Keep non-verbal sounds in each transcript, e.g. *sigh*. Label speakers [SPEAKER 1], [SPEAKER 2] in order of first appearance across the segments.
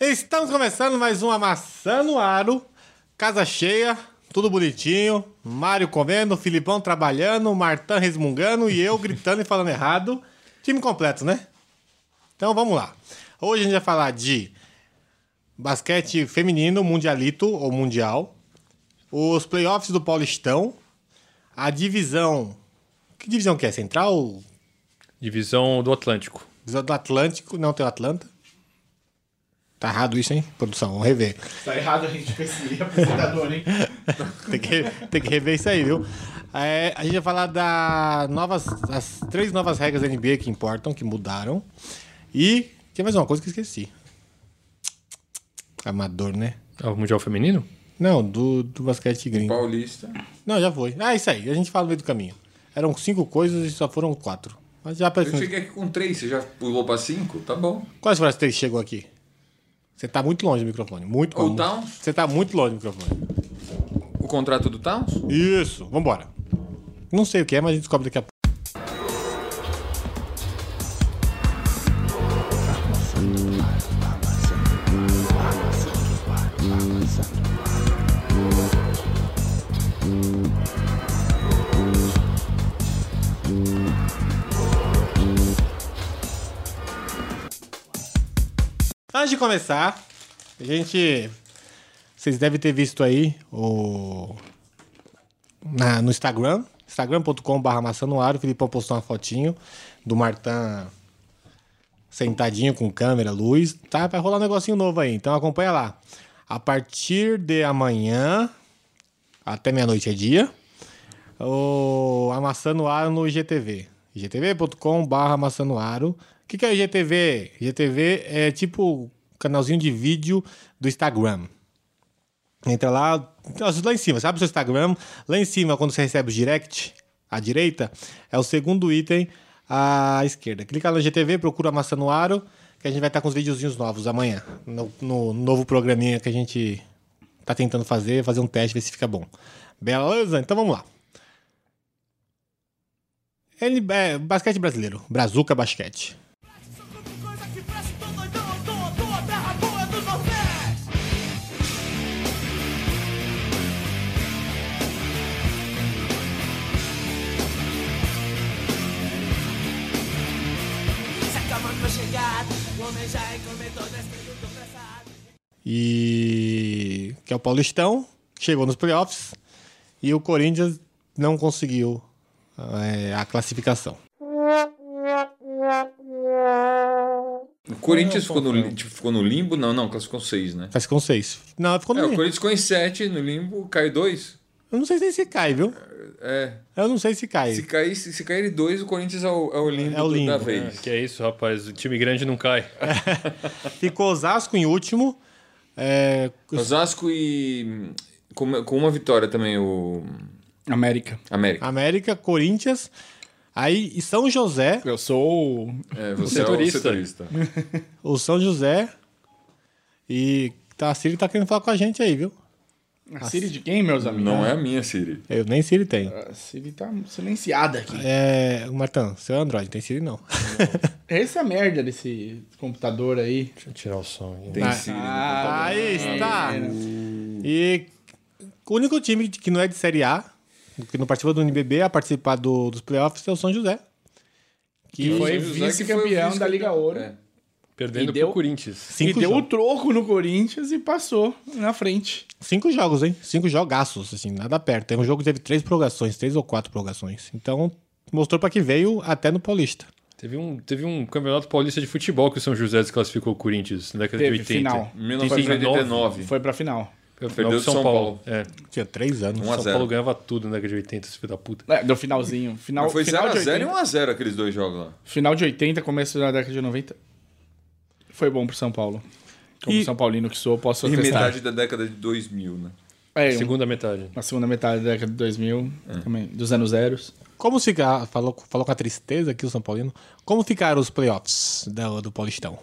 [SPEAKER 1] Estamos começando mais uma maçã no aro, casa cheia, tudo bonitinho, Mário comendo, Filipão trabalhando, Martã resmungando e eu gritando e falando errado. Time completo, né? Então vamos lá. Hoje a gente vai falar de basquete feminino, mundialito ou mundial, os playoffs do Paulistão, a divisão. Que divisão que é? Central?
[SPEAKER 2] Divisão do Atlântico.
[SPEAKER 1] Divisão do Atlântico, não tem o Atlanta. Tá errado isso, hein, produção? Vamos rever.
[SPEAKER 3] Tá errado a gente perceber apresentador, hein?
[SPEAKER 1] tem, que, tem que rever isso aí, viu? É, a gente vai falar da novas, das três novas regras da NBA que importam, que mudaram. E tem mais uma coisa que eu esqueci. Amador, né?
[SPEAKER 2] É o Mundial Feminino?
[SPEAKER 1] Não, do, do basquete gringo.
[SPEAKER 4] Paulista.
[SPEAKER 1] Não, já foi. Ah, isso aí. A gente fala no meio do caminho. Eram cinco coisas e só foram quatro. Mas já
[SPEAKER 4] Eu
[SPEAKER 1] apareceu.
[SPEAKER 4] cheguei aqui com três, você já pulou pra cinco? Tá bom.
[SPEAKER 1] Quais foram as três que chegou aqui? Você tá muito longe do microfone. Muito
[SPEAKER 4] Ou então?
[SPEAKER 1] longe.
[SPEAKER 4] Towns?
[SPEAKER 1] Você tá muito longe do microfone.
[SPEAKER 4] O contrato do Towns?
[SPEAKER 1] Isso, vambora. Não sei o que é, mas a gente descobre daqui a pouco. Antes de começar, a gente. Vocês devem ter visto aí o na- no Instagram, instagram.com.br maçanoaro. O Filipão postou uma fotinho do Martan sentadinho com câmera, luz. Tá, vai rolar um negocinho novo aí, então acompanha lá. A partir de amanhã, até meia-noite é dia, o a Maçã no Aro no IGTV. igtv.com.br Maçã no Aro. O que, que é o IGTV? IGTV é tipo canalzinho de vídeo do Instagram. Entra lá, lá em cima, sabe o seu Instagram? Lá em cima, quando você recebe o direct, à direita, é o segundo item à esquerda. Clica lá no GTV, procura a Maçã no Aro, que a gente vai estar com os videozinhos novos amanhã, no, no novo programinha que a gente tá tentando fazer, fazer um teste, ver se fica bom. Beleza? Então vamos lá. Ele, é, basquete brasileiro, Brazuca Basquete.
[SPEAKER 5] Só como coisa que presta, tô doidão, à toa, toa, terra boa do Nordeste. Se acabando meu chegado, o homem já é encomendou dez minutos pesado.
[SPEAKER 1] e que é o Paulistão, chegou nos playoffs e o Corinthians não conseguiu é, a classificação.
[SPEAKER 4] O Corinthians ficou no, li- tipo, ficou no limbo? Não, não, classificou seis, né?
[SPEAKER 1] Mas ficou Tá seis. Não, ficou
[SPEAKER 4] É,
[SPEAKER 1] no
[SPEAKER 4] o
[SPEAKER 1] limbo.
[SPEAKER 4] Corinthians ficou em sete no limbo, caiu dois.
[SPEAKER 1] Eu não sei nem se cai, viu?
[SPEAKER 4] É.
[SPEAKER 1] Eu não sei se cai.
[SPEAKER 4] Se cair, se, se cair dois, o Corinthians é o, é o limbo,
[SPEAKER 1] É o
[SPEAKER 4] do-
[SPEAKER 1] limbo,
[SPEAKER 4] da
[SPEAKER 1] né?
[SPEAKER 4] vez.
[SPEAKER 2] Que é isso, rapaz. O time grande não cai.
[SPEAKER 1] Ficou Osasco em último. É,
[SPEAKER 4] Osasco e. Com, com uma vitória também, o.
[SPEAKER 3] América.
[SPEAKER 4] América.
[SPEAKER 1] América, Corinthians. Aí e São José.
[SPEAKER 3] Eu sou.
[SPEAKER 4] É, você
[SPEAKER 2] setorista.
[SPEAKER 4] é o setorista.
[SPEAKER 1] O São José. E tá, a Siri tá querendo falar com a gente aí, viu?
[SPEAKER 3] A Siri de quem, meus amigos?
[SPEAKER 4] Não é a minha, Siri.
[SPEAKER 1] Eu nem Siri tem.
[SPEAKER 4] É.
[SPEAKER 3] A Siri tá silenciada aqui.
[SPEAKER 1] É, Martão, seu Android, tem Siri não.
[SPEAKER 3] Essa é a merda desse computador aí.
[SPEAKER 2] Deixa eu tirar o som. aqui.
[SPEAKER 4] Tem
[SPEAKER 3] Ah,
[SPEAKER 4] Siri.
[SPEAKER 1] Aí está. E o único time que não é de Série A, que não participa do NBB, a participar do- dos playoffs é o São José.
[SPEAKER 3] Que foi
[SPEAKER 4] São José que foi o
[SPEAKER 3] vice-campeão da Liga Ouro.
[SPEAKER 4] É.
[SPEAKER 2] Perdendo
[SPEAKER 3] E deu-
[SPEAKER 2] pro Corinthians.
[SPEAKER 3] E
[SPEAKER 1] Cinco,
[SPEAKER 3] deu
[SPEAKER 1] jo-
[SPEAKER 3] o troco no Corinthians e passou na frente.
[SPEAKER 1] cinco jogos, hein? Cinco jogaços, assim, nada perto. É um jogo que teve três prorrogações, três ou quatro prorrogações. Então, mostrou pra que veio até no Paulista.
[SPEAKER 2] Teve um, teve um campeonato paulista de futebol que o São José desclassificou o Corinthians na década
[SPEAKER 3] Teve,
[SPEAKER 2] de 80.
[SPEAKER 3] final.
[SPEAKER 4] 1989.
[SPEAKER 3] Foi pra final.
[SPEAKER 2] Foi o final
[SPEAKER 4] Perdeu
[SPEAKER 2] do São,
[SPEAKER 4] São
[SPEAKER 2] Paulo.
[SPEAKER 4] Paulo.
[SPEAKER 2] É,
[SPEAKER 1] Tinha três anos.
[SPEAKER 4] Um a
[SPEAKER 2] São
[SPEAKER 4] zero.
[SPEAKER 2] Paulo ganhava tudo na década de 80, esse filho da puta.
[SPEAKER 3] É, deu finalzinho. Final,
[SPEAKER 4] Mas foi
[SPEAKER 3] final,
[SPEAKER 4] 0x0
[SPEAKER 3] de 80,
[SPEAKER 4] e 1x0 aqueles dois jogos lá.
[SPEAKER 3] final de 80, começo da década de 90. Foi bom pro São Paulo. Como
[SPEAKER 1] E-
[SPEAKER 3] São Paulino que sou, posso
[SPEAKER 4] E
[SPEAKER 3] atestar.
[SPEAKER 4] metade da década de 2000, né?
[SPEAKER 3] É, um-
[SPEAKER 2] Segunda metade.
[SPEAKER 3] na segunda metade da década de 2000,
[SPEAKER 4] É.
[SPEAKER 3] também, dos anos zeros.
[SPEAKER 1] Como ficar. Falou, falou com a tristeza aqui o São Paulino. Como ficaram os playoffs do, do Paulistão?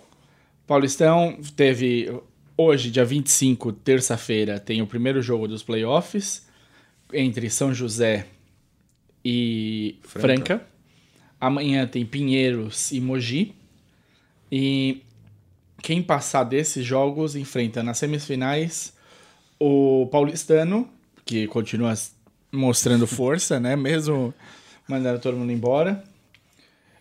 [SPEAKER 3] Paulistão teve hoje, dia 25, terça-feira, tem o primeiro jogo dos playoffs entre São José e
[SPEAKER 4] Franca.
[SPEAKER 3] Franca. Amanhã tem Pinheiros e Mogi. E quem passar desses jogos enfrenta nas semifinais o paulistano, que continua s- mostrando força, né? Mesmo mandando todo mundo embora.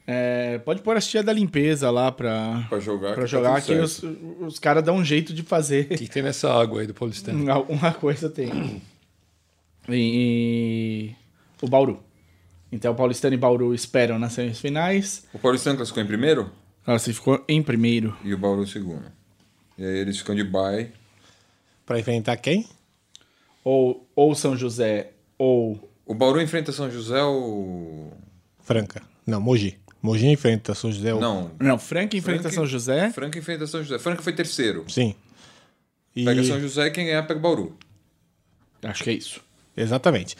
[SPEAKER 3] É, pode pôr as tia da limpeza lá pra,
[SPEAKER 4] Pra jogar.
[SPEAKER 3] pra
[SPEAKER 4] que
[SPEAKER 3] jogar,
[SPEAKER 4] tá
[SPEAKER 3] que
[SPEAKER 4] tudo certo.
[SPEAKER 3] os, os caras dão um jeito de fazer *laughs*
[SPEAKER 2] O que, que tem nessa água aí do Paulistano?
[SPEAKER 3] Alguma coisa tem. E, e o Bauru. Então, Paulistano e Bauru esperam nas semifinais.
[SPEAKER 4] O Paulistano classificou em primeiro
[SPEAKER 3] Classificou em primeiro.
[SPEAKER 4] e o Bauru em segundo. E aí eles ficam de bye.
[SPEAKER 1] Pra enfrentar quem?
[SPEAKER 3] Ou, ou São José, ou.
[SPEAKER 4] O Bauru enfrenta São José o.
[SPEAKER 1] Franca. Não, Mogi. Mogi enfrenta São José.
[SPEAKER 4] Não.
[SPEAKER 3] Não, Franca enfrenta
[SPEAKER 4] Franca-
[SPEAKER 3] São José.
[SPEAKER 4] Franca enfrenta São José. Franca foi terceiro.
[SPEAKER 1] Sim. E-
[SPEAKER 4] Pega São José e quem ganhar pega o Bauru.
[SPEAKER 3] Acho que é isso.
[SPEAKER 1] Exatamente.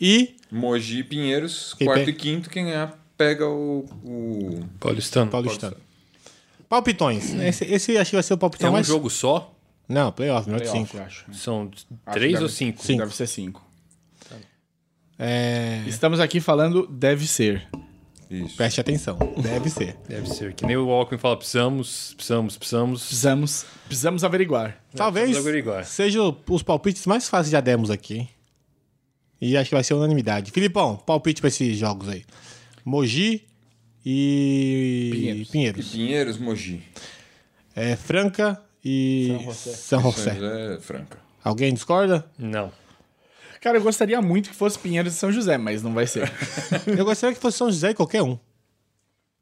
[SPEAKER 1] E
[SPEAKER 4] Mogi e Pinheiros,
[SPEAKER 1] Quem
[SPEAKER 4] quarto
[SPEAKER 1] pega?
[SPEAKER 4] e quinto, quem ganhar pega o. o...
[SPEAKER 2] Paulistano.
[SPEAKER 1] Paulistano. Palpitões. Esse, esse acho que vai ser o
[SPEAKER 2] É
[SPEAKER 1] palpitão
[SPEAKER 3] Então,
[SPEAKER 2] um
[SPEAKER 1] mais.
[SPEAKER 2] jogo só?
[SPEAKER 1] Não, playoff, melhor de
[SPEAKER 3] Playoff,
[SPEAKER 1] cinco.
[SPEAKER 3] eu acho.
[SPEAKER 4] né?
[SPEAKER 2] São
[SPEAKER 3] Acho que
[SPEAKER 2] três
[SPEAKER 3] deve-
[SPEAKER 2] ou cinco?
[SPEAKER 1] Sim.
[SPEAKER 3] Deve ser cinco.
[SPEAKER 1] É...
[SPEAKER 3] Estamos aqui falando deve ser.
[SPEAKER 4] Isso.
[SPEAKER 1] Preste atenção. Deve ser.
[SPEAKER 2] Deve ser. Que nem o Alckmin fala, precisamos, precisamos, precisamos.
[SPEAKER 3] Precisamos, precisamos averiguar.
[SPEAKER 1] Talvez
[SPEAKER 2] precisamos averiguar.
[SPEAKER 1] sejam os palpites mais fáceis que já demos aqui. hein? E acho que vai ser unanimidade. Filipão, palpite pra esses jogos aí. Mogi e Pinheiros.
[SPEAKER 3] Pinheiros.
[SPEAKER 4] E Pinheiros, Mogi.
[SPEAKER 1] É, Franca e São José.
[SPEAKER 4] São José, Franca.
[SPEAKER 1] Alguém discorda?
[SPEAKER 2] Não.
[SPEAKER 3] Cara, eu gostaria muito que fosse Pinheiros de São José, mas não vai
[SPEAKER 4] *laughs*
[SPEAKER 3] ser.
[SPEAKER 1] Eu gostaria que fosse São José e qualquer um.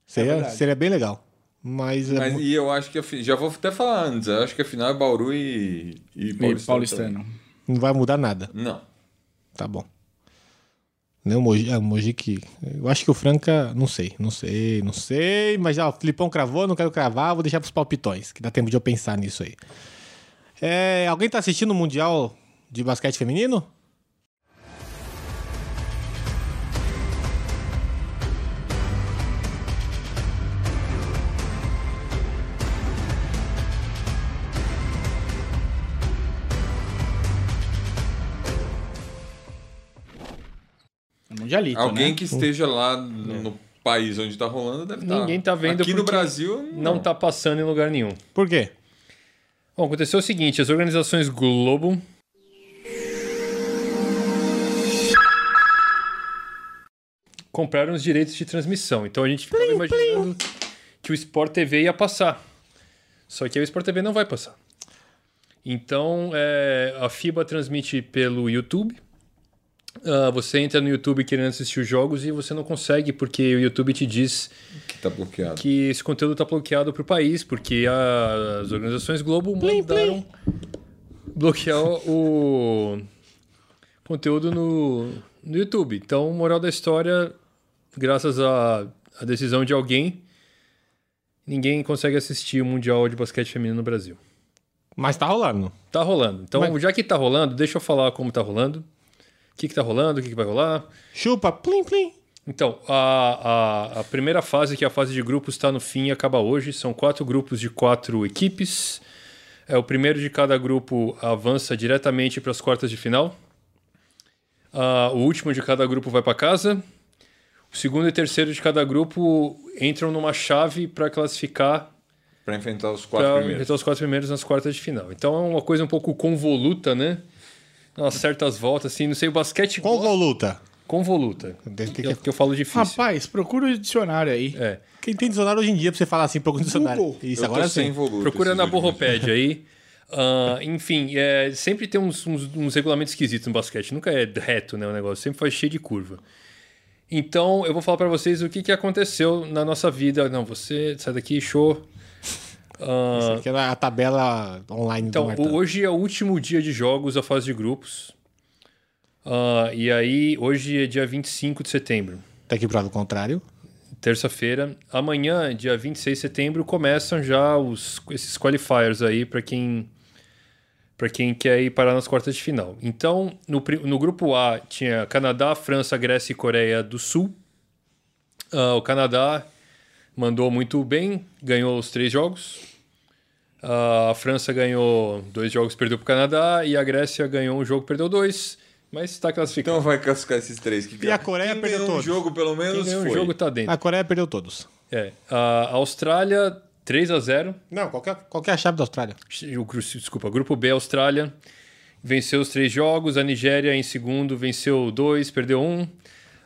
[SPEAKER 1] Seria,
[SPEAKER 3] verdade.
[SPEAKER 1] seria bem legal. Mas, é
[SPEAKER 4] Mas
[SPEAKER 1] mu-
[SPEAKER 4] e eu acho que. a fi- Já vou até falar antes. Eu acho que afinal é Bauru e. E Paulistano.
[SPEAKER 3] E Paulistano.
[SPEAKER 1] não vai mudar nada.
[SPEAKER 4] também. Não.
[SPEAKER 1] Tá bom. Não, o Mogi, ah, o Mogi que. Eu acho que o Franca. Não sei, não sei, não sei. Mas já o Filipão cravou, não quero cravar, vou deixar pros palpitões, que dá tempo de eu pensar nisso aí. É, alguém tá assistindo o Mundial de Basquete Feminino?
[SPEAKER 3] É mundialito,
[SPEAKER 2] Então,
[SPEAKER 4] Alguém
[SPEAKER 3] né?
[SPEAKER 4] que esteja lá no, no país onde tá rolando deve estar.
[SPEAKER 2] É. Ninguém tá vendo
[SPEAKER 4] Aqui no
[SPEAKER 2] porque
[SPEAKER 4] Brasil
[SPEAKER 2] Não tá passando em lugar nenhum.
[SPEAKER 1] Por quê?
[SPEAKER 2] Bom, aconteceu o seguinte, as organizações Globo... Compraram os direitos de transmissão. Então a gente ficava imaginando que o Sport TV ia passar. Só que aí o Sport TV não vai passar. Então é, a FIBA transmite pelo YouTube. Ah, você entra no YouTube querendo assistir os jogos e você não consegue, porque o YouTube te diz
[SPEAKER 4] que tá bloqueado.
[SPEAKER 2] que esse conteúdo está bloqueado para o país, porque a- as organizações Globo mandaram bloquear o conteúdo no, no YouTube. Então, moral da história, graças à à decisão de alguém, ninguém consegue assistir o Mundial de Basquete Feminino no Brasil.
[SPEAKER 1] Mas tá rolando.
[SPEAKER 2] Tá rolando. Então, já que tá rolando, deixa eu falar como tá rolando, o que, que tá rolando, o que, que vai rolar.
[SPEAKER 1] Chupa, plim, plim.
[SPEAKER 2] Então, a, a, a primeira fase, que é a fase de grupos, está no fim e acaba hoje. São quatro grupos de quatro equipes. É, o primeiro de cada grupo avança diretamente para as quartas de final. Ah, o último de cada grupo vai para casa. O segundo e terceiro de cada grupo entram numa chave para classificar
[SPEAKER 4] Pra enfrentar os quatro
[SPEAKER 2] para
[SPEAKER 4] primeiros.
[SPEAKER 2] enfrentar os quatro primeiros nas quartas de final. Então é uma coisa um pouco convoluta, né? Umas certas voltas, assim, não sei, o basquete
[SPEAKER 1] Convoluta.
[SPEAKER 2] convoluta.
[SPEAKER 1] Deve ter
[SPEAKER 2] Que,
[SPEAKER 1] que-
[SPEAKER 2] que eu falo difícil.
[SPEAKER 3] Rapaz, procura o dicionário aí.
[SPEAKER 2] É.
[SPEAKER 1] Quem tem dicionário hoje em dia pra você falar assim pro dicionário?
[SPEAKER 3] Google.
[SPEAKER 1] Isso,
[SPEAKER 4] Eu
[SPEAKER 1] agora
[SPEAKER 4] tô sem
[SPEAKER 1] sim.
[SPEAKER 4] volume.
[SPEAKER 2] Procura
[SPEAKER 4] esses
[SPEAKER 2] na
[SPEAKER 4] últimos.
[SPEAKER 2] Borropédia aí. Ah, enfim, é, sempre tem uns, uns- uns regulamentos esquisitos no basquete. Nunca é reto né, o negócio, sempre faz cheio de curva. Então, eu vou falar pra vocês o que, que aconteceu na nossa vida. Não, você sai daqui, show. Ah,
[SPEAKER 1] Que era a tabela online do
[SPEAKER 2] então,
[SPEAKER 1] Martão.
[SPEAKER 2] hoje é o último dia de jogos, a fase de grupos. Ah, e aí, hoje é dia 25 de setembro,
[SPEAKER 1] Até que tá prova o contrário.
[SPEAKER 2] terça-feira. Amanhã, dia 26 de setembro, começam já os, esses qualifiers aí para quem para quem quer ir parar nas quartas de final. Então, no, pri- no grupo A tinha Canadá, França, Grécia e Coreia do Sul. Ah, o Canadá mandou muito bem, ganhou os três jogos. Ah, a França ganhou dois jogos, perdeu para o Canadá. E a Grécia ganhou um jogo, perdeu dois. Mas está classificado.
[SPEAKER 4] Então vai classificar esses três. Que
[SPEAKER 1] E a Coreia
[SPEAKER 4] Quem
[SPEAKER 1] perdeu
[SPEAKER 4] ganhou um
[SPEAKER 1] todos.
[SPEAKER 2] tá
[SPEAKER 4] jogo, pelo menos,
[SPEAKER 1] Ah.
[SPEAKER 2] Quem ganhou
[SPEAKER 4] foi.
[SPEAKER 2] o jogo está dentro.
[SPEAKER 1] A Coreia perdeu todos.
[SPEAKER 2] É. A É, Austrália 3 a 0
[SPEAKER 1] Não, qualquer, qualquer chave da Austrália.
[SPEAKER 2] o gru- desculpa, grupo B, Austrália, venceu os três jogos, a Nigéria em segundo venceu dois, perdeu um,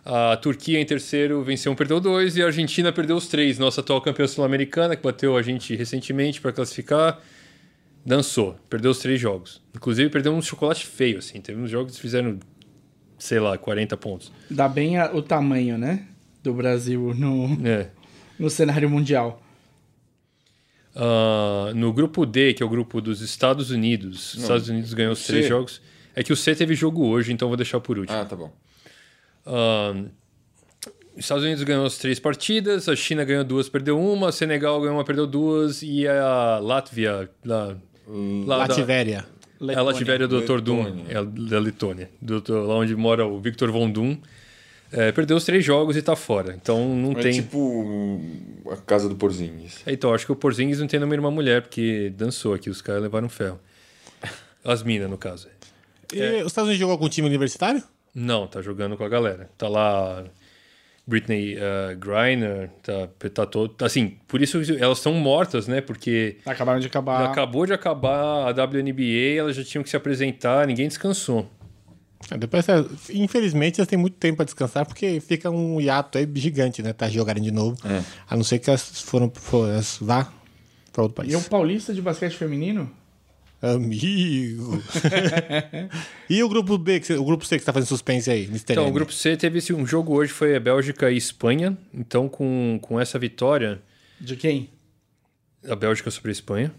[SPEAKER 2] a Turquia em terceiro venceu um, perdeu dois, e a Argentina perdeu os três, nossa atual campeã sul-americana, que bateu a gente recentemente para classificar, dançou, perdeu os três jogos. Inclusive perdeu um chocolate feio, assim, teve uns jogos que fizeram, sei lá, 40 pontos.
[SPEAKER 3] Dá bem a- o tamanho, né? Do Brasil no,
[SPEAKER 2] É.
[SPEAKER 3] no cenário mundial.
[SPEAKER 2] Ah, no grupo D, que é o grupo dos Estados Unidos, os Estados Unidos ganhou os três
[SPEAKER 4] C.
[SPEAKER 2] jogos. É que o C teve jogo hoje, então eu vou deixar por último.
[SPEAKER 4] Ah, tá bom.
[SPEAKER 2] Ahn, os Estados Unidos ganhou as três partidas, a China ganhou duas, perdeu uma, Senegal ganhou uma, perdeu duas, e a Látvia. Lá, lá da-
[SPEAKER 1] Lativéria.
[SPEAKER 2] é a Latvéria do Dr. Doom,
[SPEAKER 4] Hum, Letônia.
[SPEAKER 2] é a- da Letônia, do, do- lá onde mora o Victor Von Doom. É, perdeu os três jogos e tá fora. Então não
[SPEAKER 4] É
[SPEAKER 2] tem.
[SPEAKER 4] tipo hum, a casa do Porzingis.
[SPEAKER 2] É, Então, acho que o Porzingis não tem número uma mulher, porque dançou aqui, os caras levaram ferro. As minas, no caso.
[SPEAKER 1] E
[SPEAKER 2] É.
[SPEAKER 1] os Estados Unidos jogou com um time universitário?
[SPEAKER 2] Não, tá jogando com a galera. Tá lá Britney eh, Griner, tá, tá todo. Assim, por isso elas estão mortas, né? Porque
[SPEAKER 3] Acabaram Tá de acabar.
[SPEAKER 2] acabou de acabar a WNBA, elas já tinham que se apresentar, ninguém descansou.
[SPEAKER 1] É, Depois, é, infelizmente, elas têm muito tempo pra descansar, porque fica um hiato aí gigante, né? Tá jogarem de novo.
[SPEAKER 2] É.
[SPEAKER 1] A não ser que elas foram, for, elas vá pra outro país.
[SPEAKER 3] E o paulista de basquete feminino?
[SPEAKER 1] Amigo! *laughs* e o grupo B, que cê- o grupo C que você tá fazendo suspense aí, Mr.
[SPEAKER 2] Então,
[SPEAKER 1] M?
[SPEAKER 2] o grupo C teve esse, um jogo hoje, foi a Bélgica e Espanha. Então, com, com essa vitória,
[SPEAKER 3] De quem?
[SPEAKER 2] a Bélgica sobre a Espanha.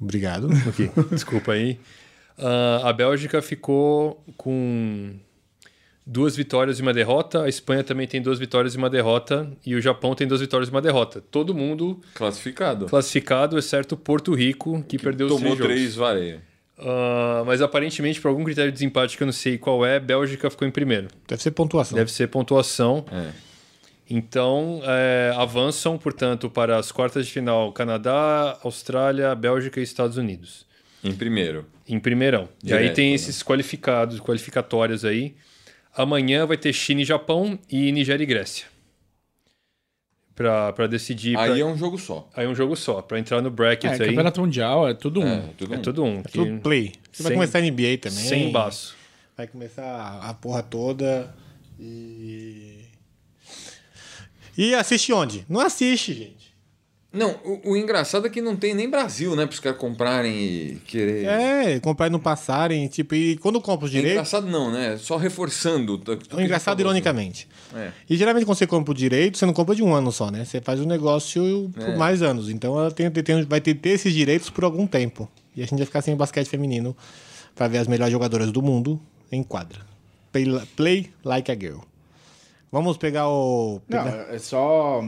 [SPEAKER 1] Obrigado.
[SPEAKER 2] Ok, *laughs* desculpa aí. Ah, a Bélgica ficou com duas vitórias e uma derrota. A Espanha também tem duas vitórias e uma derrota. E o Japão tem duas vitórias e uma derrota. Todo mundo
[SPEAKER 4] Classificado.
[SPEAKER 2] É classificado, exceto Porto Rico, que, perdeu os
[SPEAKER 4] Tomou
[SPEAKER 2] três jogos.
[SPEAKER 4] três, vareia.
[SPEAKER 2] Ah, mas aparentemente, por algum critério de desempate que eu não sei qual é, Bélgica ficou em primeiro.
[SPEAKER 1] Deve ser pontuação.
[SPEAKER 2] Deve ser pontuação.
[SPEAKER 4] É.
[SPEAKER 2] Então, é, avançam, portanto, para as quartas de final Canadá, Austrália, Bélgica e Estados Unidos.
[SPEAKER 4] Em primeiro.
[SPEAKER 2] Em primeirão. e aí
[SPEAKER 4] Direto,
[SPEAKER 2] tem
[SPEAKER 4] né?
[SPEAKER 2] esses qualificados, qualificatórias aí. Amanhã vai ter China e Japão e Nigéria e Grécia. Pra, pra decidir. pra-
[SPEAKER 4] Aí é um jogo só.
[SPEAKER 2] aí é um jogo só, pra entrar no
[SPEAKER 3] É,
[SPEAKER 2] bracket aí.
[SPEAKER 3] campeonato mundial, é tudo um.
[SPEAKER 4] É, tudo
[SPEAKER 2] É
[SPEAKER 4] um.
[SPEAKER 2] todo um. que-
[SPEAKER 1] Tudo play. Você vai
[SPEAKER 2] Sem-
[SPEAKER 1] começar a NBA também.
[SPEAKER 2] sem baço.
[SPEAKER 1] Vai começar a a porra toda e. E assiste onde? Não assiste, gente.
[SPEAKER 4] Não, o, o engraçado é que não tem nem Brasil, né? Para os caras comprarem e querer.
[SPEAKER 1] É, comprar e não passarem, tipo, e quando compra os direitos.
[SPEAKER 4] Engraçado não, né? Só reforçando. o que
[SPEAKER 1] O
[SPEAKER 4] ele
[SPEAKER 1] É um engraçado,
[SPEAKER 4] falou.
[SPEAKER 1] ironicamente.
[SPEAKER 4] É.
[SPEAKER 1] E geralmente quando você compra o direito, você não compra de um ano só, né? Você faz o negócio por
[SPEAKER 4] É.
[SPEAKER 1] mais anos. Então ela tem, tem- vai ter, ter esses direitos por algum tempo. E a gente vai ficar sem o basquete feminino pra ver as melhores jogadoras do mundo em quadra. Play, play like a girl. Vamos pegar o.
[SPEAKER 3] Não,
[SPEAKER 1] pegar-
[SPEAKER 3] é só.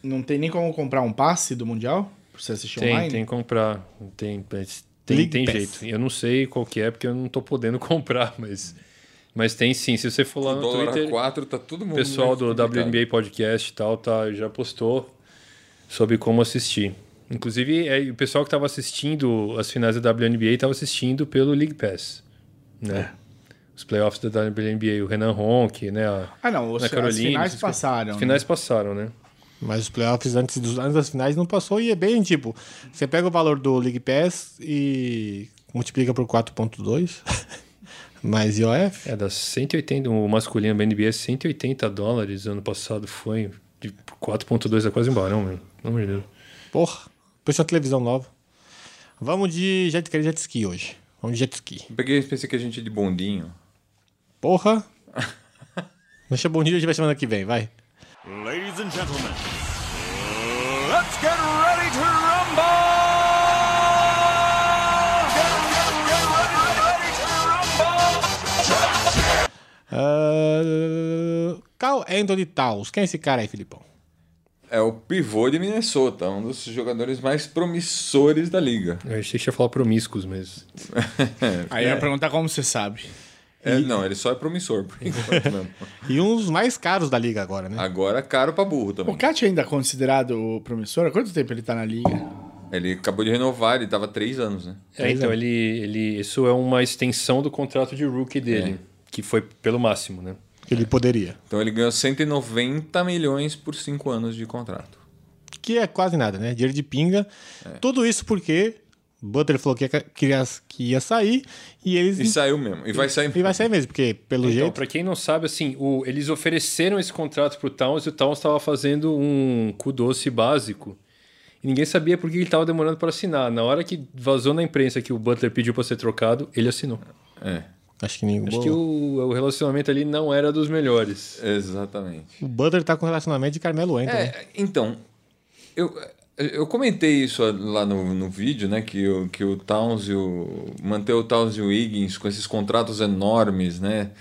[SPEAKER 3] Não tem nem como comprar um passe do mundial pra você assistir
[SPEAKER 2] Tem,
[SPEAKER 3] online?
[SPEAKER 2] tem que comprar. Tem, tem,
[SPEAKER 1] League
[SPEAKER 2] tem
[SPEAKER 1] Pass.
[SPEAKER 2] jeito. Eu não sei qual que é, porque eu não tô podendo *laughs* comprar, mas, mas tem sim. Se você for lá no
[SPEAKER 4] Dólar
[SPEAKER 2] Twitter.
[SPEAKER 4] a 4, tá todo
[SPEAKER 2] O
[SPEAKER 4] mundo.
[SPEAKER 2] pessoal do
[SPEAKER 4] complicado.
[SPEAKER 2] WNBA Podcast e tal tá, já postou sobre como assistir. Inclusive, é, o pessoal que estava assistindo as finais da WNBA estava assistindo pelo League Pass, né?
[SPEAKER 3] É.
[SPEAKER 2] Os playoffs da WNBA, o Renan Honk, né? A-
[SPEAKER 3] Ah, não, os,
[SPEAKER 2] Na Carolina,
[SPEAKER 3] as finais
[SPEAKER 2] esses-
[SPEAKER 3] passaram.
[SPEAKER 2] As finais passaram, né?
[SPEAKER 1] Mas os playoffs antes, dos, antes das finais não passou e é bem tipo. Você pega o valor do League Pass e multiplica por *laughs* 4,2 mais IOF.
[SPEAKER 2] É, das 180, o masculino da NBA é 180 dólares ano passado foi de 4.2 é quase um barão, meu. Pelo amor de Deus.
[SPEAKER 1] Porra, puxa uma televisão nova. Vamos de jet, quero jet ski hoje. Vamos de jet ski.
[SPEAKER 4] Peguei, pensei que a gente é de bondinho.
[SPEAKER 1] Porra. *laughs* Deixa bom dia, a gente vai semana que vem, vai.
[SPEAKER 6] Ladies and gentlemen, let's get ready to rumble! Get, get, get ready, ready to rumble!
[SPEAKER 1] Ah, Carl Anthony Taus. Quem é esse cara aí, Filipão?
[SPEAKER 4] É o pivô de Minnesota, um dos jogadores mais promissores da liga.
[SPEAKER 2] Eu achei que ia falar promíscuos, mas
[SPEAKER 3] Aí
[SPEAKER 2] É.
[SPEAKER 3] eu ia perguntar como você sabe.
[SPEAKER 4] É, não, ele só é promissor por enquanto mesmo.
[SPEAKER 1] E um dos mais caros da liga agora, né?
[SPEAKER 4] Agora caro pra burro
[SPEAKER 3] O
[SPEAKER 4] também.
[SPEAKER 3] Cat ainda é considerado promissor? Há quanto tempo ele tá na liga?
[SPEAKER 4] Ele acabou de renovar, ele tava três anos, né?
[SPEAKER 2] É, então, ele, ele, isso é uma extensão do contrato de rookie dele, que foi pelo máximo, né?
[SPEAKER 1] Que ele poderia.
[SPEAKER 4] Então ele ganhou 190 milhões por cinco anos de contrato.
[SPEAKER 1] que é quase nada, né? Dinheiro de pinga.
[SPEAKER 6] É.
[SPEAKER 1] Tudo isso porque Butler falou que ia, que ia- que ia sair e eles.
[SPEAKER 4] E saiu mesmo. E vai sair.
[SPEAKER 1] E vai sair mesmo, porque pelo
[SPEAKER 2] Então,
[SPEAKER 1] jeito.
[SPEAKER 2] pra quem não sabe, assim, o- eles ofereceram esse contrato pro Towns e o Towns tava fazendo um cu doce básico. E ninguém sabia por que ele tava demorando para assinar. Na hora que vazou na imprensa que o Butler pediu para ser trocado, ele assinou.
[SPEAKER 4] É,
[SPEAKER 1] Acho que nem
[SPEAKER 2] Acho que o, o relacionamento ali não era dos melhores.
[SPEAKER 4] exatamente.
[SPEAKER 1] O Butler tá com relacionamento de Carmelo Anthony. né?
[SPEAKER 4] É, então, eu, eu comentei isso lá no, no vídeo, né? Que, o- que o Towns e o. Manter o Towns e o Higgins com esses contratos enormes, né?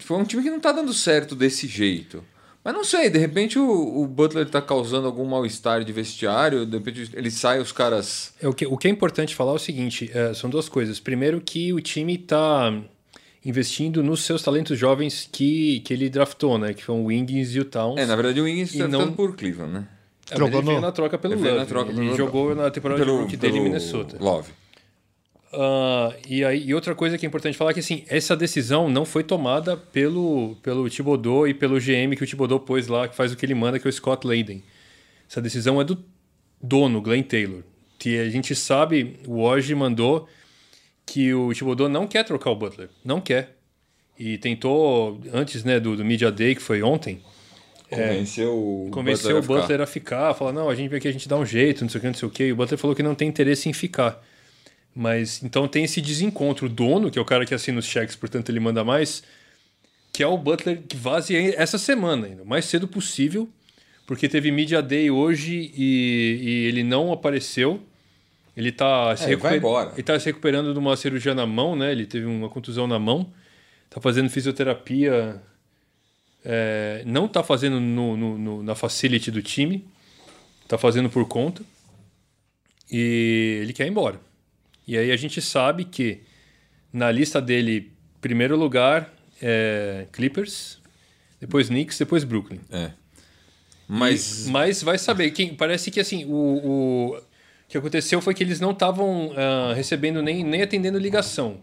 [SPEAKER 4] Foi um time que não tá dando certo desse jeito. Mas não sei, de repente o, o Butler tá causando algum mal-estar de vestiário, de repente ele sai, os caras.
[SPEAKER 2] É, o, que, o que é importante falar é o seguinte: é, são duas coisas. Primeiro, que o time tá investindo nos seus talentos jovens que, que ele draftou, né? Que são o Wiggins e o Towns.
[SPEAKER 4] É, na verdade o Higgins
[SPEAKER 2] E
[SPEAKER 4] tá
[SPEAKER 2] não-
[SPEAKER 4] ficando por Cleveland, né?
[SPEAKER 2] Ah, mas
[SPEAKER 1] Trocou
[SPEAKER 2] ele
[SPEAKER 1] no-
[SPEAKER 2] veio na troca pelo
[SPEAKER 4] Ele veio
[SPEAKER 2] Love. né?
[SPEAKER 4] na troca
[SPEAKER 2] ele
[SPEAKER 4] pelo-
[SPEAKER 2] jogou na temporada de rookie dele em Minnesota.
[SPEAKER 4] Love.
[SPEAKER 2] Ah, e, aí, e outra coisa que é importante falar é que assim, essa decisão não foi tomada pelo, pelo Thibodeau e pelo GM que o Thibodeau pôs lá, que faz o que ele manda, que é o Scott Layden. Essa decisão é do dono, Glenn Taylor. Que a gente sabe, o Woj mandou que o Thibodeau não quer trocar o Butler. Não quer. E tentou, antes né, do, do Media Day, que foi ontem,
[SPEAKER 4] Convenceu o
[SPEAKER 2] É. convenceu o
[SPEAKER 4] Butler a ficar.
[SPEAKER 2] Butler a ficar, falar, não, a gente vem aqui, a gente dá um jeito, não sei o que, não sei o que. E o Butler falou que não tem interesse em ficar. Mas então tem esse desencontro. O dono, que é o cara que assina os cheques, portanto ele manda mais, que é o Butler que vaze essa semana ainda, o mais cedo possível, porque teve Media Day hoje e, e ele não apareceu. Ele tá, se
[SPEAKER 4] É, ele vai embora.
[SPEAKER 2] ele tá se recuperando de uma cirurgia na mão, né? Ele teve uma contusão na mão. Tá fazendo fisioterapia é, não tá fazendo no- no- no- na facility do time, tá fazendo por conta. E ele quer ir embora. E aí a gente sabe que na lista dele, primeiro lugar é Clippers, depois Knicks, depois Brooklyn.
[SPEAKER 4] É. Mas.
[SPEAKER 2] Mas vai saber. Quem, parece que assim, o, o- o que aconteceu foi que eles não estavam ah, recebendo nem, nem atendendo ligação.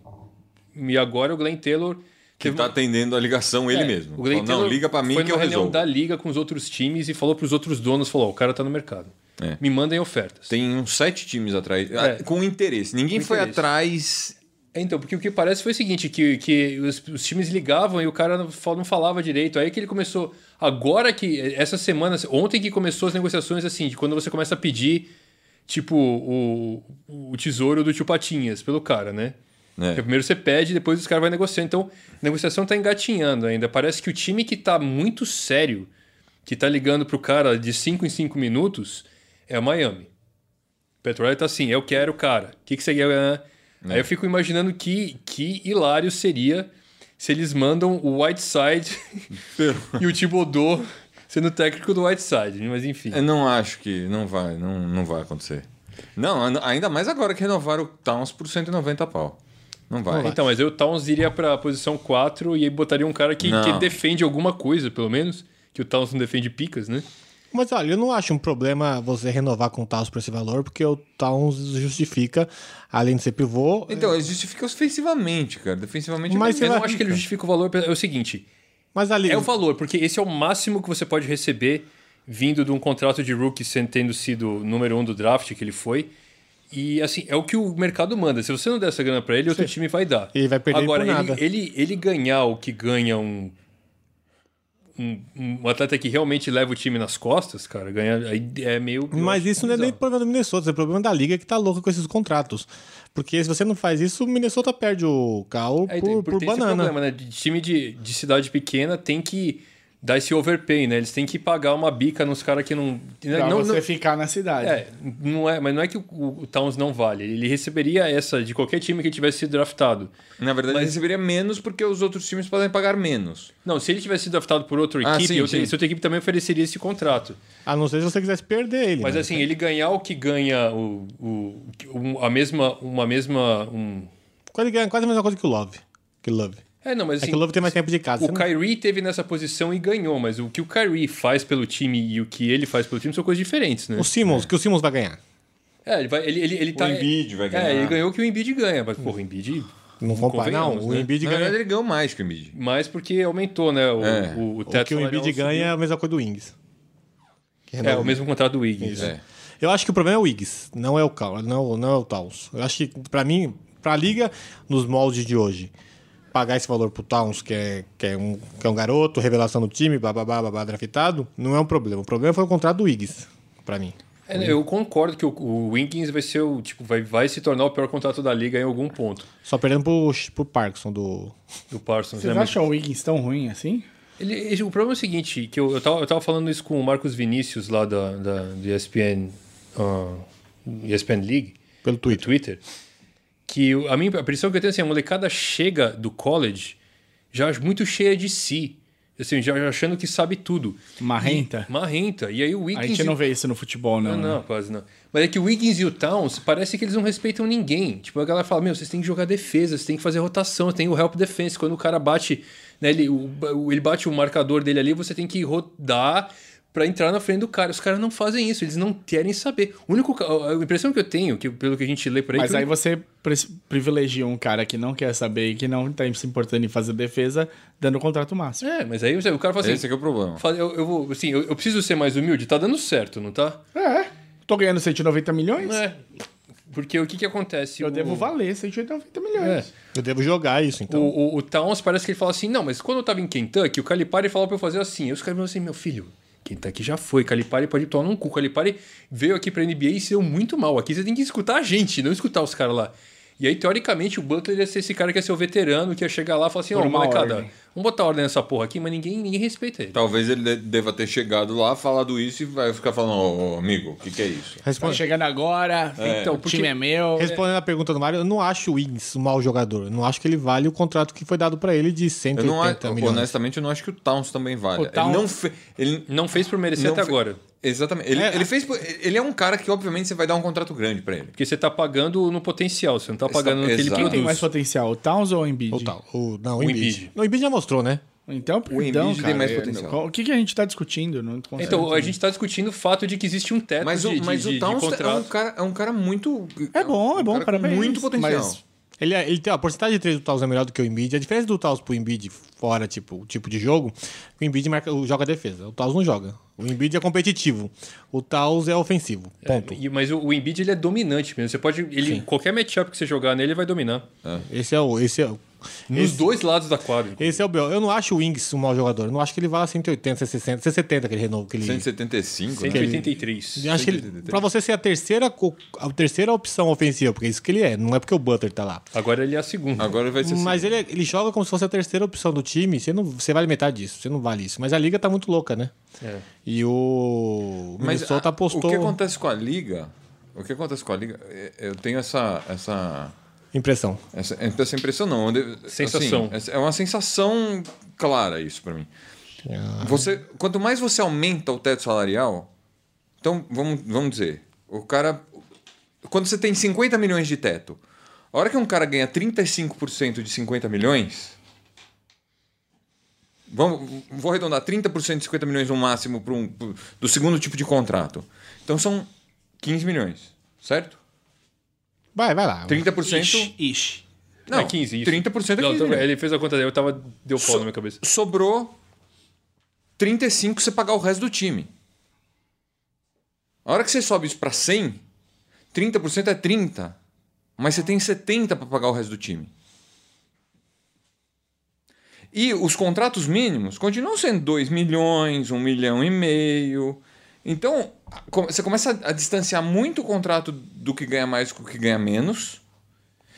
[SPEAKER 2] E agora o Glenn Taylor.
[SPEAKER 4] Que
[SPEAKER 2] teve
[SPEAKER 4] tá
[SPEAKER 2] uma-
[SPEAKER 4] atendendo a ligação ele
[SPEAKER 2] é,
[SPEAKER 4] mesmo.
[SPEAKER 2] O Glenn
[SPEAKER 4] Falou, não,
[SPEAKER 2] Taylor
[SPEAKER 4] liga pra mim
[SPEAKER 2] foi
[SPEAKER 4] que eu
[SPEAKER 2] numa reunião
[SPEAKER 4] resolvo.
[SPEAKER 2] da liga com os outros times e falou pros outros donos, falou, "Ó, o cara tá no mercado.
[SPEAKER 4] É.
[SPEAKER 2] Me mandem ofertas.
[SPEAKER 4] Tem uns sete times atrás.
[SPEAKER 2] É.
[SPEAKER 4] ah, Com interesse. Ninguém
[SPEAKER 2] Com
[SPEAKER 4] foi
[SPEAKER 2] interesse.
[SPEAKER 4] atrás.
[SPEAKER 2] Então, porque o que parece foi o seguinte, que, que os, os times ligavam e o cara não, fal- não falava direito. Aí que ele começou, agora que, essa semana, ontem que começou as negociações, assim, de quando você começa a pedir, tipo, o, o tesouro do Tio Patinhas pelo cara, né?
[SPEAKER 4] né?
[SPEAKER 2] Porque primeiro você pede, depois os caras vão negociar. Então, a negociação tá engatinhando ainda. Parece que o time que tá muito sério, que tá ligando pro cara de 5 em 5 minutos, é o Miami. O Petrolhead tá assim, eu quero o cara. O que, que você quer? Ah, Aí eu fico imaginando que, que hilário seria se eles mandam o Whiteside *laughs* e o Thibodeau sendo técnico do Whiteside. Mas enfim.
[SPEAKER 4] Eu não acho que. Não vai, não, não vai acontecer. Não, an- ainda mais agora que renovaram o Towns por 190 pau. Não vai.
[SPEAKER 2] Então, mas eu o Towns iria pra posição 4 e aí botaria um cara que,
[SPEAKER 4] Não.
[SPEAKER 2] que defende alguma coisa, pelo menos. Que o Towns não defende picas, né?
[SPEAKER 1] Mas olha, eu não acho um problema você renovar com o Towns por esse valor, porque o Towns justifica, além de ser pivô.
[SPEAKER 4] Então, eles justificam ofensivamente, cara. Defensivamente
[SPEAKER 1] Mas
[SPEAKER 4] eu
[SPEAKER 1] você
[SPEAKER 2] Eu
[SPEAKER 4] não
[SPEAKER 2] não acho que ele justifica o valor. É o seguinte:
[SPEAKER 1] Mas ali.
[SPEAKER 2] é o valor, porque esse é o máximo que você pode receber vindo de um contrato de rookie sendo- tendo sido o número um do draft que ele foi. E assim, é o que o mercado manda. Se você não der essa grana pra ele, outro time vai dar.
[SPEAKER 1] Ele vai perder
[SPEAKER 2] Agora,
[SPEAKER 1] por
[SPEAKER 2] ele-
[SPEAKER 1] nada.
[SPEAKER 2] Ele, ele, ganhar o que ganha um, um, um atleta que realmente leva o time nas costas, cara, ganha, aí é meio.
[SPEAKER 1] Mas isso não é nem
[SPEAKER 2] bizarro.
[SPEAKER 1] problema do Minnesota, isso é problema da liga que tá louca com esses contratos. Porque se você não faz isso, o Minnesota perde o carro
[SPEAKER 2] Aí tem-
[SPEAKER 1] por, por
[SPEAKER 2] É, tem esse
[SPEAKER 1] banana.
[SPEAKER 2] problema, né? De time de, de cidade pequena tem que dar esse overpay, né? Eles têm que pagar uma bica nos caras que não. né?
[SPEAKER 3] Pra
[SPEAKER 2] não,
[SPEAKER 3] você
[SPEAKER 2] não
[SPEAKER 3] ficar na cidade.
[SPEAKER 2] é, não é, mas não é que o, o Towns não vale. Ele receberia essa de qualquer time que tivesse sido draftado.
[SPEAKER 4] Na verdade, ele receberia menos porque os outros times podem pagar menos.
[SPEAKER 2] Não, se ele tivesse sido draftado por outra
[SPEAKER 4] Ah,
[SPEAKER 2] equipe,
[SPEAKER 4] sim,
[SPEAKER 2] outra,
[SPEAKER 4] sim.
[SPEAKER 2] se outra equipe também ofereceria esse contrato.
[SPEAKER 1] A não ser se você quisesse perder ele.
[SPEAKER 2] Mas
[SPEAKER 1] né?
[SPEAKER 2] assim, ele ganhar o que ganha o, o- um- a mesma. Uma mesma. um-
[SPEAKER 1] Quase, ganha quase a mesma coisa que o Love. Que Love.
[SPEAKER 2] É, não,
[SPEAKER 1] é
[SPEAKER 2] mas assim.
[SPEAKER 1] que o Love tem mais né? tempo de casa.
[SPEAKER 2] O
[SPEAKER 1] você não-
[SPEAKER 2] Kyrie teve nessa posição e ganhou, mas o que o Kyrie faz pelo time e o que ele faz pelo time são coisas diferentes, né?
[SPEAKER 1] O Simmons, que o Simmons vai ganhar.
[SPEAKER 2] É, ele, vai, ele, ele, ele tá.
[SPEAKER 4] Embiid vai ganhar.
[SPEAKER 2] É, ele ganhou o que o Embiid ganha, mas, porra, o Embiid.
[SPEAKER 1] Não compara. Não,
[SPEAKER 2] convenhamos,
[SPEAKER 1] o
[SPEAKER 2] né?
[SPEAKER 1] Embiid
[SPEAKER 4] Na
[SPEAKER 1] ganha.
[SPEAKER 4] verdade, ele ganhou mais que o Embiid.
[SPEAKER 2] Mas porque aumentou, né? O,
[SPEAKER 4] É.
[SPEAKER 2] o, o
[SPEAKER 1] O
[SPEAKER 2] teto
[SPEAKER 1] que o
[SPEAKER 2] salarial
[SPEAKER 1] Embiid
[SPEAKER 2] subiu.
[SPEAKER 1] ganha é a mesma coisa do Wings. que
[SPEAKER 2] É,
[SPEAKER 1] renova.
[SPEAKER 2] o mesmo contrato do Wiggins. né?
[SPEAKER 4] É.
[SPEAKER 1] Eu acho que o problema é o Iggs, não é o Cal, não, não é o Towns. Eu acho que, pra mim, pra liga, nos moldes de hoje, pagar esse valor pro Towns, que é, que é, um, que é um garoto, revelação do time, bababá, babá, draftado, não é um problema. O problema foi o contrato do Iggs, pra mim.
[SPEAKER 2] É, Eu concordo que o, o Wiggins vai ser o tipo vai, vai se tornar o pior contrato da liga em algum ponto
[SPEAKER 1] Só perdendo pro, pro Parkinson do.
[SPEAKER 2] do Parsons.
[SPEAKER 3] Vocês
[SPEAKER 2] né? Mas-
[SPEAKER 3] acham o Wiggins tão ruim assim?
[SPEAKER 2] Ele- ele- o problema é o seguinte, que eu, eu, tava, eu tava falando isso com o Marcos Vinícius lá da, da, do ESPN, ah, ESPN League,
[SPEAKER 1] Pelo
[SPEAKER 2] do
[SPEAKER 1] Twitter.
[SPEAKER 2] Twitter, que o- a minha a impressão que eu tenho é assim, a molecada chega do college já muito cheia de si, assim, já já achando que sabe tudo.
[SPEAKER 3] Marrenta?
[SPEAKER 2] Marrenta. E aí o
[SPEAKER 3] A
[SPEAKER 2] Wiggins...
[SPEAKER 3] gente não vê isso no futebol, não. né?
[SPEAKER 2] Não, não, quase não. Mas é que o Wiggins e o Towns, parece que eles não respeitam ninguém. Tipo, a galera fala, meu, vocês têm que jogar defesa, vocês têm que fazer rotação, tem o help defense. Quando o cara bate, né, ele, o- o- ele bate o marcador dele ali, você tem que rodar pra entrar na frente do cara. Os caras não fazem isso, eles não querem saber. O único, ca- a impressão que eu tenho, que pelo que a gente lê por aí...
[SPEAKER 3] Mas
[SPEAKER 2] que o
[SPEAKER 3] aí você pri- privilegia um cara que não quer saber e que não tá se importando em fazer defesa, dando o contrato máximo.
[SPEAKER 2] É, mas aí o cara fala assim...
[SPEAKER 4] Esse aqui é o problema.
[SPEAKER 2] fala, eu, eu vou, assim, eu, eu preciso ser mais humilde, tá dando certo, não tá?
[SPEAKER 3] É. Tô ganhando 190 milhões?
[SPEAKER 2] É. Porque o que que acontece?
[SPEAKER 3] Eu
[SPEAKER 2] O-
[SPEAKER 3] devo valer 190
[SPEAKER 2] É.
[SPEAKER 3] milhões.
[SPEAKER 1] Eu devo jogar isso, então.
[SPEAKER 2] O, o, o Towns parece que ele fala assim, não, mas quando eu tava em Kentucky, o Calipari falava pra eu fazer assim. Aí os caras falam assim, meu filho, Kentucky já foi, Calipari pode tomar num cu. Calipari veio aqui pra NBA e se deu muito mal. Aqui você tem que escutar a gente, não escutar os caras lá. E aí, teoricamente, o Butler ia ser esse cara que ia ser o veterano, que ia chegar lá e falar assim, ó,
[SPEAKER 3] Por uma
[SPEAKER 2] molecada,
[SPEAKER 3] ordem.
[SPEAKER 2] vamos botar ordem nessa porra aqui, mas ninguém, ninguém respeita ele.
[SPEAKER 4] Talvez ele de- deva ter chegado lá, falado isso e vai ficar falando, ô ô, amigo, o que, que é isso?
[SPEAKER 3] Tá
[SPEAKER 1] Responde-
[SPEAKER 3] chegando agora,
[SPEAKER 2] Então,
[SPEAKER 3] o time é meu.
[SPEAKER 1] Respondendo a pergunta do Mário, eu não acho o Iggs um mau jogador. Eu não acho que ele vale o contrato que foi dado pra ele de
[SPEAKER 4] Eu não é acho,
[SPEAKER 1] 180 milhões.
[SPEAKER 4] honestamente, eu não acho que o Towns também vale.
[SPEAKER 3] O Towns-
[SPEAKER 4] Ele não fe... ele
[SPEAKER 2] Não fez por merecer
[SPEAKER 4] não
[SPEAKER 2] até
[SPEAKER 4] fe-
[SPEAKER 2] agora.
[SPEAKER 4] Exatamente. Ele, ele fez. por- Ele é um cara que, obviamente, você vai dar um contrato grande pra ele.
[SPEAKER 2] Porque você tá pagando no potencial, você não tá
[SPEAKER 4] Você tá-
[SPEAKER 2] pagando no que ele
[SPEAKER 4] Exato. um
[SPEAKER 3] Quem tem
[SPEAKER 2] produz.
[SPEAKER 3] mais potencial, o Towns ou o Embiid?
[SPEAKER 1] Ou tal. O, não, o
[SPEAKER 2] O
[SPEAKER 1] Embiid.
[SPEAKER 2] Embiid.
[SPEAKER 1] Não, O Embiid já mostrou, né?
[SPEAKER 3] Então, perdão,
[SPEAKER 4] Embiid tem
[SPEAKER 3] cara,
[SPEAKER 4] mais
[SPEAKER 3] eu-
[SPEAKER 4] potencial.
[SPEAKER 3] O que, que a gente tá discutindo? Não consigo
[SPEAKER 2] Então, a
[SPEAKER 3] entender.
[SPEAKER 2] gente tá discutindo o fato de que existe um teto
[SPEAKER 4] Mas,
[SPEAKER 2] de,
[SPEAKER 4] o,
[SPEAKER 2] de-
[SPEAKER 4] mas
[SPEAKER 2] de-
[SPEAKER 4] o
[SPEAKER 2] de
[SPEAKER 4] Towns é um
[SPEAKER 2] contrato.
[SPEAKER 4] cara, é um cara muito.
[SPEAKER 3] É bom, é bom,
[SPEAKER 4] um cara
[SPEAKER 3] parabéns,
[SPEAKER 4] Com muito potencial.
[SPEAKER 3] mas-
[SPEAKER 1] Ele, é- ele tem a porcentagem de 3 do Taus é melhor do que o Embiid. A diferença do Taus pro Embiid fora, tipo, o tipo de jogo, o Embiid marca, o- joga defesa. O Taus não joga. O Embiid é competitivo. O Taus é ofensivo. Ponto.
[SPEAKER 2] E- Mas o, o Embiid ele é dominante mesmo. Você pode. Ele, qualquer matchup que você jogar nele, ele vai dominar.
[SPEAKER 1] Esse é o. Esse é o.
[SPEAKER 2] Nos dois lados da quadra.
[SPEAKER 1] Esse é o B.O. Eu não acho o Wings um mau jogador. Eu não acho que ele vá a 180, 160, 170 aquele renovo que ele.
[SPEAKER 4] 175, né?
[SPEAKER 2] 183.
[SPEAKER 1] Eu acho que ele,
[SPEAKER 4] 183.
[SPEAKER 1] pra você ser a terceira, co- a terceira opção ofensiva, porque é isso que ele é, não é porque o Butler tá lá.
[SPEAKER 2] Agora ele é a segunda.
[SPEAKER 4] Agora vai ser.
[SPEAKER 1] Mas ele, é- ele joga como se fosse a terceira opção do time, você, não, você vale metade disso, você não vale isso. Mas a liga tá muito louca, né?
[SPEAKER 2] É.
[SPEAKER 1] E o Minnesota
[SPEAKER 4] a-
[SPEAKER 1] apostou.
[SPEAKER 4] O que acontece com a liga? O que acontece com a liga? é- Eu tenho essa essa
[SPEAKER 1] Impressão.
[SPEAKER 4] essa, então, é essa impressão não, eu de-
[SPEAKER 2] Sensação.
[SPEAKER 4] assim, essa- é uma sensação clara isso pra mim. Você quanto mais você aumenta o teto salarial, então vamos vamos dizer, o cara quando você tem 50 milhões de teto, a hora que um cara ganha 35% de 50 milhões, Vamos, vou arredondar 30% de 50 milhões no máximo para um, pro- do segundo tipo de contrato. Então são 15 milhões, certo?
[SPEAKER 1] Vai, vai lá.
[SPEAKER 4] 30%.
[SPEAKER 3] Ixi.
[SPEAKER 4] Não,
[SPEAKER 2] é 15. Isso.
[SPEAKER 4] 30% é
[SPEAKER 2] Não,
[SPEAKER 4] 15
[SPEAKER 2] tá-
[SPEAKER 4] milhões.
[SPEAKER 2] ele fez a conta dele, eu tava. Deu pau na minha cabeça.
[SPEAKER 4] Sobrou 35 você pagar o resto do time. A hora que você sobe isso para 100, 30% é 30, mas você tem 70 para pagar o resto do time. E os contratos mínimos continuam sendo 2 milhões, 1 milhão e meio. Então, a- co- você começa a a distanciar muito o contrato do que ganha mais com o que ganha menos.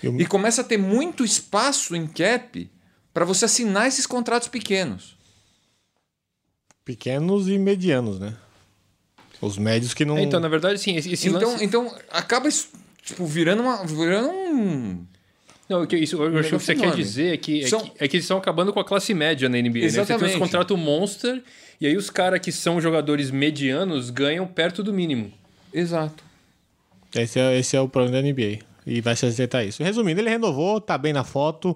[SPEAKER 1] Eu-
[SPEAKER 4] E começa a ter muito espaço em cap para você assinar esses contratos pequenos.
[SPEAKER 1] Pequenos e medianos, né? Os médios que não.
[SPEAKER 2] É, Então,
[SPEAKER 4] né?
[SPEAKER 2] na verdade, sim, esse, esse
[SPEAKER 4] então,
[SPEAKER 2] lance.
[SPEAKER 4] então, acaba isso, tipo, virando, uma, virando um.
[SPEAKER 2] Não, o que isso, eu acho que o que você quer
[SPEAKER 4] enorme.
[SPEAKER 2] dizer é que, é,
[SPEAKER 4] São-
[SPEAKER 2] que, é que eles estão acabando com a classe média na NBA. Né? Você tem
[SPEAKER 4] Exatamente.
[SPEAKER 2] os contratos monster, e aí os caras que são jogadores medianos ganham perto do mínimo.
[SPEAKER 4] Exato.
[SPEAKER 1] Esse é, esse é o problema da NBA. E vai se acertar isso. Resumindo, ele renovou, tá bem na foto.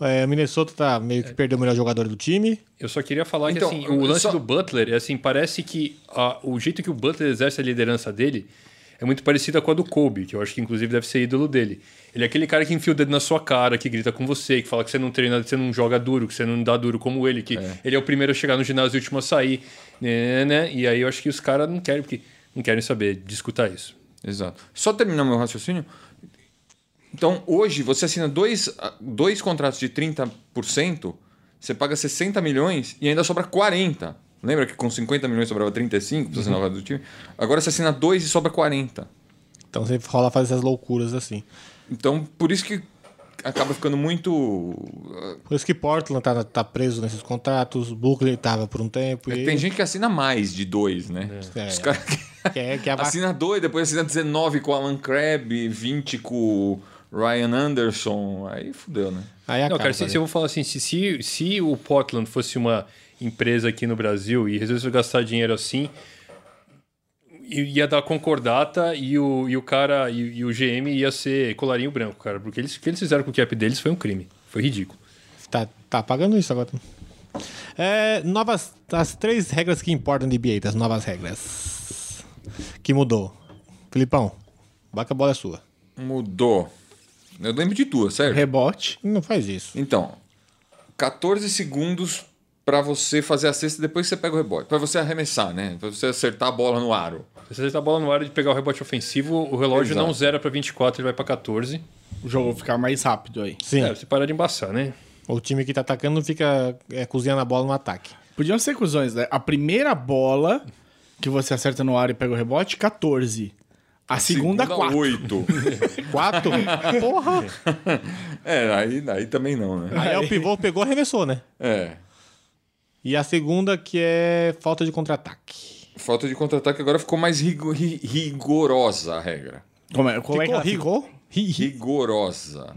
[SPEAKER 1] É, Minnesota tá meio
[SPEAKER 4] É.
[SPEAKER 1] que perdeu o melhor jogador do time.
[SPEAKER 2] Eu só queria falar
[SPEAKER 4] Então,
[SPEAKER 2] que assim, o lance
[SPEAKER 4] só-
[SPEAKER 2] do Butler, assim, parece que ah, o jeito que o Butler exerce a liderança dele é muito parecida com a do Kobe, que eu acho que inclusive deve ser ídolo dele. Ele é aquele cara que enfia o dedo na sua cara, que grita com você, que fala que você não treina, que você não joga duro, que você não dá duro como ele, que ele é o primeiro a chegar no ginásio e o último a sair. Né, né, né. E aí eu acho que os caras não querem, porque não querem saber discutir isso.
[SPEAKER 4] Exato. Só terminar meu raciocínio. Então, hoje, você assina dois, ah, dois contratos de 30%, você paga 60 milhões e ainda sobra 40. Lembra que com 50 milhões sobrava 35 para assinar o do time? Agora você assina dois e sobra 40.
[SPEAKER 1] Então sempre rola fazer essas loucuras assim.
[SPEAKER 4] Então, por isso que acaba ficando muito. ah,
[SPEAKER 1] Por isso que Portland tá, tá preso nesses contratos, Brooklyn tava por um tempo. e
[SPEAKER 4] Tem gente É que assina mais de dois, né?
[SPEAKER 1] É.
[SPEAKER 4] Os caras
[SPEAKER 1] que é, que é abac-
[SPEAKER 4] assina dois, depois assina 19 com o Alan Crabb, 20 com o Ryan Anderson. Aí fudeu, né?
[SPEAKER 1] Aí acaba.
[SPEAKER 2] Não, cara, se,
[SPEAKER 1] né?
[SPEAKER 2] se eu vou falar assim, se, se, se o Portland fosse uma empresa aqui no Brasil e resolvesse gastar dinheiro assim, i- ia dar concordata e o, e o cara e, e o GM ia ser colarinho branco, cara. Porque eles, o que eles fizeram com o cap deles foi um crime. Foi ridículo.
[SPEAKER 1] Tá, tá pagando isso agora. É, novas. As três regras que importam de NBA, das novas regras. Que mudou. Filipão, baca a bola é sua.
[SPEAKER 4] Mudou. Eu lembro de duas, certo?
[SPEAKER 3] Rebote.
[SPEAKER 1] Não faz isso.
[SPEAKER 4] Então, 14 segundos pra você fazer a cesta depois que você pega o rebote. Pra você arremessar, né? Pra você acertar a bola no aro.
[SPEAKER 2] Se você tá a bola no ar de pegar o rebote ofensivo, o relógio
[SPEAKER 4] Exato.
[SPEAKER 2] não zera pra 24, ele vai pra 14.
[SPEAKER 3] O jogo ficar mais rápido aí.
[SPEAKER 1] Sim.
[SPEAKER 2] É, você parar de embaçar, né?
[SPEAKER 1] O time que tá atacando não fica é, cozinhando a bola no ataque.
[SPEAKER 3] Podiam ser cuzões, né? A primeira bola que você acerta no ar e pega o rebote, 14. A, segunda,
[SPEAKER 1] *laughs*
[SPEAKER 3] 4.
[SPEAKER 4] 8.
[SPEAKER 1] Quatro? Porra!
[SPEAKER 4] é, aí, aí também não, né?
[SPEAKER 1] Aí é o pivô pegou e arremessou, né?
[SPEAKER 4] É.
[SPEAKER 1] E a segunda que é falta de contra-ataque.
[SPEAKER 4] Falta de contra-ataque agora ficou mais rigo- ri- rigorosa a regra.
[SPEAKER 3] Como é, como é que ela fica?
[SPEAKER 1] rigor?
[SPEAKER 4] Rigorosa.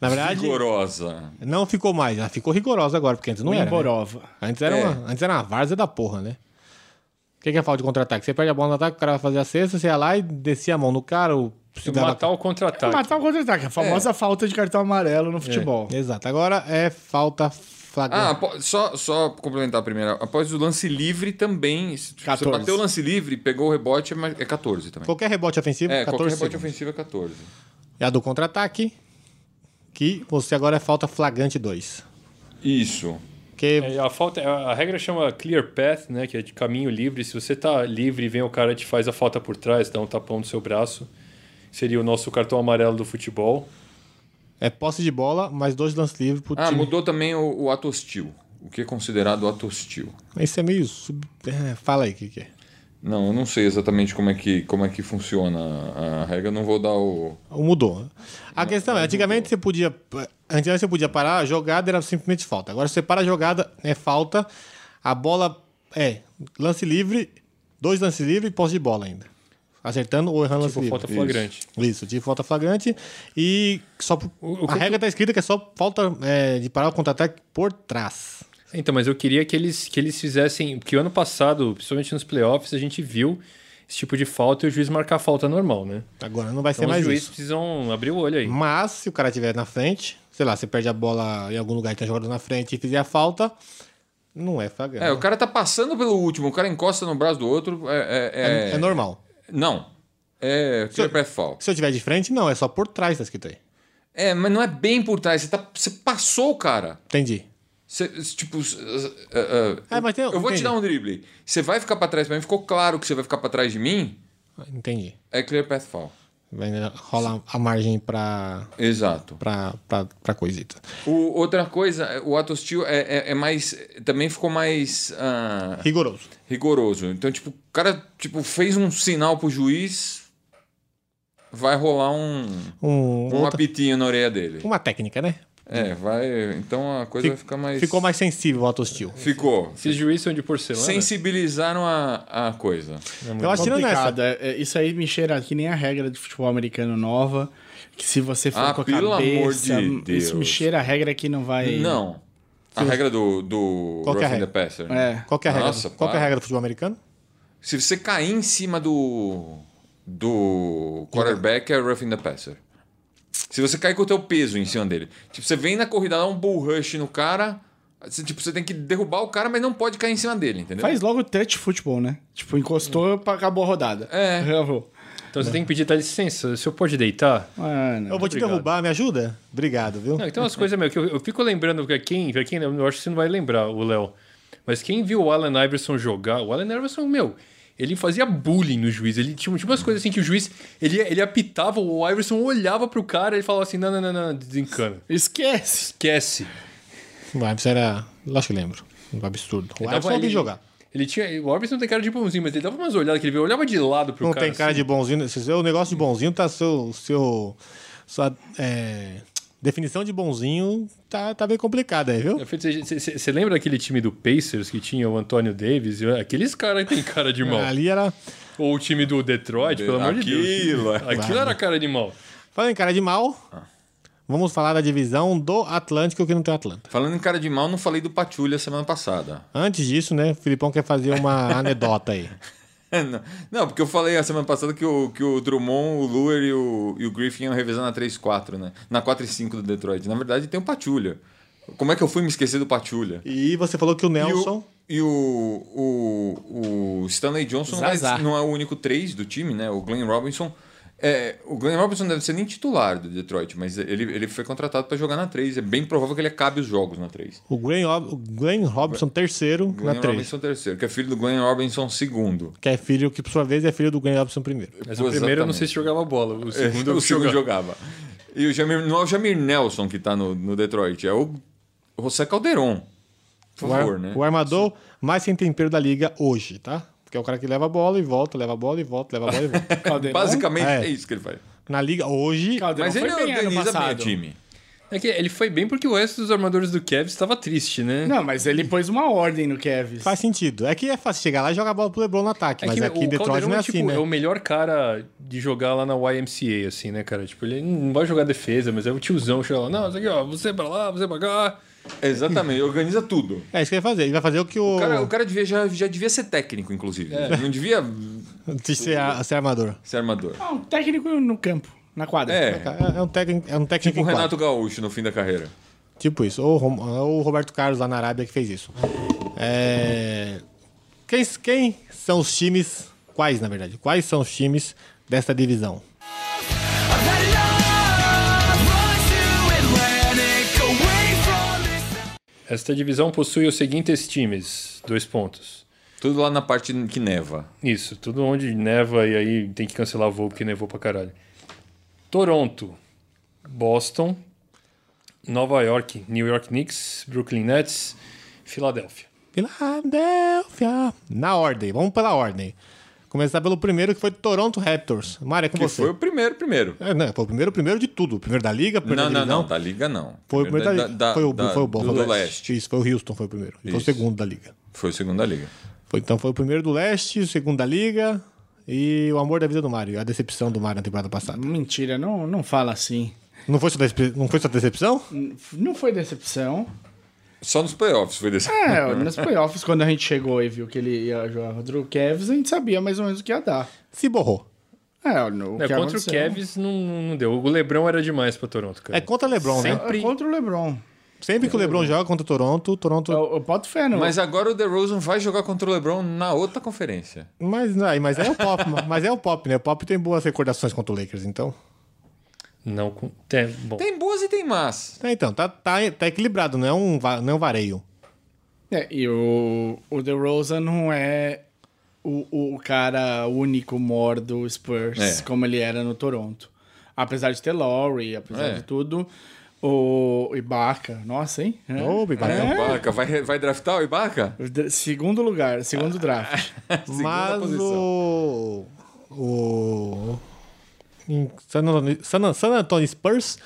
[SPEAKER 1] Na verdade,
[SPEAKER 4] Rigorosa.
[SPEAKER 1] não ficou mais. Ela ficou rigorosa agora, porque
[SPEAKER 3] é,
[SPEAKER 1] antes não era. né?
[SPEAKER 3] Wimborova.
[SPEAKER 1] Antes era,
[SPEAKER 4] É.
[SPEAKER 1] uma, antes era uma várzea da porra, né? O que, que é falta de contra-ataque? Você perde a bola no ataque, o cara vai fazer a cesta, você ia lá e descia a mão no cara, o se dava-
[SPEAKER 2] Matar o contra-ataque.
[SPEAKER 3] Matar o tá um contra-ataque, a famosa falta de cartão amarelo no futebol.
[SPEAKER 1] Exato. Agora é falta
[SPEAKER 4] Ah,
[SPEAKER 1] flagrante.
[SPEAKER 4] apo- só, só complementar a primeira. Após o lance livre também. Se se
[SPEAKER 3] 14.
[SPEAKER 4] você bateu o lance livre, pegou o rebote, é mais- é 14 também.
[SPEAKER 1] Qualquer rebote ofensivo,
[SPEAKER 4] É,
[SPEAKER 1] 14
[SPEAKER 4] qualquer rebote
[SPEAKER 1] segundos.
[SPEAKER 4] ofensivo é 14.
[SPEAKER 1] É a do contra-ataque, que você agora é falta flagrante 2.
[SPEAKER 4] Isso.
[SPEAKER 1] Que
[SPEAKER 2] É, a, falta, a a regra chama clear path, né? Que é de caminho livre. Se você tá livre e vem o cara e te faz a falta por trás, dá um tapão no seu braço. Seria o nosso cartão amarelo do futebol.
[SPEAKER 1] é, posse de bola, mais dois lances livres pro
[SPEAKER 4] Ah,
[SPEAKER 1] time.
[SPEAKER 4] mudou também o, o ato hostil. O que é considerado ato hostil?
[SPEAKER 1] Isso é meio... Sub... é, Fala aí o que, que é.
[SPEAKER 4] Não, eu não sei exatamente como é que, como é que funciona a, a regra. Não vou dar o.
[SPEAKER 1] Mudou. A questão é, antigamente você podia. Antigamente você podia parar a jogada, era simplesmente falta. Agora você para a jogada, é falta. A bola é lance livre, dois lances livres e posse de bola ainda. Acertando ou errando
[SPEAKER 2] Tipo,
[SPEAKER 1] lance
[SPEAKER 2] falta
[SPEAKER 1] livre.
[SPEAKER 2] flagrante.
[SPEAKER 1] Isso, de falta flagrante. E só por- a regra tá escrita que é só falta é, de parar o contra-ataque por trás.
[SPEAKER 2] Então, mas eu queria que eles, que eles fizessem. Porque o ano passado, principalmente nos playoffs, a gente viu esse tipo de falta e o juiz marcar a falta normal, né?
[SPEAKER 1] Agora não vai ser
[SPEAKER 2] Então os
[SPEAKER 1] mais
[SPEAKER 2] juízes
[SPEAKER 1] isso.
[SPEAKER 2] precisam abrir o olho aí.
[SPEAKER 1] Mas se o cara estiver na frente, sei lá, você perde a bola em algum lugar que tá jogando na frente e fizer a falta, não é flagrante.
[SPEAKER 4] É, o cara tá passando pelo último, o cara encosta no braço do outro. É, é,
[SPEAKER 1] É normal.
[SPEAKER 4] Não. É clear path foul.
[SPEAKER 1] Se eu tiver de frente, não, é só por trás tá escrito aí.
[SPEAKER 4] É, mas não é bem por trás. Você, tá, você passou o cara.
[SPEAKER 1] Entendi.
[SPEAKER 4] Você, tipo. s- s- é, é,
[SPEAKER 1] É, mas tem-
[SPEAKER 4] eu vou
[SPEAKER 1] entendi.
[SPEAKER 4] te dar um drible. Você vai ficar pra trás pra mim? Ficou claro que você vai ficar pra trás de mim?
[SPEAKER 1] Entendi.
[SPEAKER 4] É clear path foul.
[SPEAKER 1] Vai rolar a margem pra,
[SPEAKER 4] Exato.
[SPEAKER 1] pra, pra, pra coisita.
[SPEAKER 4] O- outra coisa, o ato hostil é, é- é mais. Também ficou mais ah,
[SPEAKER 1] Rigoroso.
[SPEAKER 4] rigoroso. Então, tipo, o cara tipo, fez um sinal pro juiz, vai rolar um,
[SPEAKER 1] Um,
[SPEAKER 4] um
[SPEAKER 1] outra-
[SPEAKER 4] apitinho na orelha dele.
[SPEAKER 1] uma técnica, né?
[SPEAKER 4] É, vai. Então a coisa
[SPEAKER 1] Fi-
[SPEAKER 4] vai ficar mais.
[SPEAKER 1] Ficou mais né? sensível ao hostil.
[SPEAKER 4] Ficou.
[SPEAKER 2] Esses juízes são de porcelana.
[SPEAKER 4] Sensibilizaram a, a coisa.
[SPEAKER 1] Eu acho que não é essa.
[SPEAKER 3] Complicado. É, é, Isso aí me cheira que nem a regra de futebol americano nova. Que se você for
[SPEAKER 4] Ah,
[SPEAKER 3] com a
[SPEAKER 4] pelo amor
[SPEAKER 3] cabeça,
[SPEAKER 4] de
[SPEAKER 3] isso me
[SPEAKER 4] Deus.
[SPEAKER 3] cheira a regra que não vai.
[SPEAKER 4] Não. A regra do, do
[SPEAKER 1] Qual que é a
[SPEAKER 4] roughing the
[SPEAKER 1] regra?
[SPEAKER 4] passer. né?
[SPEAKER 3] É.
[SPEAKER 1] Qual que é a regra?
[SPEAKER 4] Nossa,
[SPEAKER 1] Qual que é a
[SPEAKER 4] para.
[SPEAKER 1] regra do futebol americano?
[SPEAKER 4] Se você cair em cima do do quarterback é roughing the passer. Se você cair com o teu peso em cima dele. Tipo, você vem na corrida, dá um bull rush no cara, você, tipo, você tem que derrubar o cara, mas não pode cair em cima dele, entendeu?
[SPEAKER 3] Faz logo touch futebol, né? Tipo, encostou, pra- acabou a rodada.
[SPEAKER 4] É.
[SPEAKER 3] Acabou.
[SPEAKER 2] Então você tem que pedir, dá licença, o senhor pode deitar?
[SPEAKER 3] Mano,
[SPEAKER 1] Eu vou te
[SPEAKER 2] obrigado.
[SPEAKER 1] derrubar, me ajuda? Obrigado, viu?
[SPEAKER 2] Não, então umas coisas, meu, que eu, eu fico lembrando, pra quem, pra quem lembra, eu acho que você não vai lembrar, o Léo, mas quem viu o Allen Iverson jogar, o Allen Iverson, meu, ele fazia bullying no juiz, ele tinha, tinha umas coisas assim que o juiz, ele, ele apitava, o Iverson olhava pro cara e falava assim, não, não, não, não, desencana, *laughs*
[SPEAKER 3] Esquece.
[SPEAKER 2] esquece.
[SPEAKER 1] O Ibis era. Lógico que lembro. Um absurdo. O Ibis
[SPEAKER 2] Ele dava-
[SPEAKER 1] não
[SPEAKER 2] Então ele-
[SPEAKER 1] vem jogar.
[SPEAKER 2] Ele tinha, o Iverson não tem cara de bonzinho, mas ele dava umas olhadas que ele olhava de lado pro
[SPEAKER 1] Não
[SPEAKER 2] cara. assim.
[SPEAKER 1] tem cara assim. de bonzinho. Se seu negócio de bonzinho tá seu. seu sua é, definição de bonzinho tá, tá bem complicada aí, viu?
[SPEAKER 2] Você lembra daquele time do Pacers que tinha o Antônio Davis? Aqueles caras que tem
[SPEAKER 1] *laughs*
[SPEAKER 2] cara de mal.
[SPEAKER 1] Ali era.
[SPEAKER 2] Ou o time do Detroit, pelo amor de Deus.
[SPEAKER 4] Aquilo, é.
[SPEAKER 2] Aquilo era cara de mal.
[SPEAKER 1] Falando em cara de mal, vamos falar da divisão do Atlântico que não tem Atlanta.
[SPEAKER 4] Falando em cara de mal, não falei do Patulha semana passada.
[SPEAKER 1] Antes disso, né, o Filipão quer fazer *laughs* uma anedota aí.
[SPEAKER 4] *laughs* É, Não, não, porque eu falei a semana passada que o, que o Drummond, o Luer e o, e o Griffin iam revezar na 3-4, né? Na 4 e 5 do Detroit. Na verdade, tem o Patulha. Como é que eu fui me esquecer do Patulha?
[SPEAKER 1] E você falou que o
[SPEAKER 4] E
[SPEAKER 1] Nelson.
[SPEAKER 4] o, e o, o, o Stanley Johnson não é,
[SPEAKER 3] Zazar.
[SPEAKER 4] não é o único 3 do time, né? O Glenn Robinson. É, o Glenn Robinson deve ser nem titular do Detroit, mas ele, ele foi contratado para jogar na 3. É bem provável que ele acabe os jogos na 3.
[SPEAKER 1] O, Glenn, Ob- o Glenn Robinson, terceiro,
[SPEAKER 4] Glenn
[SPEAKER 1] na 3.
[SPEAKER 4] Robinson terceiro, que é filho do Glenn Robinson segundo.
[SPEAKER 1] Que é filho, que por sua vez é filho do Glenn Robinson primeiro.
[SPEAKER 2] Mas o primeiro eu não
[SPEAKER 4] Exatamente.
[SPEAKER 2] sei se jogava bola. *laughs* O
[SPEAKER 4] É,
[SPEAKER 2] segundo eu
[SPEAKER 4] o segundo
[SPEAKER 2] jogava.
[SPEAKER 4] jogava. E o Jamir, não é o Jamir Nelson que tá no, no Detroit, é o José Calderon. Por
[SPEAKER 1] o, ar-
[SPEAKER 4] favor, né?
[SPEAKER 1] o armador mais sem tempero da liga hoje, tá? Porque é o cara que leva a bola e volta, leva a bola e volta, leva a bola e
[SPEAKER 3] *laughs*
[SPEAKER 1] volta.
[SPEAKER 3] Caldeirão.
[SPEAKER 4] Basicamente é.
[SPEAKER 1] É.
[SPEAKER 4] isso que ele faz.
[SPEAKER 1] Na liga hoje,
[SPEAKER 3] Caldeirão
[SPEAKER 4] Mas
[SPEAKER 3] foi
[SPEAKER 4] ele
[SPEAKER 3] bem ano
[SPEAKER 4] organiza bem o
[SPEAKER 3] passado.
[SPEAKER 4] time.
[SPEAKER 2] É que ele foi bem porque o resto dos armadores do Cavs estava triste, né?
[SPEAKER 3] Não, mas ele pôs uma ordem no Kevs.
[SPEAKER 1] faz sentido. É que é fácil chegar lá e jogar a bola pro LeBron no ataque,
[SPEAKER 2] É
[SPEAKER 1] mas
[SPEAKER 2] que
[SPEAKER 1] aqui em
[SPEAKER 2] o
[SPEAKER 1] Detroit
[SPEAKER 2] Caldeirão
[SPEAKER 1] não é
[SPEAKER 2] é,
[SPEAKER 1] assim,
[SPEAKER 2] tipo,
[SPEAKER 1] né?
[SPEAKER 2] é o melhor cara de jogar lá na YMCA, assim, né, cara? Tipo, ele não vai jogar defesa, mas é o tiozão chega lá. Não, isso aqui, ó, você é pra lá, você pra cá.
[SPEAKER 4] Exatamente, ele organiza tudo.
[SPEAKER 1] É isso que ele vai fazer. Ele vai fazer o que o...
[SPEAKER 4] O cara, é o cara devia, já, já devia ser técnico, inclusive. né? Não devia
[SPEAKER 1] de ser, a- ser armador.
[SPEAKER 4] ser armador.
[SPEAKER 3] Ah, um técnico no campo, na quadra.
[SPEAKER 4] É,
[SPEAKER 1] É é um técnico, é um técnico
[SPEAKER 4] tipo o
[SPEAKER 1] em quadra.
[SPEAKER 4] Renato Gaúcho no fim da carreira.
[SPEAKER 1] Tipo isso. Ou o Rom- ou o Roberto Carlos lá na Arábia que fez isso. É, Quem, quem são os times... Quais, na verdade? Quais são os times dessa divisão?
[SPEAKER 2] Esta divisão possui os seguintes times. Dois pontos.
[SPEAKER 4] Tudo lá na parte que neva.
[SPEAKER 2] Isso, tudo onde neva e aí tem que cancelar voo porque nevou pra caralho. Toronto, Boston, Nova York, New York Knicks, Brooklyn Nets, Filadélfia.
[SPEAKER 1] Filadélfia. Na ordem, vamos pela ordem. Começar pelo primeiro, que foi Toronto Raptors. Mário, é com
[SPEAKER 4] Que
[SPEAKER 1] você.
[SPEAKER 4] foi o primeiro, primeiro.
[SPEAKER 1] É, não, foi o primeiro, primeiro de tudo. Primeiro da Liga, primeiro
[SPEAKER 4] Não,
[SPEAKER 1] da
[SPEAKER 4] não,
[SPEAKER 1] divisão.
[SPEAKER 4] não, da Liga não.
[SPEAKER 1] Foi o primeiro da, Liga. foi o,
[SPEAKER 4] da-
[SPEAKER 1] foi o
[SPEAKER 4] do,
[SPEAKER 1] foi o
[SPEAKER 4] leste.
[SPEAKER 1] Isso, foi o Houston, foi o primeiro. E Foi o
[SPEAKER 4] Isso.
[SPEAKER 1] segundo da Liga.
[SPEAKER 4] Foi o segundo da Liga.
[SPEAKER 1] Foi, então foi o primeiro do leste, o segundo da Liga e o amor da vida do Mário. A decepção do Mário na temporada passada.
[SPEAKER 3] Mentira, não, não fala assim.
[SPEAKER 1] Não foi sua, despe- não foi sua decepção?
[SPEAKER 3] N- Não foi decepção.
[SPEAKER 4] Só nos playoffs foi desse. *laughs*
[SPEAKER 3] É, *laughs* nos playoffs, quando a gente chegou e viu que ele ia jogar contra o Kevs, a gente sabia mais ou menos o que ia dar.
[SPEAKER 1] Se borrou.
[SPEAKER 3] É, no,
[SPEAKER 2] É, contra o Cavs não, não deu. O Lebrão era demais pra Toronto, cara.
[SPEAKER 1] É contra o LeBron, né?
[SPEAKER 2] Sempre.
[SPEAKER 3] Contra o LeBron.
[SPEAKER 1] Sempre que o LeBron joga contra o Toronto, o Toronto...
[SPEAKER 3] Eu, eu boto fé, não.
[SPEAKER 4] Mas agora o DeRozan vai jogar contra o LeBron na outra conferência.
[SPEAKER 1] Mas, não, mas é o Pop, *laughs* ma- mas é o Pop, né? O Pop tem boas recordações contra o Lakers, então.
[SPEAKER 2] Não, com- tem, bom,
[SPEAKER 4] Tem boas e tem más.
[SPEAKER 1] É, então, tá, tá, tá equilibrado, não é um, va- não é um vareio.
[SPEAKER 3] É, e o, o DeRozan não é o, o cara único mor do Spurs,
[SPEAKER 4] É.
[SPEAKER 3] como ele era no Toronto. Apesar de ter Lowry, apesar
[SPEAKER 4] É.
[SPEAKER 3] de tudo, o Ibaka, nossa, hein? É.
[SPEAKER 1] Ô, um Biba,
[SPEAKER 4] É, o Ibaka. Vai, vai draftar o Ibaka?
[SPEAKER 3] D- Segundo lugar, segundo draft.
[SPEAKER 4] Segunda
[SPEAKER 1] Mas
[SPEAKER 4] posição.
[SPEAKER 1] o. O. Em San Antonio, San, San Antonio Spurs,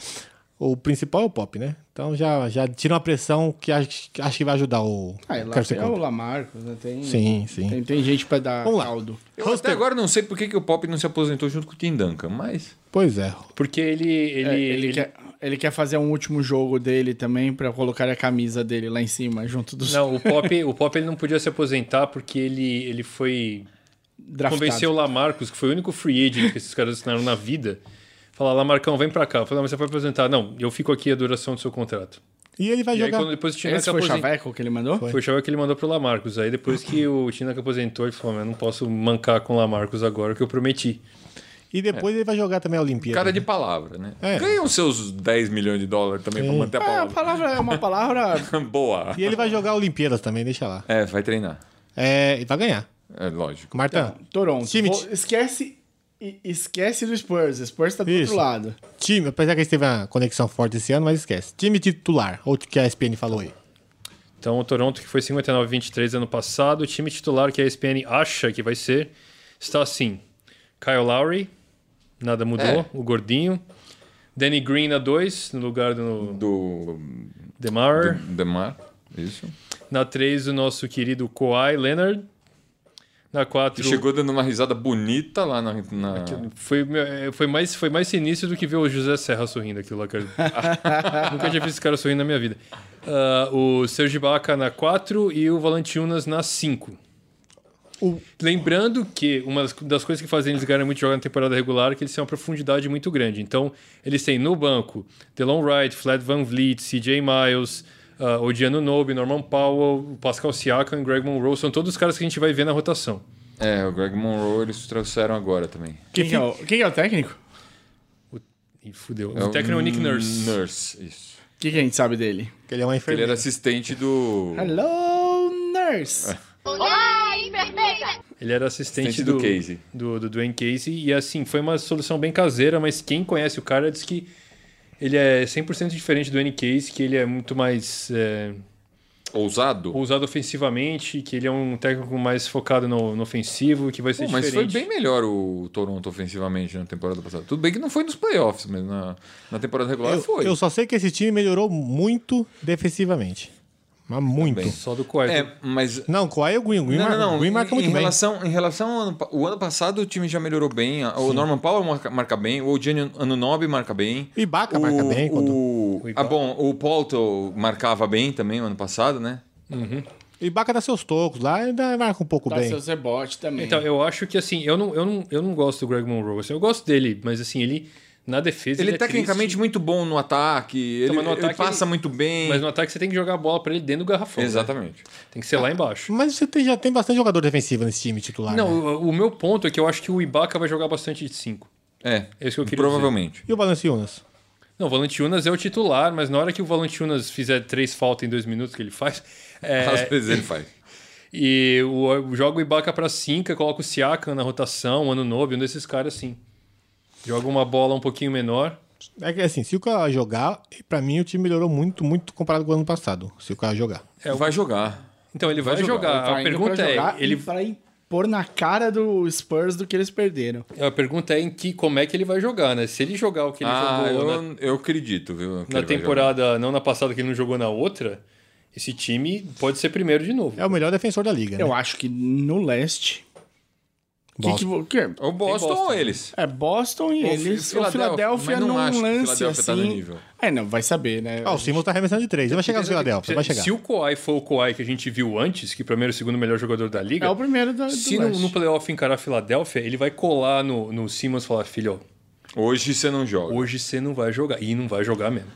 [SPEAKER 1] o principal é o Pop, né? Então já, já tira uma pressão que acho, que acho que vai ajudar o.
[SPEAKER 3] Ah, e lá
[SPEAKER 1] Quero ser
[SPEAKER 3] tem o
[SPEAKER 1] contra.
[SPEAKER 3] Lamarcos, né? Tem,
[SPEAKER 1] Sim, sim.
[SPEAKER 3] Tem, tem gente pra dar
[SPEAKER 1] Vamos lá.
[SPEAKER 3] caldo.
[SPEAKER 4] Eu até agora não sei por que, que o Pop não se aposentou junto com o Tim Duncan, mas.
[SPEAKER 1] Pois é.
[SPEAKER 2] porque ele... ele,
[SPEAKER 3] É,
[SPEAKER 2] ele-
[SPEAKER 3] ele, quer, ele quer fazer um último jogo dele também pra colocar a camisa dele lá em cima, junto dos
[SPEAKER 2] Não, o Pop, o Pop ele não podia se aposentar porque ele, ele foi
[SPEAKER 3] draftados.
[SPEAKER 2] convenceu o Lamarcos, que foi o único free agent que esses caras assinaram na vida. Falar, Lamarcão, vem pra cá. Eu Falei, "Não, mas você vai aposentar. Não, eu fico aqui a duração do seu contrato.
[SPEAKER 1] E ele vai
[SPEAKER 2] E aí,
[SPEAKER 1] jogar.
[SPEAKER 2] quando depois o Tinaca
[SPEAKER 3] Esse foi o
[SPEAKER 2] aposentou.
[SPEAKER 3] Chaveco que ele mandou?
[SPEAKER 2] Foi o Xavier que ele mandou pro Lamarcos. Aí depois que o Tinaca aposentou, ele falou: "Mas Eu não posso mancar com o Lamarcos agora que eu prometi.
[SPEAKER 1] E depois ele vai jogar também a Olimpíada.
[SPEAKER 4] Cara de
[SPEAKER 1] né?
[SPEAKER 4] palavra, né?
[SPEAKER 1] É.
[SPEAKER 4] Ganham seus 10 milhões de dólares também pra manter a
[SPEAKER 3] É, a
[SPEAKER 4] palavra.
[SPEAKER 3] palavra é uma palavra.
[SPEAKER 4] *laughs* Boa.
[SPEAKER 1] E ele vai jogar a Olimpíadas também, deixa lá.
[SPEAKER 4] É, vai treinar.
[SPEAKER 1] É, e vai ganhar.
[SPEAKER 4] É lógico.
[SPEAKER 1] Marta,
[SPEAKER 3] Toronto.
[SPEAKER 1] Time-
[SPEAKER 3] Vou- esquece, e- esquece do Spurs. O Spurs tá do
[SPEAKER 1] Isso.
[SPEAKER 3] outro lado.
[SPEAKER 1] time, apesar que eles teve uma conexão forte esse ano, mas esquece. Time titular, ou que a SPN falou aí.
[SPEAKER 2] Então, o Toronto, que foi 59-23 ano passado, o time titular que a ESPN acha que vai ser, está assim: Kyle Lowry, nada mudou,
[SPEAKER 4] É.
[SPEAKER 2] o gordinho. Danny Green na 2, no lugar do
[SPEAKER 4] Do.
[SPEAKER 2] DeMar.
[SPEAKER 4] do Demar. Isso.
[SPEAKER 2] Na 3, o nosso querido Kawhi Leonard. Na 4,
[SPEAKER 4] E chegou dando uma risada bonita lá na. na-
[SPEAKER 2] foi, é, foi, mais, foi mais sinistro do que ver o José Serra sorrindo aquilo lá, cara. Nunca tinha visto esse cara sorrindo na minha vida. Ah, o Serge Baca na 4 e o Valentiunas na 5. Lembrando que uma das- das coisas que fazem eles ganharem muito jogo na temporada regular é que eles têm uma profundidade muito grande. Então, eles têm no banco Delon Wright, Flat Van Vliet, CJ Miles, ah, Odiano Nobe, Norman Powell, Pascal Siakam, Greg Monroe. São todos os caras que a gente vai ver na rotação.
[SPEAKER 4] É, o Greg Monroe eles trouxeram agora também.
[SPEAKER 3] Quem, é, o, quem é o técnico?
[SPEAKER 2] E fudeu.
[SPEAKER 4] É
[SPEAKER 2] o técnico é o Nick Nurse.
[SPEAKER 4] Nurse, isso.
[SPEAKER 3] O que, que a gente sabe dele?
[SPEAKER 1] Que ele é uma
[SPEAKER 4] Ele
[SPEAKER 1] enfermeira.
[SPEAKER 4] era assistente do.
[SPEAKER 3] Hello, nurse.
[SPEAKER 7] Olá, enfermeira!
[SPEAKER 2] Ele era assistente,
[SPEAKER 4] Assistente do Casey.
[SPEAKER 2] Do, do Dwayne Casey. E assim, foi uma solução bem caseira, mas quem conhece o cara diz que ele é 100% diferente do Dwayne Casey, que ele é muito mais é,
[SPEAKER 4] Ousado?
[SPEAKER 2] ousado ofensivamente, que ele é um técnico mais focado no, no ofensivo, que vai ser
[SPEAKER 4] Pô, mas foi
[SPEAKER 2] diferente.
[SPEAKER 4] bem melhor o Toronto ofensivamente na temporada passada. Tudo bem que não foi nos playoffs, mas na, na temporada regular
[SPEAKER 1] eu,
[SPEAKER 4] foi.
[SPEAKER 1] eu só sei que esse time melhorou muito defensivamente. Mas muito.
[SPEAKER 4] Também.
[SPEAKER 2] Só do quarto.
[SPEAKER 4] É, mas
[SPEAKER 1] Não, qual é o Green? O Green,
[SPEAKER 4] Tá Não,
[SPEAKER 1] marca,
[SPEAKER 4] não, não.
[SPEAKER 1] o Green
[SPEAKER 2] tá
[SPEAKER 1] marca
[SPEAKER 4] em,
[SPEAKER 1] muito
[SPEAKER 4] em
[SPEAKER 1] bem.
[SPEAKER 4] relação, Em relação ao ano, pa- o ano passado, o time já melhorou bem. a- O Norman Powell marca, marca bem. O Eugenio Anunobi marca bem.
[SPEAKER 1] O Ibaka
[SPEAKER 4] o,
[SPEAKER 1] marca bem quando-
[SPEAKER 4] O,
[SPEAKER 2] O Ibaka.
[SPEAKER 4] ah, bom, o Polto marcava bem também o ano passado, né?
[SPEAKER 1] E Baca dá seus tocos lá e dá- marca um pouco
[SPEAKER 3] Tá
[SPEAKER 1] bem.
[SPEAKER 3] seus rebotes também.
[SPEAKER 2] Então, eu acho que assim, eu não, eu não, eu não gosto do Greg Monroe. assim, eu gosto dele, mas assim, ele na defesa.
[SPEAKER 4] Ele,
[SPEAKER 2] é
[SPEAKER 4] tecnicamente
[SPEAKER 2] triste,
[SPEAKER 4] muito bom no ataque.
[SPEAKER 2] Então,
[SPEAKER 4] ele,
[SPEAKER 2] mas no
[SPEAKER 4] ele
[SPEAKER 2] ataque
[SPEAKER 4] passa
[SPEAKER 2] ele-
[SPEAKER 4] muito bem.
[SPEAKER 2] Mas no ataque você tem que jogar a bola pra ele dentro do garrafão. né?
[SPEAKER 4] Exatamente. Ah.
[SPEAKER 2] Tem que ser lá embaixo.
[SPEAKER 1] Mas você tem- já tem bastante jogador defensivo nesse time titular. né?
[SPEAKER 2] Não, o, o meu ponto é que eu acho que o Ibaka vai jogar bastante de 5.
[SPEAKER 4] É.
[SPEAKER 2] É isso que eu queria
[SPEAKER 4] provavelmente.
[SPEAKER 1] E o Balanciunas?
[SPEAKER 2] Não, o Valanciunas é o titular, mas na hora que o Valanciunas fizer três faltas em dois minutos que ele faz, é,
[SPEAKER 4] Às vezes ele faz.
[SPEAKER 2] e o, joga o Ibaka pra 5, coloca o Siakam na rotação, o Anunobi, um desses caras assim. Joga uma bola um pouquinho menor.
[SPEAKER 1] É que assim, se o Cara jogar, pra mim o time melhorou muito, muito comparado com o ano passado. Se o Cara jogar.
[SPEAKER 2] É
[SPEAKER 4] Vai jogar.
[SPEAKER 2] Então ele vai,
[SPEAKER 4] Vai jogar,
[SPEAKER 2] jogar.
[SPEAKER 3] Tá
[SPEAKER 2] A
[SPEAKER 3] indo
[SPEAKER 2] pergunta
[SPEAKER 3] pra
[SPEAKER 2] é,
[SPEAKER 3] jogar e
[SPEAKER 2] ele,
[SPEAKER 3] vai pôr na cara do Spurs do que eles perderam.
[SPEAKER 2] a pergunta é em que como é que ele vai jogar, né? Se ele jogar o que ele
[SPEAKER 4] Ah,
[SPEAKER 2] jogou na-
[SPEAKER 4] eu, eu acredito, viu? que
[SPEAKER 2] na,
[SPEAKER 4] ele vai
[SPEAKER 2] temporada, não na passada que ele não jogou na outra, esse time pode ser primeiro de novo.
[SPEAKER 1] É o melhor defensor da liga.
[SPEAKER 3] Eu
[SPEAKER 1] né?
[SPEAKER 3] acho que no leste. Que que,
[SPEAKER 1] Boston.
[SPEAKER 3] vo- que-
[SPEAKER 4] jogar. Ou Boston,
[SPEAKER 2] Boston.
[SPEAKER 4] ou um eles.
[SPEAKER 3] é Boston e
[SPEAKER 4] Ou
[SPEAKER 3] eles.
[SPEAKER 4] Fi-
[SPEAKER 3] O Philadelphia
[SPEAKER 4] mas não
[SPEAKER 3] num
[SPEAKER 4] acho que
[SPEAKER 3] lance
[SPEAKER 4] Philadelphia tá no
[SPEAKER 3] assim.
[SPEAKER 4] nível.
[SPEAKER 3] É, não, vai saber, né?
[SPEAKER 1] Ah, o Simmons tá arremessando de três. Ele vai chegar no Philadelphia,
[SPEAKER 2] Se,
[SPEAKER 1] vai chegar.
[SPEAKER 2] se o Kawhi for o Kawhi que a gente viu antes, que primeiro e segundo melhor jogador da liga,
[SPEAKER 3] É o primeiro da, do
[SPEAKER 2] se no,
[SPEAKER 3] leste.
[SPEAKER 2] no playoff encarar a Filadélfia, ele vai colar no, no Simmons e falar, filho,
[SPEAKER 4] Hoje você não joga.
[SPEAKER 2] hoje você não vai jogar. E não vai jogar mesmo.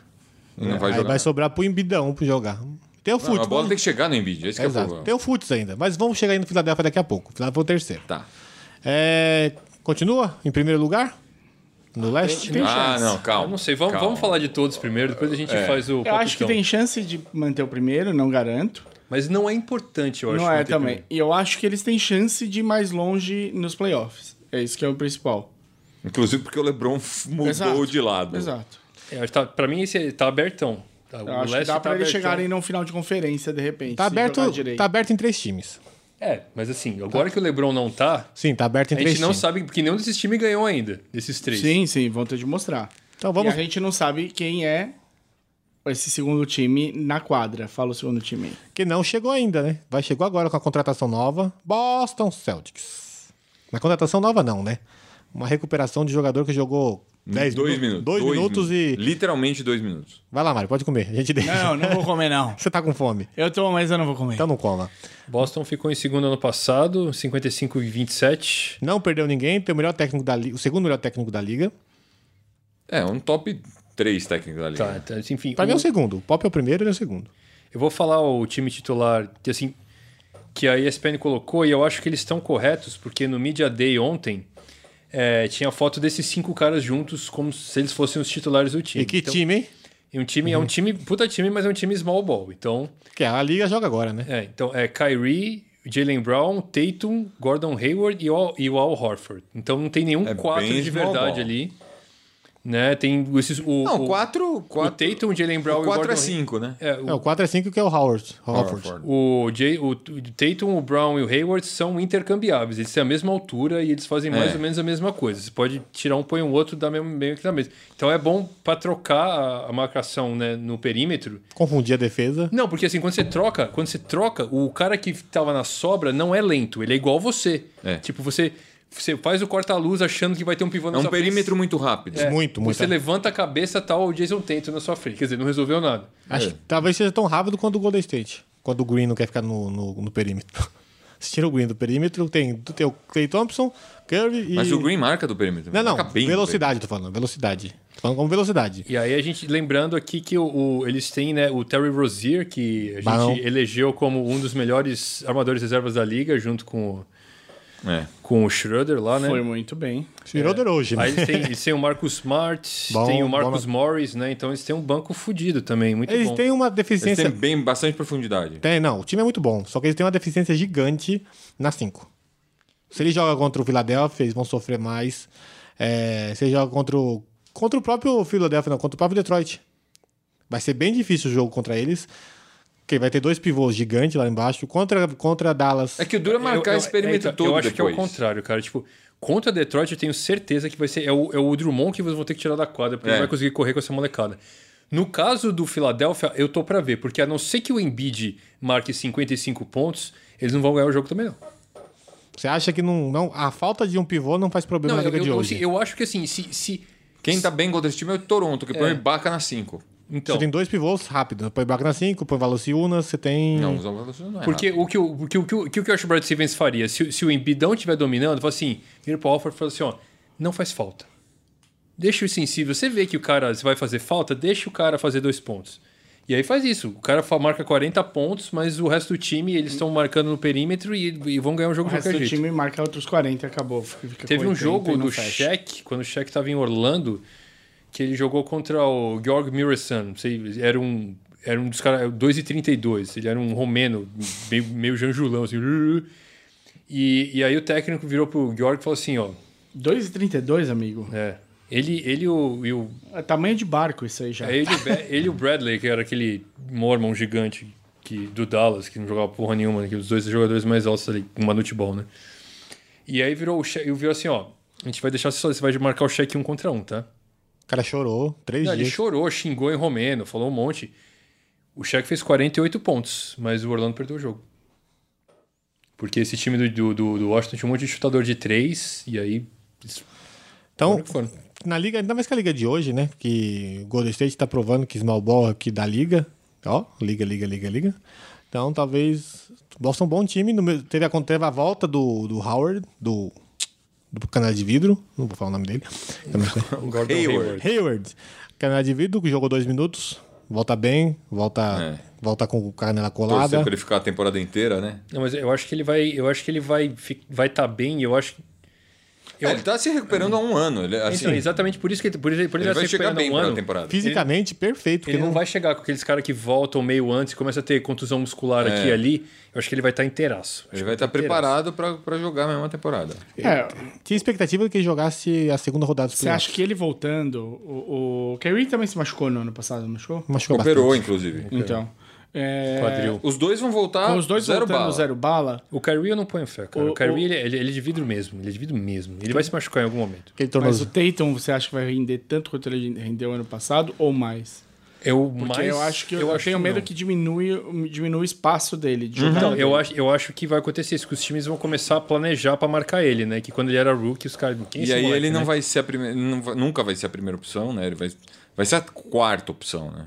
[SPEAKER 4] E Não vai
[SPEAKER 1] é, Aí
[SPEAKER 4] jogar.
[SPEAKER 1] vai sobrar pro Embidão pra jogar. Tem o
[SPEAKER 4] Não,
[SPEAKER 1] Futs. né?
[SPEAKER 4] a bola tem que chegar no Embiid, esse que é o
[SPEAKER 1] Exato.
[SPEAKER 4] problema.
[SPEAKER 1] Tem um- o Futs ainda. Mas vamos chegar aí no Philadelphia daqui a pouco. Philadelphia foi o terceiro.
[SPEAKER 4] Tá.
[SPEAKER 1] É, Continua em primeiro lugar? No leste?
[SPEAKER 3] Tem
[SPEAKER 4] Ah,
[SPEAKER 3] chance.
[SPEAKER 4] não, calma.
[SPEAKER 2] Eu não sei, vamos,
[SPEAKER 4] calma. É.
[SPEAKER 2] vamos falar de todos primeiro, depois a gente faz o
[SPEAKER 3] Eu acho que
[SPEAKER 2] palpitão.
[SPEAKER 3] tem chance de manter o primeiro, não garanto.
[SPEAKER 2] Mas não é importante, eu acho.
[SPEAKER 3] não é
[SPEAKER 2] manter
[SPEAKER 3] também.
[SPEAKER 2] primeiro.
[SPEAKER 3] E eu acho que eles têm chance de ir mais longe nos playoffs. É isso que é o principal.
[SPEAKER 4] Inclusive porque o LeBron f- mudou
[SPEAKER 3] Exato.
[SPEAKER 4] de lado.
[SPEAKER 3] Exato.
[SPEAKER 2] É, acho que tá- pra mim, esse tá abertão. Tá, né?
[SPEAKER 3] Eu acho que dá pra eles
[SPEAKER 2] abertão.
[SPEAKER 3] chegarem num final de conferência, de repente.
[SPEAKER 1] Tá
[SPEAKER 3] se
[SPEAKER 1] aberto,
[SPEAKER 3] jogar direito.
[SPEAKER 1] tá aberto em três times.
[SPEAKER 2] É, mas assim, agora que o LeBron não tá,
[SPEAKER 1] Sim, tá aberto em
[SPEAKER 2] a
[SPEAKER 1] três
[SPEAKER 2] gente não
[SPEAKER 1] times.
[SPEAKER 2] sabe, porque nenhum desses times ganhou ainda, desses três.
[SPEAKER 3] Sim, sim, vão ter de mostrar.
[SPEAKER 1] Então vamos.
[SPEAKER 3] E a gente não sabe quem é esse segundo time na quadra. Fala o segundo time. aí.
[SPEAKER 1] Que não chegou ainda, né? Vai chegou agora com a contratação nova. Boston Celtics. Na contratação nova, não, né? Uma recuperação de jogador que jogou 10
[SPEAKER 4] dois minutos.
[SPEAKER 1] Dois, minutos e.
[SPEAKER 4] Literalmente dois minutos.
[SPEAKER 1] Vai lá, Mário, pode comer. A gente deixa.
[SPEAKER 3] não vou comer, não.
[SPEAKER 1] *laughs* Você tá com fome.
[SPEAKER 3] Eu tô, mas eu não vou comer.
[SPEAKER 1] Então não coma.
[SPEAKER 2] Boston ficou em segundo ano passado, 55 e 27.
[SPEAKER 1] Não perdeu ninguém, tem o melhor técnico da liga, o segundo melhor técnico da liga.
[SPEAKER 4] É, um top 3 técnico da
[SPEAKER 2] Tá,
[SPEAKER 4] liga.
[SPEAKER 2] tá, enfim.
[SPEAKER 1] Pra
[SPEAKER 2] o-
[SPEAKER 1] mim é o segundo. O Pop é o primeiro, ele é o segundo.
[SPEAKER 2] Eu vou falar o time titular, que, assim, que a ESPN colocou, e eu acho que eles estão corretos, porque no Media Day ontem, é, tinha foto desses cinco caras juntos, como se eles fossem os titulares do time.
[SPEAKER 1] E que
[SPEAKER 2] Então,
[SPEAKER 1] time, hein?
[SPEAKER 2] e um time
[SPEAKER 4] Uhum.
[SPEAKER 2] é um time, puta time, mas é um time small ball. Então,
[SPEAKER 1] Que a Liga joga agora, né?
[SPEAKER 2] é, então é Kyrie, Jalen Brown, Tatum, Gordon Hayward e o Al, e o Al Horford. Então não tem nenhum
[SPEAKER 4] É
[SPEAKER 2] quatro
[SPEAKER 4] bem
[SPEAKER 2] de
[SPEAKER 4] small
[SPEAKER 2] verdade
[SPEAKER 4] ball.
[SPEAKER 2] ali. Né? Tem esses. O,
[SPEAKER 4] Não,
[SPEAKER 2] o,
[SPEAKER 4] quatro,
[SPEAKER 2] o
[SPEAKER 4] quatro,
[SPEAKER 2] Tatum, Jalen Brown
[SPEAKER 4] o
[SPEAKER 2] e o
[SPEAKER 4] quatro
[SPEAKER 2] Gordon
[SPEAKER 4] é cinco, né?
[SPEAKER 2] É,
[SPEAKER 1] É,
[SPEAKER 2] o,
[SPEAKER 1] o 4 é 5 que é o Howard. Howard.
[SPEAKER 2] o, Jay, o Tatum, o Brown e o Hayward são intercambiáveis. Eles têm a mesma altura e eles fazem mais
[SPEAKER 4] É.
[SPEAKER 2] ou menos a mesma coisa. Você pode tirar um, põe um outro, dá mesmo, meio que dá mesmo. Então é bom para trocar a, a marcação né, no perímetro.
[SPEAKER 1] Confundir a defesa.
[SPEAKER 2] Não, porque assim, quando você troca, quando você troca, o cara que tava na sobra não é lento, ele é igual você.
[SPEAKER 4] É.
[SPEAKER 2] Tipo, você, você faz o corta-luz achando que vai ter um pivô na
[SPEAKER 4] É um
[SPEAKER 2] sua frente. É,
[SPEAKER 4] perímetro muito é. rápido.
[SPEAKER 1] muito, muito.
[SPEAKER 2] Você levanta a cabeça tal, o Jason Tatum na sua frente. Quer dizer, não resolveu nada.
[SPEAKER 1] Acho que talvez seja tão rápido quanto o Golden State. Quando o Green não quer ficar no, no, no perímetro. *laughs* Se tira o Green do perímetro, tem, tem o Clay Thompson, Curry e.
[SPEAKER 4] Mas o Green marca do perímetro.
[SPEAKER 1] Não,
[SPEAKER 4] marca
[SPEAKER 1] não.
[SPEAKER 4] bem do
[SPEAKER 1] Velocidade, tô falando. Velocidade. Tô falando como velocidade.
[SPEAKER 2] E aí a gente, lembrando aqui que o, o- eles têm né, o Terry Rozier, que a
[SPEAKER 1] Bom.
[SPEAKER 2] gente elegeu como um dos melhores armadores reservas da liga, junto com, o-
[SPEAKER 4] perímetro.
[SPEAKER 2] com o Schroeder lá, né?
[SPEAKER 3] Foi muito bem.
[SPEAKER 1] Schroeder hoje, né?
[SPEAKER 2] Aí eles têm, eles têm o Marcus Smart,
[SPEAKER 1] Bom,
[SPEAKER 2] tem o Marcus
[SPEAKER 1] bom.
[SPEAKER 2] Morris, né? Então eles têm um banco fudido também,
[SPEAKER 1] *laughs*
[SPEAKER 2] muito
[SPEAKER 1] Eles
[SPEAKER 2] bom.
[SPEAKER 1] têm uma
[SPEAKER 4] É. Eles
[SPEAKER 1] deficiência.
[SPEAKER 4] têm bem, bastante profundidade.
[SPEAKER 1] Tem, não. O time é muito bom. Só que eles têm uma deficiência gigante na 5. Se ele joga contra o Philadelphia, eles vão sofrer mais. É, se ele joga contra o, contra o próprio Philadelphia, não, contra o próprio Detroit. Vai ser bem difícil o jogo contra eles. Porque vai ter dois pivôs gigantes lá embaixo. Contra, contra Dallas.
[SPEAKER 4] É que o duro é marcar esse perímetro
[SPEAKER 2] então,
[SPEAKER 4] todo
[SPEAKER 2] Eu acho
[SPEAKER 4] depois.
[SPEAKER 2] que é o contrário, cara. Tipo, contra Detroit eu tenho certeza que vai ser... É o, é o Drummond que vocês vão ter que tirar da quadra, porque
[SPEAKER 4] É.
[SPEAKER 2] não vai conseguir correr com essa molecada. No caso do Philadelphia, eu tô pra ver, porque a não ser que o Embiid marque 55 pontos, eles não vão ganhar o jogo também, não.
[SPEAKER 1] Você acha que não, não, a falta de um pivô não faz problema
[SPEAKER 2] Não,
[SPEAKER 1] na
[SPEAKER 2] eu,
[SPEAKER 1] liga
[SPEAKER 2] eu,
[SPEAKER 1] de
[SPEAKER 2] eu,
[SPEAKER 1] hoje?
[SPEAKER 2] assim, eu acho que assim, se... se
[SPEAKER 4] Quem tá bem contra esse time é o Toronto, que põe o Ibaka na 5.
[SPEAKER 2] então,
[SPEAKER 1] Você tem dois pivôs rápidos. Põe Ibaka na 5, põe Valanciunas, você tem...
[SPEAKER 4] Não, os Alvarez não é.
[SPEAKER 2] Porque o que, o, o que, o, que, o, que o Josh Brad Stevens faria, se, se o Embidão estiver dominando, fala assim, vira pro Alford e fala assim, ó, não faz falta. Deixa o sensível. Você vê que o cara vai fazer falta, deixa o cara fazer dois pontos. E aí faz isso. O cara fa- marca 40 pontos, mas o resto do time, eles estão marcando no perímetero e, e vão ganhar o jogo
[SPEAKER 3] O
[SPEAKER 2] de
[SPEAKER 3] resto
[SPEAKER 2] qualquer
[SPEAKER 3] do
[SPEAKER 2] jeito.
[SPEAKER 3] time marca outros 40 e acabou. Fica- fica
[SPEAKER 2] Teve
[SPEAKER 3] com
[SPEAKER 2] um
[SPEAKER 3] 80
[SPEAKER 2] jogo
[SPEAKER 3] e não
[SPEAKER 2] do
[SPEAKER 3] fecha.
[SPEAKER 2] Shaq, quando o Shaq estava em Orlando, que ele jogou contra o Georg Murison. Não sei, era um, era um dos caras, 2,32. Ele era um romeno, meio, meio janjulão, assim. E, e aí o técnico virou pro Georg e falou assim: ó,
[SPEAKER 3] 2,32, amigo.
[SPEAKER 2] é, ele, ele e o, e o,
[SPEAKER 3] É tamanho de barco isso aí já.
[SPEAKER 2] é ele, e o Ba- ele e o Bradley, que era aquele mormon gigante que, do Dallas, que não jogava porra nenhuma, né? que os dois jogadores mais altos ali, uma no futebol, né? E aí virou o Shaq, e virou assim, ó, a gente vai deixar você só, você vai marcar o cheque um contra um, tá?
[SPEAKER 1] O cara chorou. Três
[SPEAKER 2] Não, ele
[SPEAKER 1] dias.
[SPEAKER 2] chorou, xingou em romeno, falou um monte. O Shaq fez 48 pontos, mas o Orlando perdeu o jogo. Porque esse time do, do, do- do Washington tinha um monte de chutador de três, e aí. isso-
[SPEAKER 1] Então,
[SPEAKER 2] foram que foram.
[SPEAKER 1] na liga, ainda mais que a liga de hoje, né? Que o Golden State tá provando que small ball aqui da liga. Ó, liga, liga, liga, liga. Então, talvez. Boston é um bom time. No meu- Teve a, teve a volta do, do Howard, do, do canal de vidro. Não vou falar o nome dele. Eu não sei.
[SPEAKER 2] O Gordon
[SPEAKER 4] Hayward.
[SPEAKER 1] Hayward. Canela de vidro, que jogou dois minutos. Volta bem, volta,
[SPEAKER 4] É.
[SPEAKER 1] volta com canela
[SPEAKER 4] Torcer
[SPEAKER 1] colada.
[SPEAKER 4] pra ele ficar a temporada inteira, né?
[SPEAKER 2] Não, mas eu acho que ele vai. Eu acho que ele vai estar vai tá bem, eu acho que. Eu-
[SPEAKER 4] É, ele tá se recuperando há um ano. Ele, assim,
[SPEAKER 2] Então, exatamente por isso que por isso, por
[SPEAKER 4] ele
[SPEAKER 2] ele tá
[SPEAKER 4] vai
[SPEAKER 2] se
[SPEAKER 4] chegar
[SPEAKER 2] recuperando
[SPEAKER 4] bem
[SPEAKER 2] há um
[SPEAKER 4] pra
[SPEAKER 2] ano.
[SPEAKER 4] temporada.
[SPEAKER 1] Fisicamente perfeito, porque
[SPEAKER 2] Ele não
[SPEAKER 1] não,
[SPEAKER 2] vai chegar com aqueles caras que voltam meio antes e começa a ter contusão muscular aqui e ali. Eu acho que ele vai estar inteiraço.
[SPEAKER 4] É. Ele vai tá estar preparado pra, pra jogar a mesma temporada.
[SPEAKER 3] É,
[SPEAKER 1] tinha expectativa de que ele jogasse a segunda rodada dos
[SPEAKER 3] você acha que ele voltando... O, o Kyrie também se machucou no ano passado, não machucou?
[SPEAKER 1] Machucou
[SPEAKER 4] Operou,
[SPEAKER 1] bastante.
[SPEAKER 4] inclusive.
[SPEAKER 3] Então... É,
[SPEAKER 2] Quadril.
[SPEAKER 4] Os dois vão voltar
[SPEAKER 3] com os dois
[SPEAKER 4] zero
[SPEAKER 3] voltando
[SPEAKER 4] bala.
[SPEAKER 3] zero bala,
[SPEAKER 2] O Kyrie eu não ponho fé, cara. O,
[SPEAKER 3] O-
[SPEAKER 2] Kyrie,
[SPEAKER 3] o-
[SPEAKER 2] Ele, ele, ele é de vidro mesmo. Ele é de vidro mesmo. Ele vai se machucar em algum momento.
[SPEAKER 1] Aquele
[SPEAKER 3] mas
[SPEAKER 1] tornozelo.
[SPEAKER 3] o Tatum você acha que vai render tanto quanto ele rendeu ano passado ou mais?
[SPEAKER 2] Eu,
[SPEAKER 3] Porque
[SPEAKER 2] mais,
[SPEAKER 3] eu acho que eu, eu tenho medo
[SPEAKER 2] não.
[SPEAKER 3] que diminui, diminui o espaço dele. De jogar.
[SPEAKER 2] Então, eu acho, eu acho que vai acontecer isso, que os times vão começar a planejar pra marcar ele, né? Que quando ele era rookie, os caras. "Quem é
[SPEAKER 4] E
[SPEAKER 2] esse
[SPEAKER 4] aí
[SPEAKER 2] moleque,
[SPEAKER 4] ele
[SPEAKER 2] né?"
[SPEAKER 4] não vai ser a primeira. não vai- nunca vai ser a primeira opção, né? Ele vai, vai ser a quarta opção, né?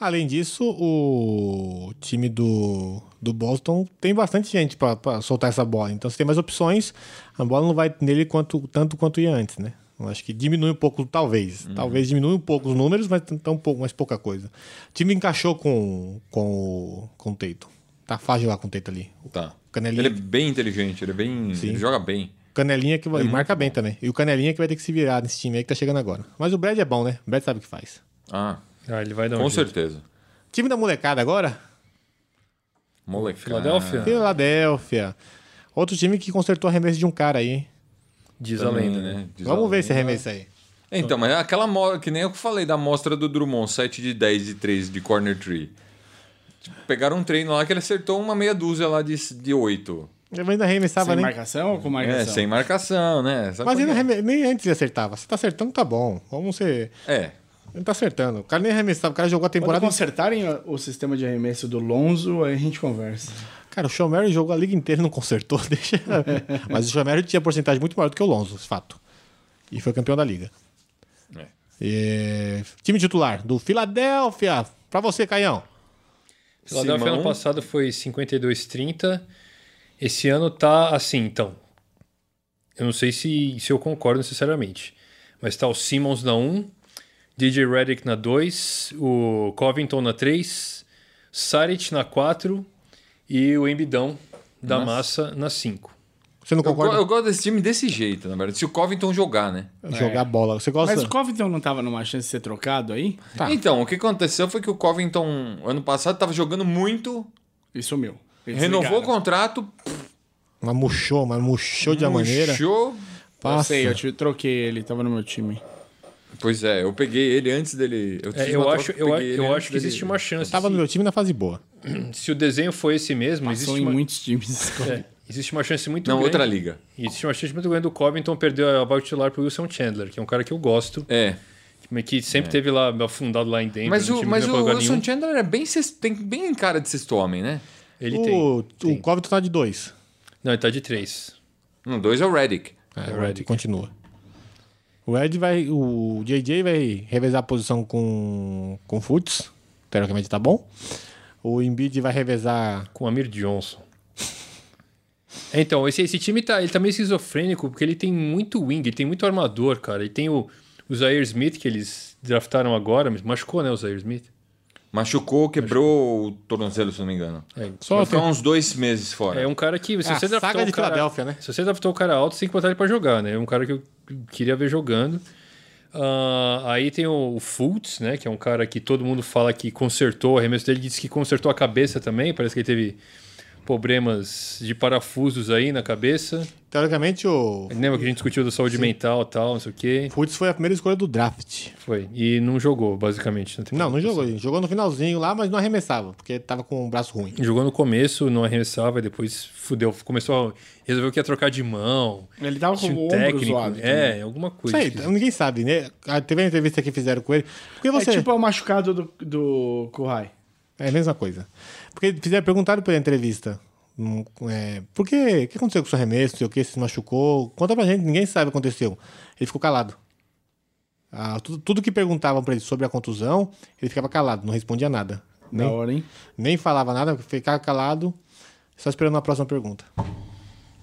[SPEAKER 1] Além disso, o time do, do Boston tem bastante gente pra- pra soltar essa bola. Então, se tem mais opções, a bola não vai nele quanto, tanto quanto ia antes, né? Eu acho que diminui um pouco, talvez.
[SPEAKER 4] Uhum.
[SPEAKER 1] Talvez diminui um pouco os números, mas t- tão pouco, mais pouca coisa. O time encaixou com, com, o- com o Teito. Tá fácil jogar com o Teito ali.
[SPEAKER 4] Tá.
[SPEAKER 1] Canelinha.
[SPEAKER 4] Ele é bem inteligente, ele é bem. Ele joga bem.
[SPEAKER 1] Canelinha que vai. e marca bem também. E o Canelinha que vai ter que se virar nesse time aí que tá chegando agora. Mas o Brad é bom, né? O Brad sabe o que faz.
[SPEAKER 4] Ah,
[SPEAKER 2] Ah, ele vai dar um
[SPEAKER 4] com
[SPEAKER 2] jeito.
[SPEAKER 4] certeza.
[SPEAKER 1] Time da molecada agora?
[SPEAKER 4] Molecada. ah,
[SPEAKER 2] Filadélfia?
[SPEAKER 1] Filadélfia. Outro time que consertou arremesso de um cara aí, hein?
[SPEAKER 2] Diz a
[SPEAKER 4] Também,
[SPEAKER 2] lenda, né?
[SPEAKER 4] né? Diz a
[SPEAKER 1] Vamos ver
[SPEAKER 4] lenda.
[SPEAKER 1] esse arremesso aí.
[SPEAKER 4] É, Então, mas é aquela mo- que nem eu que falei da amostra do Drummond, 7 de 10 de 3 de corner tree. Tipo, Pegaram um treino lá que ele acertou uma meia dúzia lá de, de 8.
[SPEAKER 1] Eu ainda arremessava
[SPEAKER 2] né?
[SPEAKER 3] Sem
[SPEAKER 1] nem.
[SPEAKER 3] marcação ou com marcação?
[SPEAKER 4] É, sem marcação, né? Sabe
[SPEAKER 1] Mas
[SPEAKER 4] como
[SPEAKER 1] ainda
[SPEAKER 4] é?
[SPEAKER 1] arreme- nem antes ele acertava. Se tá acertando, tá bom. Vamos ser.
[SPEAKER 4] É.
[SPEAKER 1] Ele tá acertando. O cara nem arremessava. O cara jogou a
[SPEAKER 3] Quando
[SPEAKER 1] temporada.
[SPEAKER 3] consertarem o sistema de arremesso do Lonzo, aí a gente conversa.
[SPEAKER 1] Cara, o Shomery jogou a liga inteira e não consertou. *laughs* Deixa... Mas o Shomery tinha porcentagem muito maior do que o Lonzo, fato. E foi campeão da liga.
[SPEAKER 4] É.
[SPEAKER 1] E- Time titular do Filadélfia. Pra você, Caião.
[SPEAKER 2] Filadélfia
[SPEAKER 4] Simão.
[SPEAKER 2] ano passado foi 52,30. Esse ano tá assim, então. Eu não sei se, se eu concordo necessariamente. Mas tá o Simmons na 1, DJ Redick na 2, o Covington na 3, Saric na 4 e o Embidão da Massa na 5.
[SPEAKER 1] Você não
[SPEAKER 4] Eu, go-
[SPEAKER 1] concorda?
[SPEAKER 4] eu gosto desse time desse jeito, na verdade. Se o Covington jogar, né?
[SPEAKER 1] Jogar bola. Você gosta?
[SPEAKER 3] É. Mas o Covington não tava numa chance de ser trocado aí?
[SPEAKER 1] Tá.
[SPEAKER 4] Então, o que aconteceu foi que o Covington, ano passado, tava jogando muito,
[SPEAKER 3] E sumiu. Eles
[SPEAKER 4] renovou o
[SPEAKER 3] ligaram.
[SPEAKER 4] contrato,
[SPEAKER 1] Mas murchou, mas murchou de uma maneira.
[SPEAKER 4] puxou.
[SPEAKER 1] Passa.
[SPEAKER 3] Eu sei, eu te- troquei ele, tava no meu time.
[SPEAKER 4] Pois é, eu peguei ele antes dele. Eu, fiz
[SPEAKER 2] É, eu,
[SPEAKER 4] uma
[SPEAKER 2] acho,
[SPEAKER 4] troca,
[SPEAKER 2] eu, a-
[SPEAKER 4] peguei ele
[SPEAKER 2] eu
[SPEAKER 4] antes
[SPEAKER 2] acho que
[SPEAKER 4] dele-
[SPEAKER 2] existe uma chance.
[SPEAKER 1] Tava no
[SPEAKER 2] se,
[SPEAKER 1] meu time na fase boa.
[SPEAKER 2] se o desenho foi esse mesmo,
[SPEAKER 3] São
[SPEAKER 2] existe
[SPEAKER 3] em
[SPEAKER 2] uma,
[SPEAKER 3] muitos times.
[SPEAKER 2] é, existe uma chance muito
[SPEAKER 4] Não,
[SPEAKER 2] grande.
[SPEAKER 4] outra liga.
[SPEAKER 2] Existe uma chance um muito grande do Covington perder a vaga titular pro Wilson Chandler, que é um cara que eu gosto.
[SPEAKER 4] É.
[SPEAKER 2] Mas que sempre
[SPEAKER 1] É.
[SPEAKER 2] teve lá afundado lá em Denver.
[SPEAKER 4] Mas
[SPEAKER 2] no
[SPEAKER 4] o,
[SPEAKER 2] time que
[SPEAKER 4] mas o
[SPEAKER 2] não foi lugar
[SPEAKER 4] Wilson
[SPEAKER 2] nenhum.
[SPEAKER 4] Chandler é bem, sexto- tem bem cara de sexto homem, né?
[SPEAKER 2] Ele
[SPEAKER 1] o,
[SPEAKER 2] tem.
[SPEAKER 1] o Covington tá de dois.
[SPEAKER 2] Não, ele tá de três.
[SPEAKER 4] Um, dois é o Redick.
[SPEAKER 1] É, o Red continua. O Red vai. O JJ vai revezar a posição com, com o Futs. Teoricamente tá bom. O Embiid vai revezar.
[SPEAKER 2] Com o Amir Johnson. *laughs* Então, esse, esse time tá, ele tá meio esquizofrênico, porque ele tem muito wing, ele tem muito armador, cara. Ele tem o, o Zaire Smith, que eles draftaram agora, mas machucou, né, o Zaire Smith?
[SPEAKER 4] Machucou, quebrou o tornozelo, se não me engano.
[SPEAKER 2] É,
[SPEAKER 1] Só
[SPEAKER 4] Vai
[SPEAKER 1] tem-
[SPEAKER 4] ficar uns dois meses fora.
[SPEAKER 2] é um cara que... Se
[SPEAKER 1] É a
[SPEAKER 2] você draftar
[SPEAKER 1] saga
[SPEAKER 2] um
[SPEAKER 1] de
[SPEAKER 2] cara,
[SPEAKER 1] Filadélfia, né?
[SPEAKER 2] Se você draftou um cara alto, você tem que botar ele pra jogar, né? É um cara que eu queria ver jogando. Ah, aí tem o, o Fultz, né? Que é um cara que todo mundo fala que consertou o arremesso dele. Diz que consertou a cabeça também. Parece que ele teve problemas de parafusos aí na cabeça.
[SPEAKER 1] Teoricamente, o
[SPEAKER 2] Lembra que a gente discutiu da saúde mental e tal, não sei o quê.
[SPEAKER 1] Futs foi a primeira escolha do draft.
[SPEAKER 2] Foi. E não jogou, basicamente. na temporada
[SPEAKER 1] Não, não jogou. ele Jogou no finalzinho lá, mas não arremessava, porque tava com o braço ruim.
[SPEAKER 2] Jogou no começo, não arremessava, e depois fudeu. Começou a... Resolveu que ia trocar de mão.
[SPEAKER 3] Ele tava com
[SPEAKER 2] Tinha
[SPEAKER 3] o
[SPEAKER 2] um
[SPEAKER 3] ombro
[SPEAKER 2] técnico.
[SPEAKER 3] zoado. também.
[SPEAKER 2] é, alguma
[SPEAKER 1] Isso
[SPEAKER 2] coisa.
[SPEAKER 1] aí,
[SPEAKER 2] esquisita.
[SPEAKER 1] ninguém sabe, né? Ah, Teve a entrevista que fizeram com ele. Porque você.
[SPEAKER 3] É tipo o machucado do, do Kuhai.
[SPEAKER 1] É a mesma coisa. Porque fizeram, perguntaram pela entrevista. hum, É, por quê? O que aconteceu com o seu arremesso? Não sei o que? Se machucou? Conta pra gente, ninguém sabe o que aconteceu. Ele ficou calado. Ah, tudo, tudo que perguntavam pra ele sobre a contusão, ele ficava calado, não respondia nada.
[SPEAKER 3] Da
[SPEAKER 1] Nem,
[SPEAKER 3] hora, hein?
[SPEAKER 1] nem falava nada, ficava calado, só esperando a próxima pergunta.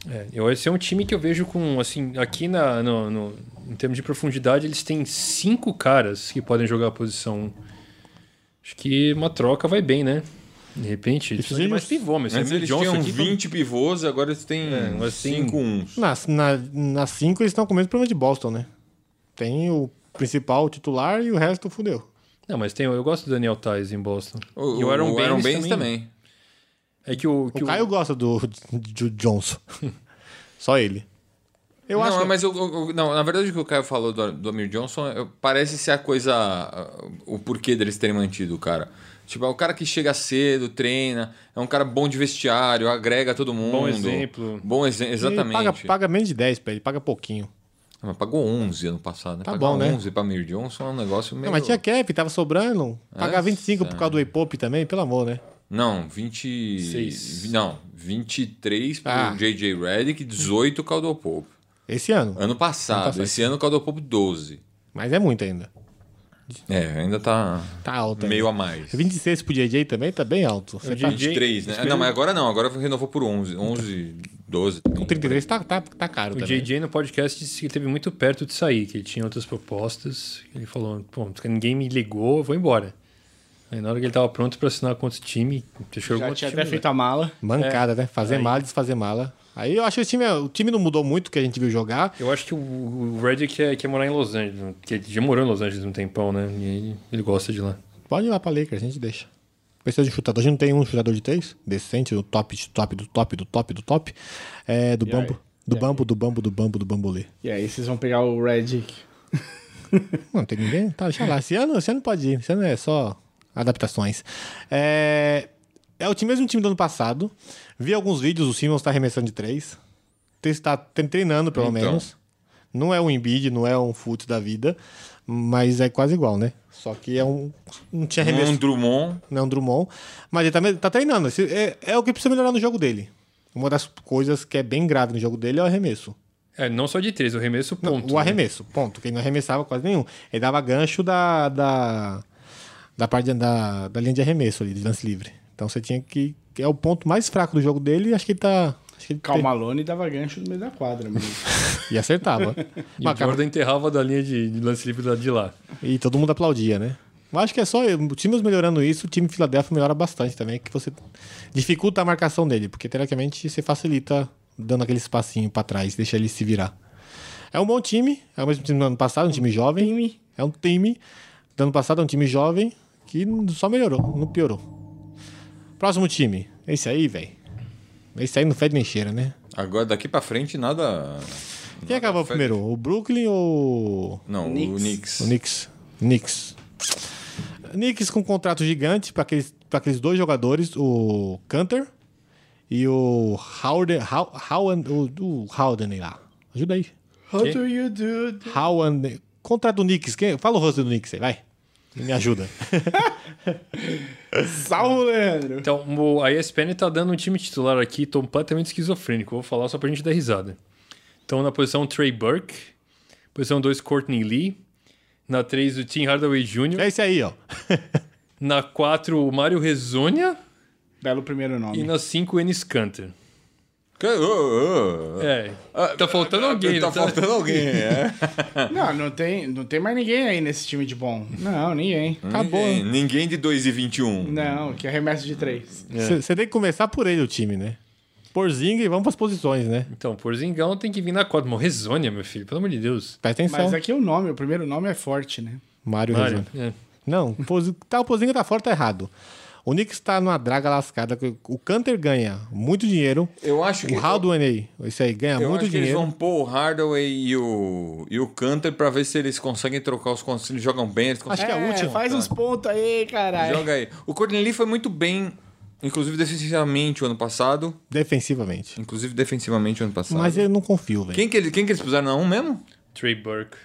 [SPEAKER 2] É, eu, esse é um time que eu vejo com, assim, aqui na, no, no- em termos de profundidade, eles têm cinco caras que podem jogar a posição um. Acho que uma troca vai bem, né? De repente, eles precisam de mais pivô, mas
[SPEAKER 4] Antes
[SPEAKER 2] Samir
[SPEAKER 4] eles
[SPEAKER 2] Johnson
[SPEAKER 4] tinham
[SPEAKER 2] aqui... É,
[SPEAKER 4] 20 pivôs, agora eles têm
[SPEAKER 2] agora tem-
[SPEAKER 4] 5 uns.
[SPEAKER 1] Nas 5 na, nas cinco, eles estão com o mesmo problema de Boston, né? Tem o principal, o titular, e o resto fudeu.
[SPEAKER 2] Não, mas tem, eu gosto do Daniel Tais em Boston.
[SPEAKER 4] O,
[SPEAKER 2] e o Aaron, Baines, também.
[SPEAKER 4] também.
[SPEAKER 2] É que o... Que
[SPEAKER 1] O Caio gosta do, do Johnson. Só ele. Eu
[SPEAKER 4] não,
[SPEAKER 1] acho que
[SPEAKER 4] mas eu, eu- eu- não, na verdade o que o Caio falou do, do Amir Johnson eu- parece ser a coisa. ah, o porquê deles terem mantido o cara. Tipo, é o cara que chega cedo, treina, é um cara bom de vestiário, agrega todo mundo.
[SPEAKER 2] exemplo.
[SPEAKER 4] Bom exemplo,
[SPEAKER 1] ele
[SPEAKER 4] exatamente.
[SPEAKER 1] paga, paga menos de 10 pra ele, paga pouquinho.
[SPEAKER 4] Ah, Mas pagou 11 ano passado, né?
[SPEAKER 1] Tá
[SPEAKER 4] Pagar
[SPEAKER 1] bom, né?
[SPEAKER 4] 11 pra Mir Johnson é um negócio meio...
[SPEAKER 1] Não, mas tinha cap, tava sobrando. Pagar
[SPEAKER 4] Nossa.
[SPEAKER 1] 25 por causa do Epop também, pelo amor, né?
[SPEAKER 4] Não, 20...
[SPEAKER 2] Seis.
[SPEAKER 4] vi- Não, 23 pro
[SPEAKER 1] Ah.
[SPEAKER 4] J.J. Redick, 18 Caldwell Pope.
[SPEAKER 1] Esse ano.
[SPEAKER 4] Ano passado.
[SPEAKER 1] passado.
[SPEAKER 4] Esse ano Caldwell Pope 12.
[SPEAKER 1] Mas é muito ainda.
[SPEAKER 4] É, ainda tá
[SPEAKER 1] Tá alto. ainda.
[SPEAKER 4] meio a mais.
[SPEAKER 1] 26 pro JJ também tá bem alto. Você tá...
[SPEAKER 4] 23, né? Ah, Não, mas agora não. Agora renovou por 11. 11, 12.
[SPEAKER 1] Com 33 tá, tá, tá caro
[SPEAKER 2] O
[SPEAKER 1] também.
[SPEAKER 2] JJ no podcast disse que ele teve muito perto de sair, que ele tinha outras propostas. Ele falou, pô, ninguém me ligou, eu vou embora. Aí na hora que ele tava pronto pra assinar com outro time, deixou
[SPEAKER 3] Já
[SPEAKER 2] outro
[SPEAKER 3] tinha
[SPEAKER 2] time, né? velho.
[SPEAKER 3] até feito a mala.
[SPEAKER 4] é.
[SPEAKER 1] Mancada, né? Fazer mala e desfazer mala. Aí eu acho que o time, o time não mudou muito que a gente viu jogar.
[SPEAKER 2] Eu acho que o- o Reddick quer, quer morar em Los Angeles, que ele já morou em Los Angeles um tempão, né? E aí ele gosta de lá.
[SPEAKER 1] Pode ir lá pra Lakers, a gente deixa. Precisa de um chutador. A gente não tem um chutador de três? Decente, do top, do top, do top, do top, do top. É, do bambo. Do bambo, do bambo, do bambo, do bambolê.
[SPEAKER 3] E aí vocês vão pegar o Redick.
[SPEAKER 1] Não tem ninguém? Tá, deixa lá. Esse ano, esse ano pode ir. Esse ano é só adaptações. É, é o time, mesmo time do ano passado. Vi alguns vídeos, o Simmons tá arremessando de três. Está treinando, pelo
[SPEAKER 4] Então.
[SPEAKER 1] menos. Não é um Embiid, não é um Foot da vida. Mas é quase igual, né? Só que é um... Não tinha arremesso
[SPEAKER 4] Um Drummond.
[SPEAKER 1] né, um Drummond. Mas ele tá, me- tá treinando. Esse- É, é o que precisa melhorar no jogo dele. Uma das coisas que é bem grave no jogo dele é o arremesso.
[SPEAKER 2] É, não só de três, o arremesso, ponto. né?
[SPEAKER 1] o arremesso, ponto. Que ele não arremessava quase nenhum. Ele dava gancho da, da, da parte de- da, da linha de arremesso ali, de lance livre. Então você tinha que. que É o ponto mais fraco do jogo dele e acho que ele tá. Acho que ele
[SPEAKER 3] Cal Malone dava gancho no meio da quadra, mano.
[SPEAKER 1] tem- *laughs* E acertava.
[SPEAKER 2] *laughs* E
[SPEAKER 1] Mas,
[SPEAKER 2] o
[SPEAKER 1] cara,
[SPEAKER 2] Jordan enterrava da linha de, de lance livre lá de lá.
[SPEAKER 1] e todo mundo aplaudia, né? Eu acho que é só o time melhorando isso, o time Filadélfia melhora bastante também, que você dificulta a marcação dele, porque teoricamente você facilita dando aquele espacinho pra trás, deixa ele se virar. É um bom time, é o mesmo time do ano passado, um time jovem. É um time do ano passado, é um time jovem que só melhorou, não piorou. Próximo time, esse aí, velho. Esse aí não fede nem cheira, né?
[SPEAKER 4] Agora, daqui pra frente, nada.
[SPEAKER 1] Quem acabou
[SPEAKER 4] fede.
[SPEAKER 1] primeiro, o Brooklyn ou
[SPEAKER 4] Não, o
[SPEAKER 3] Knicks.
[SPEAKER 4] Knicks.
[SPEAKER 1] o Knicks. Knicks. Knicks com um contrato gigante para aqueles, pra aqueles dois jogadores, o Cantor e o Howden. How, Howan- o, o Howden lá. Ajuda aí.
[SPEAKER 3] How do you do? that?
[SPEAKER 1] Howden. Contrato do Knicks. Quem, fala o rosto do Knicks aí, vai. Me ajuda.
[SPEAKER 3] *laughs* Salve, Leandro!
[SPEAKER 2] Então, o- a ESPN tá dando um time titular aqui completamente esquizofrênico. Vou falar só pra gente dar risada. Então, na posição Trey Burke, posição 2, Courtney Lee, na 3, o Tim Hardaway Jr.,
[SPEAKER 1] É esse aí, ó.
[SPEAKER 2] na 4, o Mário Rezonia
[SPEAKER 3] Belo primeiro nome.
[SPEAKER 2] e na 5, o Enes Kanter.
[SPEAKER 4] Que- ô, ô.
[SPEAKER 2] É,
[SPEAKER 4] Ah,
[SPEAKER 2] tá faltando alguém,
[SPEAKER 4] Tá
[SPEAKER 2] né?
[SPEAKER 4] faltando
[SPEAKER 1] *laughs*
[SPEAKER 4] alguém, é.
[SPEAKER 3] Não, não tem, não tem mais ninguém aí nesse time de bom. Não, ninguém.
[SPEAKER 1] Acabou.
[SPEAKER 4] Ninguém, ninguém de 2 e 21.
[SPEAKER 3] Não, que é arremesso de três.
[SPEAKER 1] Você tem que começar por ele, o time, né? Por Zinga e vamos pras posições, né?
[SPEAKER 2] Então, Porzingão tem que vir na 4. Mas o Rezonia, meu filho, pelo amor de Deus.
[SPEAKER 1] Presta atenção.
[SPEAKER 3] Mas aqui o nome, o primeiro nome é forte, né?
[SPEAKER 1] Mário
[SPEAKER 2] Mário,
[SPEAKER 1] Rezende.
[SPEAKER 2] é.
[SPEAKER 1] Não, posi- tá, o Pozinho tá fora, tá errado. O Knicks tá numa draga lascada. O Canter ganha muito dinheiro.
[SPEAKER 4] Eu acho que.
[SPEAKER 1] O Hal do NA, esse aí, ganha
[SPEAKER 4] Eu
[SPEAKER 1] muito
[SPEAKER 4] acho que eles
[SPEAKER 1] dinheiro.
[SPEAKER 4] vão pôr o Hardaway e o, e o Cantor pra ver se eles conseguem trocar os conselhos. Eles jogam bem, eles
[SPEAKER 1] Acho
[SPEAKER 4] conseguem.
[SPEAKER 1] que é a última.
[SPEAKER 3] faz uns pontos aí, caralho.
[SPEAKER 4] Joga aí. O Courtney Lee foi muito bem, inclusive defensivamente o ano passado.
[SPEAKER 1] Defensivamente.
[SPEAKER 4] Inclusive defensivamente o ano passado.
[SPEAKER 1] Mas eu não confio, velho.
[SPEAKER 4] Quem que, eles, quem que eles puseram na 1 mesmo?
[SPEAKER 2] Trey Burke.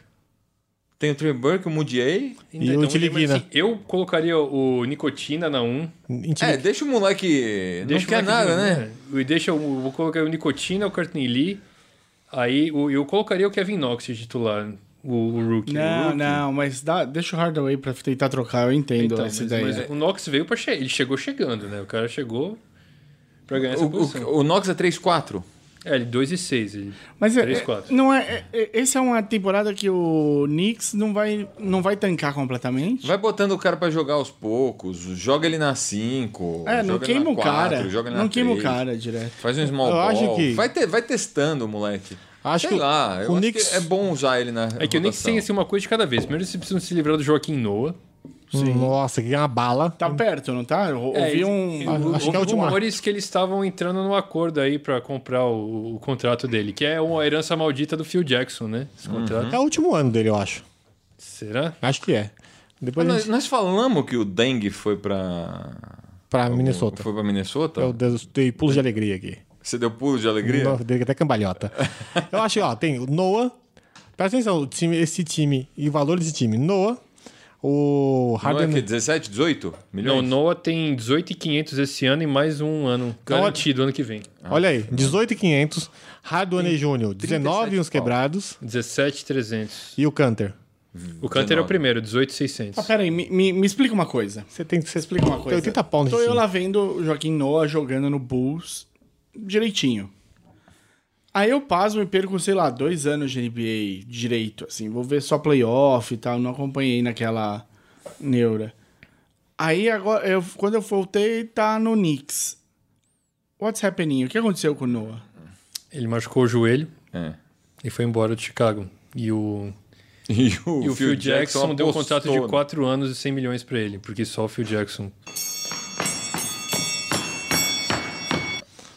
[SPEAKER 4] Tem o Trey Burke, o Moody
[SPEAKER 1] E o Tiliguina.
[SPEAKER 2] mas assim, eu colocaria o Nicotina na 1.
[SPEAKER 1] Em time-
[SPEAKER 4] É, deixa o moleque.
[SPEAKER 2] Deixa
[SPEAKER 4] não quer
[SPEAKER 2] o moleque
[SPEAKER 4] nada,
[SPEAKER 2] de-
[SPEAKER 4] né?
[SPEAKER 2] é. E deixa o- vou colocar o Nicotina, o Courtney Lee. Aí o- eu colocaria o Kevin Knox de titular, o, o rookie. o
[SPEAKER 3] Não,
[SPEAKER 2] rookie.
[SPEAKER 3] não, mas dá, deixa o Hardaway pra tentar trocar, eu entendo
[SPEAKER 2] Então,
[SPEAKER 3] essa
[SPEAKER 2] mas,
[SPEAKER 3] ideia.
[SPEAKER 2] mas
[SPEAKER 4] é-
[SPEAKER 2] o Knox veio pra chegar. Ele chegou chegando, né? O cara chegou pra ganhar essa é posição.
[SPEAKER 4] O, o, o Knox é 3-4.
[SPEAKER 2] É, ele 2 e 6. Ele...
[SPEAKER 3] Mas é-
[SPEAKER 2] Três,
[SPEAKER 3] é-
[SPEAKER 2] quatro.
[SPEAKER 3] não é, é- é- essa é uma temporada que o Knicks não vai, não vai tancar completamente.
[SPEAKER 4] Vai botando o cara pra jogar aos poucos. Joga ele na 5.
[SPEAKER 3] é, não
[SPEAKER 4] joga
[SPEAKER 3] queima
[SPEAKER 4] ele
[SPEAKER 3] o
[SPEAKER 4] na 4,
[SPEAKER 3] cara.
[SPEAKER 4] Joga ele na
[SPEAKER 3] Não queima o
[SPEAKER 4] três.
[SPEAKER 3] cara direto.
[SPEAKER 4] Faz um small
[SPEAKER 1] Eu
[SPEAKER 4] ball.
[SPEAKER 1] acho que-
[SPEAKER 4] Vai, te- vai testando, moleque.
[SPEAKER 1] Acho
[SPEAKER 4] Sei
[SPEAKER 1] que o-
[SPEAKER 4] lá. eu
[SPEAKER 1] o
[SPEAKER 4] acho
[SPEAKER 1] Knicks-
[SPEAKER 4] que é bom usar ele na
[SPEAKER 2] É que o Knicks tem assim, uma coisa de cada vez. Primeiro eles precisam se livrar do Joaquim Noah.
[SPEAKER 1] Nossa, que ganha uma bala.
[SPEAKER 3] Tá perto, não tá? Eu ouvi
[SPEAKER 2] eles-
[SPEAKER 3] um.
[SPEAKER 1] Ah, acho que é a
[SPEAKER 2] Houve
[SPEAKER 1] última.
[SPEAKER 2] rumores que eles estavam entrando num acordo aí pra comprar o, o contrato dele, que é uma herança maldita do Phil Jackson, né? Esse contrato.
[SPEAKER 1] É o último ano dele, eu acho.
[SPEAKER 2] Será?
[SPEAKER 1] Acho que é. Depois a
[SPEAKER 4] Nós,
[SPEAKER 1] gente...
[SPEAKER 4] nós falamos que o Dengue foi pra.
[SPEAKER 1] pra Minnesota. É
[SPEAKER 4] Foi pra Minnesota?
[SPEAKER 1] Meu Deus, dei pulo de alegria aqui.
[SPEAKER 4] Você deu pulo de alegria?
[SPEAKER 1] Nossa, dei até cambalhota.
[SPEAKER 4] *laughs*
[SPEAKER 1] eu acho, ó, tem o Noah. Presta atenção, o time, esse time e o valor desse time. Noah, o
[SPEAKER 4] Não é
[SPEAKER 1] Harden.
[SPEAKER 4] que 17, 18 milhões?
[SPEAKER 2] Não, o Noah tem 18,500 esse ano e mais um ano
[SPEAKER 1] Então,
[SPEAKER 2] garantido ano que vem.
[SPEAKER 1] Olha aí, 18,500. Hardware Júnior, 19 e uns
[SPEAKER 4] pau.
[SPEAKER 1] quebrados.
[SPEAKER 2] 17,300.
[SPEAKER 1] E o Canter.
[SPEAKER 2] O Canter é o
[SPEAKER 4] 19.
[SPEAKER 2] primeiro,
[SPEAKER 3] Ah,
[SPEAKER 2] 18,600.
[SPEAKER 3] peraí, me, me, me explica uma coisa.
[SPEAKER 1] Você tem que você
[SPEAKER 3] Explica É uma
[SPEAKER 1] Tem
[SPEAKER 3] coisa.
[SPEAKER 1] 80 pau nesse
[SPEAKER 3] Tô eu
[SPEAKER 1] time.
[SPEAKER 3] lá vendo o Joaquim Noah jogando no Bulls direitinho. Aí eu pasmo e perco, sei lá, dois anos de NBA direito, assim. Vou ver só playoff e tal, não acompanhei naquela neura. Aí agora, eu- quando eu voltei, tá no Knicks. What's happening? O que aconteceu com o Noah?
[SPEAKER 2] Ele machucou o joelho
[SPEAKER 4] É.
[SPEAKER 2] e foi embora de Chicago. E o,
[SPEAKER 4] E
[SPEAKER 2] e o Phil Jackson, deu um contrato de
[SPEAKER 4] apostou. né?
[SPEAKER 2] 4 anos e 100 milhões pra ele, porque só o Phil Jackson.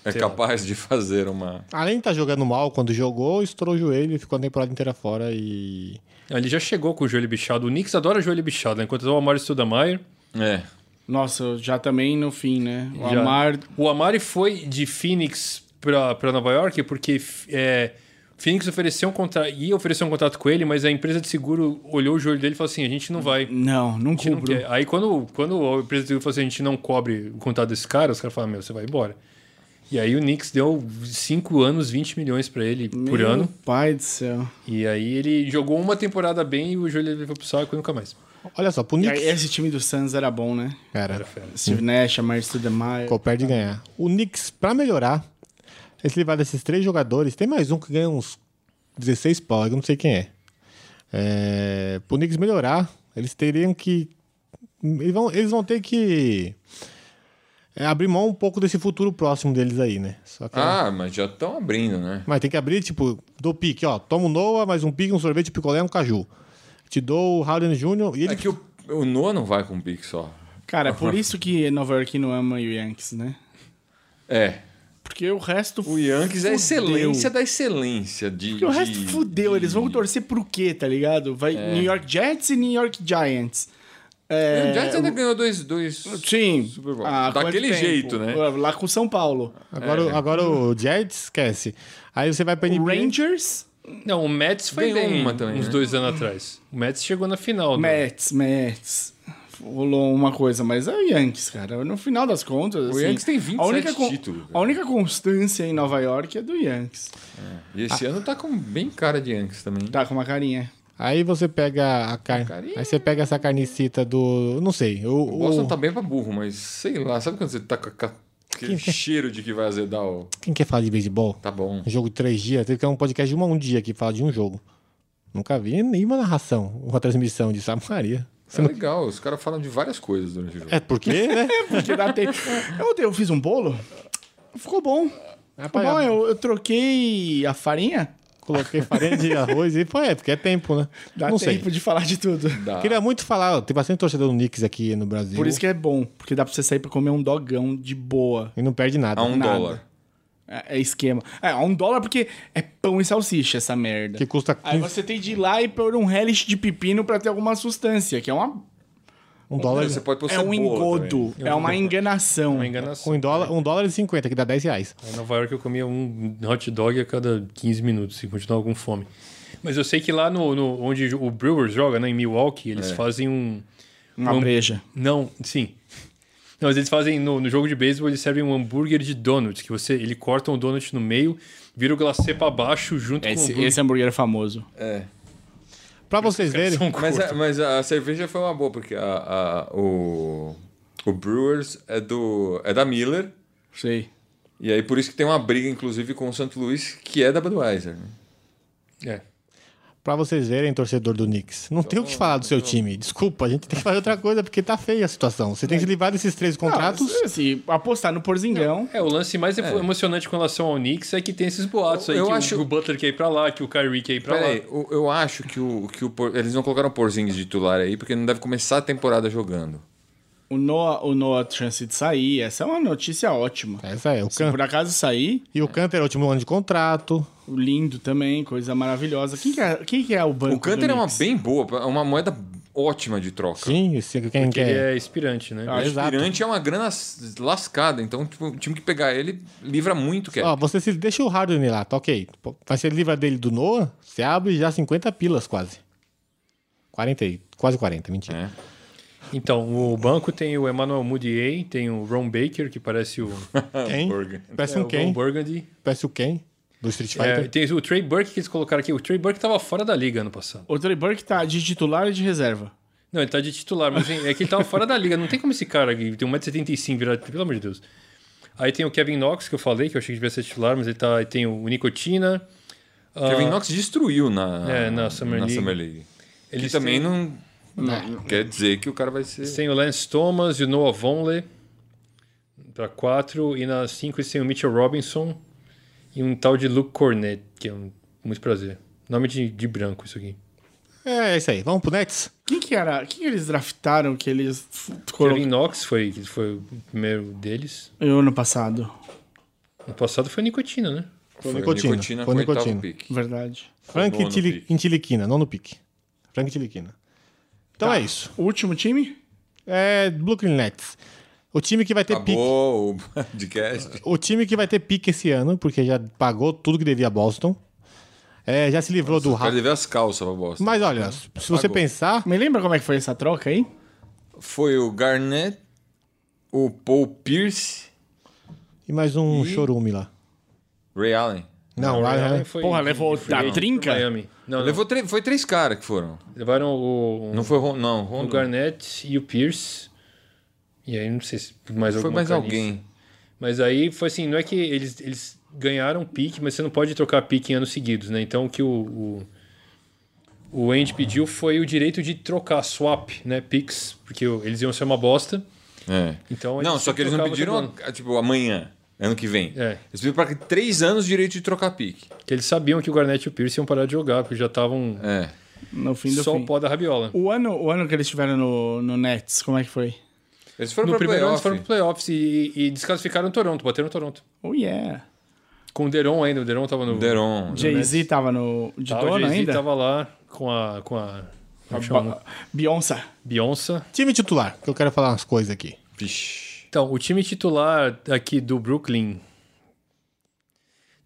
[SPEAKER 4] É
[SPEAKER 2] Sei
[SPEAKER 4] capaz de fazer uma.
[SPEAKER 1] Além de estar jogando mal, quando jogou, estourou o joelho e ficou a temporada inteira fora e.
[SPEAKER 2] Ele já chegou com o joelho bichado. O Knicks adora joelho bichado, né? Enquanto o Amari Stoudamire.
[SPEAKER 4] É.
[SPEAKER 3] Nossa, já também no fim, né? O
[SPEAKER 2] já-
[SPEAKER 3] Amar
[SPEAKER 2] O Amari foi de Phoenix pra, pra Nova York porque é, Phoenix ofereceu um contrato, ia oferecer um contrato com ele, mas a empresa de seguro olhou o joelho dele e falou assim: a gente não vai.
[SPEAKER 3] Não, não
[SPEAKER 2] A gente não é
[SPEAKER 3] cubro.
[SPEAKER 2] quer. Aí quando, quando a empresa de seguro falou assim: a gente não cobre o contrato desse cara, os caras falaram: meu, você vai embora. E aí o Knicks deu 5 anos, 20 milhões pra ele por
[SPEAKER 3] Meu
[SPEAKER 2] ano.
[SPEAKER 3] Pai do céu.
[SPEAKER 2] E aí ele jogou uma temporada bem e o joelho dele foi pro saco e nunca mais.
[SPEAKER 1] Olha só, pro Knicks.
[SPEAKER 3] Esse time do Suns é- era bom, né?
[SPEAKER 1] Cara,
[SPEAKER 3] Steve Nash, Amar Stoudemire.
[SPEAKER 1] ficou perto de ganhar. O Knicks, pra melhorar, é eles levaram esses três jogadores. Tem mais um que ganha uns 16 pau, eu não sei quem é. é pro Knicks melhorar, eles teriam que. Eles vão, eles vão ter que. é, abrir mão um pouco desse futuro próximo deles aí, né? Só que-
[SPEAKER 4] Ah, mas já estão abrindo, né?
[SPEAKER 1] Mas tem que abrir, tipo, dou pique, ó. Toma um Noah, mais um pique, um sorvete, um picolé, um caju. Te dou o Harden Jr. e ele
[SPEAKER 4] É que o, o Noah não vai com o pique só.
[SPEAKER 3] Cara, é por isso que Nova York não ama o Yankees, né?
[SPEAKER 4] É.
[SPEAKER 3] Porque o resto.
[SPEAKER 4] O Yankees é a excelência da excelência. De,
[SPEAKER 3] Porque o
[SPEAKER 4] de-
[SPEAKER 3] resto fudeu. Eles vão
[SPEAKER 4] de- É.
[SPEAKER 3] torcer pro quê, tá ligado? Vai New York Jets e New York Giants. É,
[SPEAKER 4] O Giants ainda ganhou dois. dois...
[SPEAKER 3] Sim.
[SPEAKER 4] Super Bowl.
[SPEAKER 3] há quanto
[SPEAKER 4] Daquele jeito, né?
[SPEAKER 3] Lá com o São Paulo.
[SPEAKER 1] Agora,
[SPEAKER 4] é.
[SPEAKER 1] agora o Jets, esquece. Aí você vai pra
[SPEAKER 3] O
[SPEAKER 1] NBA.
[SPEAKER 3] Rangers,
[SPEAKER 2] Não, o Mets foi
[SPEAKER 4] Ganhou
[SPEAKER 2] bem
[SPEAKER 4] uma também,
[SPEAKER 2] uns
[SPEAKER 4] né?
[SPEAKER 2] dois anos atrás. O Mets chegou na final. né? do-
[SPEAKER 3] Mets, Mets. Rolou uma coisa, mas é o Yankees, cara. No final das contas.
[SPEAKER 4] O
[SPEAKER 3] assim,
[SPEAKER 4] Yankees tem 27
[SPEAKER 3] a única con-
[SPEAKER 4] títulos, né? cara.
[SPEAKER 3] A única constância em Nova York é do Yankees.
[SPEAKER 4] E esse ano tá com bem cara de Yankees também.
[SPEAKER 3] Tá com uma carinha.
[SPEAKER 1] Aí você pega a carne.
[SPEAKER 4] Carinha.
[SPEAKER 1] Aí você pega essa carnicita do. Não sei. O,
[SPEAKER 4] O Boston
[SPEAKER 1] o-
[SPEAKER 4] tá bem pra burro, mas sei lá. Sabe quando você tá com aquela- aquele cheiro de que vai azedar o.
[SPEAKER 1] Quem quer falar de beisebol?
[SPEAKER 4] Tá bom.
[SPEAKER 1] Um jogo de três dias. Teve que ter um podcast de uma, um dia que fala de um jogo. Nunca vi nenhuma narração, uma transmissão de Samaria.
[SPEAKER 4] É legal, os caras falam de várias coisas durante o jogo.
[SPEAKER 1] É porque, né?
[SPEAKER 3] Porque dá tempo. Eu, ontem eu fiz um bolo. Ficou bom. Ficou
[SPEAKER 1] Rapaz,
[SPEAKER 3] bom. Eu, eu troquei a farinha.
[SPEAKER 1] *laughs* Coloquei farinha de arroz e foi, é, porque é tempo, né?
[SPEAKER 3] Dá
[SPEAKER 1] não
[SPEAKER 3] tempo
[SPEAKER 1] sei.
[SPEAKER 3] de falar de tudo.
[SPEAKER 4] Dá.
[SPEAKER 1] Queria muito falar, ó, tem bastante torcedor do Knicks aqui no Brasil.
[SPEAKER 3] Por isso que é bom. Porque dá pra você sair pra comer um dogão de boa.
[SPEAKER 1] E não perde nada.
[SPEAKER 4] A um
[SPEAKER 3] nada.
[SPEAKER 4] dólar.
[SPEAKER 3] É, é esquema. É, um dólar porque é pão e salsicha essa merda.
[SPEAKER 1] Que custa
[SPEAKER 3] Aí
[SPEAKER 1] 15,
[SPEAKER 3] você tem de ir lá e pôr um relish de pepino pra ter alguma sustância, que é uma
[SPEAKER 1] um dólar.
[SPEAKER 4] Você pode pôr
[SPEAKER 3] é um
[SPEAKER 4] cebola
[SPEAKER 3] engodo, é uma enganação.
[SPEAKER 2] Uma enganação.
[SPEAKER 1] Um dólar, um dólar e cinquenta, que dá 10 reais.
[SPEAKER 2] Em Nova York eu comia um hot dog a cada 15 minutos e continuava com fome. Mas eu sei que lá no, no- onde o Brewers joga, né, em Milwaukee, eles fazem um.
[SPEAKER 3] Uma
[SPEAKER 2] um-
[SPEAKER 3] breja.
[SPEAKER 2] Não, sim. Não, mas eles fazem no, no jogo de beisebol, eles servem um hambúrguer de donut, que você ele corta um donut no meio, vira o glacê pra baixo junto
[SPEAKER 3] Esse,
[SPEAKER 2] com o hambúrguer.
[SPEAKER 3] esse hambúrguer é famoso.
[SPEAKER 4] É.
[SPEAKER 1] Pra vocês verem,
[SPEAKER 2] São
[SPEAKER 4] Mas, é-
[SPEAKER 2] curto.
[SPEAKER 4] a, mas a cerveja foi uma boa, porque a, a- o, o Brewers é, do, é da Miller.
[SPEAKER 3] Sei.
[SPEAKER 4] E aí por isso que tem uma briga, inclusive, com o Santo Luís, que é da Budweiser. né?
[SPEAKER 2] É.
[SPEAKER 1] para vocês verem, torcedor do Knicks, não tem o que falar do seu time. Desculpa, a gente tem que fazer outra coisa porque tá feia a situação. Você tem que se livrar desses três contratos.
[SPEAKER 3] Ah, se apostar no Porzingão.
[SPEAKER 2] É, o lance mais emocionante com relação ao Knicks é que tem esses boatos aí,
[SPEAKER 4] Eu
[SPEAKER 2] que
[SPEAKER 4] acho-
[SPEAKER 2] o, o Butler quer ir pra lá, que o Kyrie quer ir pra
[SPEAKER 4] Peraí,
[SPEAKER 2] lá.
[SPEAKER 4] eu, eu acho que, o, que o Por- eles não colocaram o Porzingis titular aí, porque não deve começar a temporada jogando.
[SPEAKER 3] O Noah, o Noah chance de sair. Essa é uma notícia ótima.
[SPEAKER 1] Essa é, o
[SPEAKER 3] Se
[SPEAKER 1] Can...
[SPEAKER 3] por acaso sair,
[SPEAKER 1] E o Canter é o último ano de contrato.
[SPEAKER 3] lindo também, coisa maravilhosa. Quem que é, quem que é o banco?
[SPEAKER 4] O Canter
[SPEAKER 3] do
[SPEAKER 4] é uma
[SPEAKER 3] Knicks?
[SPEAKER 4] bem boa, é uma moeda ótima de troca.
[SPEAKER 1] Sim, esse- quem
[SPEAKER 2] Que ele
[SPEAKER 1] quer.
[SPEAKER 2] é expirante, né?
[SPEAKER 4] O
[SPEAKER 1] Exato.
[SPEAKER 4] aspirante é uma grana s- lascada, então tipo, o time que pegar ele livra muito, que é
[SPEAKER 1] Ó, você se deixa o Harden lá, tá ok. Pô, Mas você livra dele do Noah, você abre já 50 pilas quase. 40, e- quase 40, mentira.
[SPEAKER 4] É.
[SPEAKER 2] Então, o banco tem o Emmanuel Mudiay, tem o Ron Baker, que parece o,
[SPEAKER 1] Quem?
[SPEAKER 4] Burger.
[SPEAKER 1] Parece
[SPEAKER 2] é,
[SPEAKER 1] um
[SPEAKER 2] o Ron
[SPEAKER 1] quem?
[SPEAKER 2] Burgundy.
[SPEAKER 1] Parece o quem? Do Street
[SPEAKER 2] É,
[SPEAKER 1] Fighter.
[SPEAKER 2] tem o Trey Burke que eles colocaram aqui. O Trey Burke tava fora da liga ano passado.
[SPEAKER 3] O Trey Burke tá de titular e de reserva.
[SPEAKER 2] Não, ele tá de titular, mas é que ele tava fora da liga. Não tem como esse cara que tem 1,75m virar. Pelo amor de Deus. Aí tem o Kevin Knox, que eu falei, que eu achei que devia ser titular, mas ele tá. Aí tem o Nicotina.
[SPEAKER 4] Kevin Knox destruiu na,
[SPEAKER 2] Ah. É, na Summer League.
[SPEAKER 4] Summer League. Ele
[SPEAKER 2] Eles
[SPEAKER 4] também
[SPEAKER 2] têm-
[SPEAKER 4] não Quer dizer que o cara vai ser.
[SPEAKER 2] Sem o Lance Thomas e o Noah Vonleh para 4 e na 5 sem o Mitchell Robinson e um tal de Luke Cornett, que é um muito prazer. Nome de, de branco isso aqui.
[SPEAKER 1] É isso aí. Vamos pro Nets?
[SPEAKER 2] É,
[SPEAKER 3] Quem que era? Quem que eles draftaram que eles f-
[SPEAKER 2] Kevin
[SPEAKER 3] colocaram
[SPEAKER 2] Knox foi, que foi o primeiro deles.
[SPEAKER 3] no ano passado?
[SPEAKER 2] No passado foi nicotina, né?
[SPEAKER 1] Foi
[SPEAKER 4] Nicotina com o oitavo pick.
[SPEAKER 3] Verdade.
[SPEAKER 1] Frank
[SPEAKER 4] nono
[SPEAKER 1] Tili-
[SPEAKER 4] pick.
[SPEAKER 1] Intiliquina, nono pique. Frank Intiliquina. Então
[SPEAKER 2] Tá.
[SPEAKER 1] é isso.
[SPEAKER 3] O último time?
[SPEAKER 1] É Brooklyn Nets. O time que vai ter pique.
[SPEAKER 4] Acabou o *laughs* podcast.
[SPEAKER 1] O time que vai ter pique esse ano, porque já pagou tudo que devia a Boston. É, já se livrou do
[SPEAKER 4] O cara
[SPEAKER 1] Ra-
[SPEAKER 4] devia as calças pra bosta.
[SPEAKER 1] Mas olha, se você pensar,
[SPEAKER 3] Me lembra como é que foi essa troca aí?
[SPEAKER 4] Foi o Garnett, o Paul Pierce,
[SPEAKER 1] e mais um chorume lá.
[SPEAKER 4] Ray Allen.
[SPEAKER 1] Não,
[SPEAKER 4] Ah, é
[SPEAKER 1] lá
[SPEAKER 2] Allen
[SPEAKER 1] né?
[SPEAKER 2] foi-
[SPEAKER 3] Porra, levou
[SPEAKER 2] foi
[SPEAKER 3] a
[SPEAKER 2] pro
[SPEAKER 3] trinca?
[SPEAKER 2] Miami. Não, não.
[SPEAKER 4] Levou três, foi três caras que foram.
[SPEAKER 2] levaram o,
[SPEAKER 4] Não foi Ron- não,
[SPEAKER 2] o
[SPEAKER 4] Rondo.
[SPEAKER 2] Garnett e o Pierce. E aí não sei se mais
[SPEAKER 4] Foi
[SPEAKER 2] alguma
[SPEAKER 4] mais
[SPEAKER 2] caniça.
[SPEAKER 4] alguém.
[SPEAKER 2] Mas aí foi assim, não é que eles, eles ganharam pique, mas você não pode trocar pique em anos seguidos, né? Então o que o, o, o Andy pediu foi o direito de trocar swap, né? Picks, porque o- eles iam ser uma bosta.
[SPEAKER 4] É.
[SPEAKER 2] Então
[SPEAKER 4] Não, só que eles não
[SPEAKER 2] trocavam todo ano.
[SPEAKER 4] pediram, ah, tipo, amanhã, ano que vem.
[SPEAKER 2] É.
[SPEAKER 4] Eles pediram pra três anos direito de trocar pique.
[SPEAKER 2] Que eles sabiam que o Garnett e o Pierce iam parar de jogar, porque já estavam
[SPEAKER 4] É.
[SPEAKER 3] No fim do
[SPEAKER 2] só
[SPEAKER 3] fim.
[SPEAKER 2] o pó da rabiola.
[SPEAKER 3] O ano, o ano que eles tiveram no, no Nets, como é que foi?
[SPEAKER 4] Eles foram
[SPEAKER 2] No
[SPEAKER 4] pra
[SPEAKER 2] primeiro ano eles
[SPEAKER 4] playoff.
[SPEAKER 2] foram pro playoffs e, e desclassificaram o Toronto, bateram o Toronto.
[SPEAKER 3] Oh yeah.
[SPEAKER 2] Com o Deron ainda, o Deron tava no...
[SPEAKER 4] Deron.
[SPEAKER 3] Jay-Z tava no. De
[SPEAKER 2] Tá, o
[SPEAKER 3] dono
[SPEAKER 2] Jay-Z
[SPEAKER 3] ainda?
[SPEAKER 2] tava lá com a... Com a como é chama?
[SPEAKER 3] Ba- Beyoncé.
[SPEAKER 2] Beyoncé.
[SPEAKER 1] Time titular, que eu quero falar umas coisas aqui.
[SPEAKER 4] Vixe.
[SPEAKER 2] Então, o time titular aqui do Brooklyn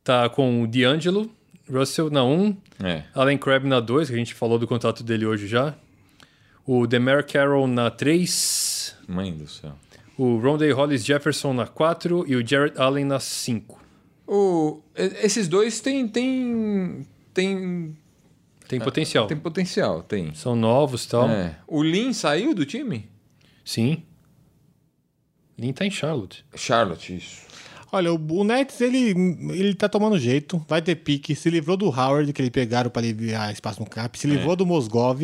[SPEAKER 2] tá com o D'Angelo, Russell na 1,
[SPEAKER 4] É.
[SPEAKER 2] Allen Crabbe na 2, que a gente falou do contato dele hoje já. O Demer Carroll na 3,
[SPEAKER 4] Mãe do céu.
[SPEAKER 2] o Rondé Hollis Jefferson na 4 e o Jared Allen na 5.
[SPEAKER 4] O, e- esses dois têm tem, tem,
[SPEAKER 2] Tem potencial.
[SPEAKER 4] tem potencial, tem.
[SPEAKER 2] São novos e tal.
[SPEAKER 4] É. O Lin saiu do time?
[SPEAKER 2] Sim. Nem tá em Charlotte.
[SPEAKER 4] Charlotte, isso.
[SPEAKER 1] Olha, o, o Nets, ele, ele tá tomando jeito, vai ter pique, se livrou do Howard, que eles pegaram pra aliviar espaço no cap,
[SPEAKER 4] É.
[SPEAKER 1] se livrou do Mosgov.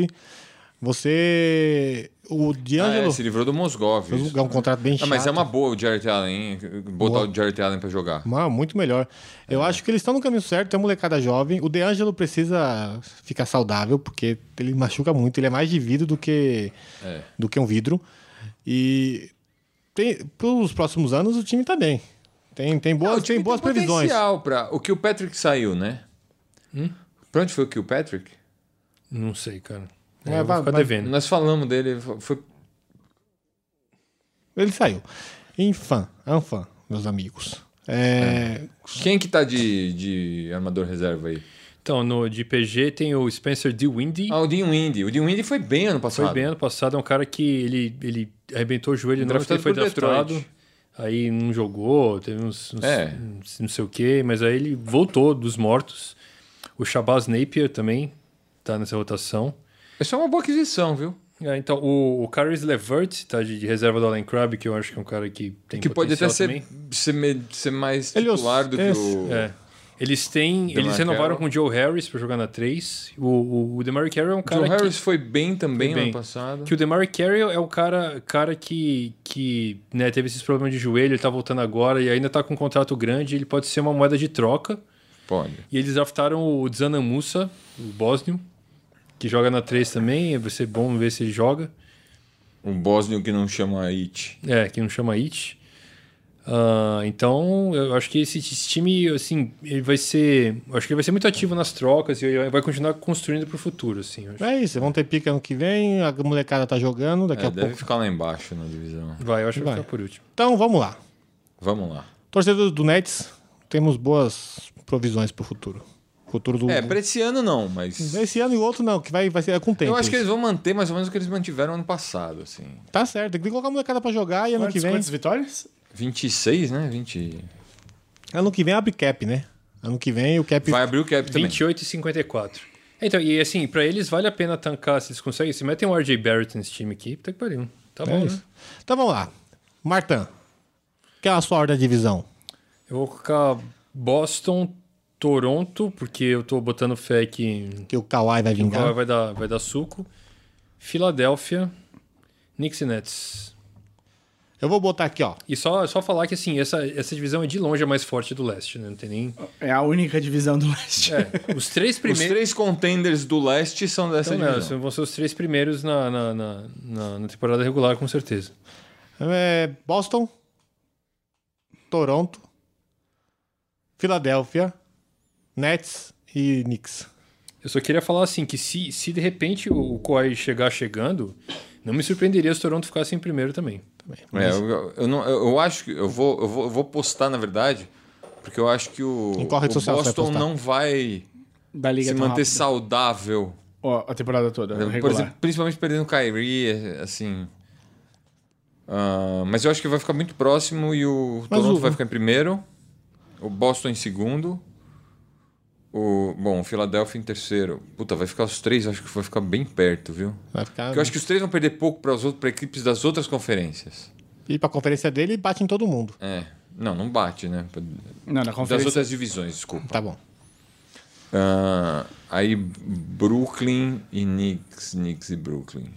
[SPEAKER 1] Você... O
[SPEAKER 4] Ah, é,
[SPEAKER 1] D'Angelo
[SPEAKER 4] se livrou do Mosgov.
[SPEAKER 1] fez
[SPEAKER 4] isso.
[SPEAKER 1] um, é um contrato bem
[SPEAKER 4] Ah,
[SPEAKER 1] chato.
[SPEAKER 4] mas é uma boa o Jared Allen, hein? Botar
[SPEAKER 1] Boa.
[SPEAKER 4] o Jared Allen pra jogar.
[SPEAKER 1] Mas muito melhor. Eu
[SPEAKER 4] É.
[SPEAKER 1] acho que eles estão no caminho certo, é uma molecada jovem. O DeAngelo precisa ficar saudável, porque ele machuca muito, ele é mais de vidro do que,
[SPEAKER 4] É.
[SPEAKER 1] do que um vidro. E tem, pros próximos anos o time tá bem. Tem, tem boas,
[SPEAKER 4] Não, o time
[SPEAKER 1] tem boas previsões. Hum?
[SPEAKER 4] potencial pra... O que o Patrick saiu, né? Pra onde foi o que o Patrick?
[SPEAKER 2] Não sei, cara.
[SPEAKER 1] É,
[SPEAKER 2] Eu vou
[SPEAKER 1] vai-
[SPEAKER 2] ficar
[SPEAKER 1] vai-
[SPEAKER 2] devendo.
[SPEAKER 4] Nós falamos dele, foi...
[SPEAKER 1] Ele saiu. Infan, Anfan, meus amigos. É,
[SPEAKER 4] Quem que tá de, de armador reserva aí?
[SPEAKER 2] Então, no de PG tem o Spencer DeWindy.
[SPEAKER 4] Ah, o Dean Windy. O Dean Windy foi bem ano passado.
[SPEAKER 2] Foi bem ano passado, é um cara que ele, ele arrebentou o joelho, não ele
[SPEAKER 4] Draftado
[SPEAKER 2] foi
[SPEAKER 4] por
[SPEAKER 2] draftado,
[SPEAKER 4] Detroit.
[SPEAKER 2] aí não jogou, teve uns, uns-
[SPEAKER 4] É.
[SPEAKER 2] uns não sei o quê, mas aí ele voltou dos mortos. O Shabazz Napier também tá nessa rotação.
[SPEAKER 4] Isso é uma boa aquisição, viu?
[SPEAKER 2] É, então, o, o Caris Levert tá de, de reserva do Allen Crabbe, que eu acho que é um cara que tem
[SPEAKER 4] que pode até
[SPEAKER 2] potencial
[SPEAKER 4] ser,
[SPEAKER 2] também.
[SPEAKER 4] ser, me- ser mais
[SPEAKER 1] Ele é o-
[SPEAKER 4] titular do que
[SPEAKER 1] esse-
[SPEAKER 4] o...
[SPEAKER 2] É. Eles têm.
[SPEAKER 4] Demar
[SPEAKER 2] eles renovaram
[SPEAKER 4] Carroll.
[SPEAKER 2] com o Joe Harris pra jogar na 3. O, o, o Demary Carroll é um cara
[SPEAKER 4] Joe
[SPEAKER 2] que-
[SPEAKER 4] Harris foi bem também
[SPEAKER 2] bem.
[SPEAKER 4] ano passado.
[SPEAKER 2] Que o Demary Carroll é o cara, cara que, que né, teve esses problemas de joelho, ele tá voltando agora e ainda tá com um contrato grande, ele pode ser uma moeda de troca.
[SPEAKER 4] Pode.
[SPEAKER 2] E eles draftaram o Dzana Musa, o bósnio, que joga na 3 também, vai ser bom ver se ele joga.
[SPEAKER 4] O Bosnio Um que não chama It.
[SPEAKER 2] É, que não chama It. Ah, então, eu acho que esse, esse time, assim, ele vai ser. eu Acho que ele vai ser muito ativo nas trocas e ele vai continuar construindo pro futuro, assim. eu acho.
[SPEAKER 1] é isso, vão ter pica ano que vem, a molecada tá jogando, daqui
[SPEAKER 4] É,
[SPEAKER 1] a
[SPEAKER 4] deve
[SPEAKER 1] pouco.
[SPEAKER 4] ficar lá embaixo na divisão.
[SPEAKER 2] Vai, eu acho que vai
[SPEAKER 1] Vai.
[SPEAKER 2] ficar por último.
[SPEAKER 1] Então vamos lá.
[SPEAKER 4] Vamos lá.
[SPEAKER 1] Torcedores do Nets, temos boas provisões pro futuro. Futuro do.
[SPEAKER 4] É, pra esse ano não, mas...
[SPEAKER 1] Esse ano e o outro não, que vai, vai ser é com o tempo.
[SPEAKER 4] Eu acho que
[SPEAKER 1] isso.
[SPEAKER 4] eles vão manter mais ou menos o que eles mantiveram ano passado, assim.
[SPEAKER 1] Tá certo, tem que colocar a molecada pra jogar e ano que
[SPEAKER 3] Quantas,
[SPEAKER 1] vem.
[SPEAKER 3] quantas vitórias?
[SPEAKER 4] 26, né? 20...
[SPEAKER 1] Ano que vem abre cap, né? Ano que vem o cap.
[SPEAKER 4] Vai abrir o cap também.
[SPEAKER 2] 28 e 54. Então, e assim, pra eles vale a pena tancar se eles conseguem. Se metem um RJ Barrett nesse time aqui, puta que pariu. Tá
[SPEAKER 1] É
[SPEAKER 2] bom, né?
[SPEAKER 1] isso. Então vamos lá. Martin, que é a sua ordem da divisão?
[SPEAKER 2] Eu vou colocar Boston, Toronto, porque eu tô botando fé que
[SPEAKER 1] Que o Kawhi vai
[SPEAKER 2] o Kawhi
[SPEAKER 1] vingar.
[SPEAKER 2] vai dar, vai dar suco. Filadélfia, Knicks e Nets.
[SPEAKER 1] Eu vou botar aqui, ó.
[SPEAKER 2] E só, só falar que assim, essa, essa divisão é de longe a mais forte do leste, né? Não tem nem.
[SPEAKER 3] É a única divisão do leste.
[SPEAKER 2] É, *laughs* os três
[SPEAKER 4] Os
[SPEAKER 2] primeiros.
[SPEAKER 4] três contenders do leste são dessa
[SPEAKER 2] Então, né,
[SPEAKER 4] divisão.
[SPEAKER 2] vão ser os três primeiros na, na, na, na- na temporada regular, com certeza.
[SPEAKER 1] É, Boston, Toronto, Filadélfia, Nets e Knicks.
[SPEAKER 2] Eu só queria falar assim: que se, se de repente o Kawhi chegar chegando, não me surpreenderia se o Toronto ficasse em primeiro também.
[SPEAKER 4] É, eu, eu não, eu, eu acho que eu vou, eu vou, eu vou postar na verdade, porque eu acho que o,
[SPEAKER 1] Em qual rede
[SPEAKER 4] o
[SPEAKER 1] social você vai
[SPEAKER 4] Boston
[SPEAKER 1] postar?
[SPEAKER 4] não vai
[SPEAKER 3] *laughs* Da Liga
[SPEAKER 4] se
[SPEAKER 3] tão
[SPEAKER 4] manter
[SPEAKER 3] rápida.
[SPEAKER 4] saudável,
[SPEAKER 3] Ó, a temporada toda.
[SPEAKER 4] por
[SPEAKER 3] regular.
[SPEAKER 4] exemplo, principalmente perdendo o Kyrie, assim. Ah, mas eu acho que vai ficar muito próximo e o
[SPEAKER 1] Mas
[SPEAKER 4] Toronto
[SPEAKER 1] o-
[SPEAKER 4] vai ficar em primeiro, o Boston em segundo. O, bom, o Philadelphia em terceiro. Puta, vai ficar os três, acho que vai ficar bem perto, viu?
[SPEAKER 1] Vai ficar.
[SPEAKER 4] Porque eu acho que os três vão perder pouco para as equipes das outras conferências.
[SPEAKER 1] E pra conferência dele, bate em todo mundo.
[SPEAKER 4] É. Não, não bate, né?
[SPEAKER 3] Não, na
[SPEAKER 4] Das
[SPEAKER 3] conferência.
[SPEAKER 4] outras divisões, desculpa.
[SPEAKER 1] Tá bom.
[SPEAKER 4] Ah, aí Brooklyn e Knicks, Knicks e Brooklyn.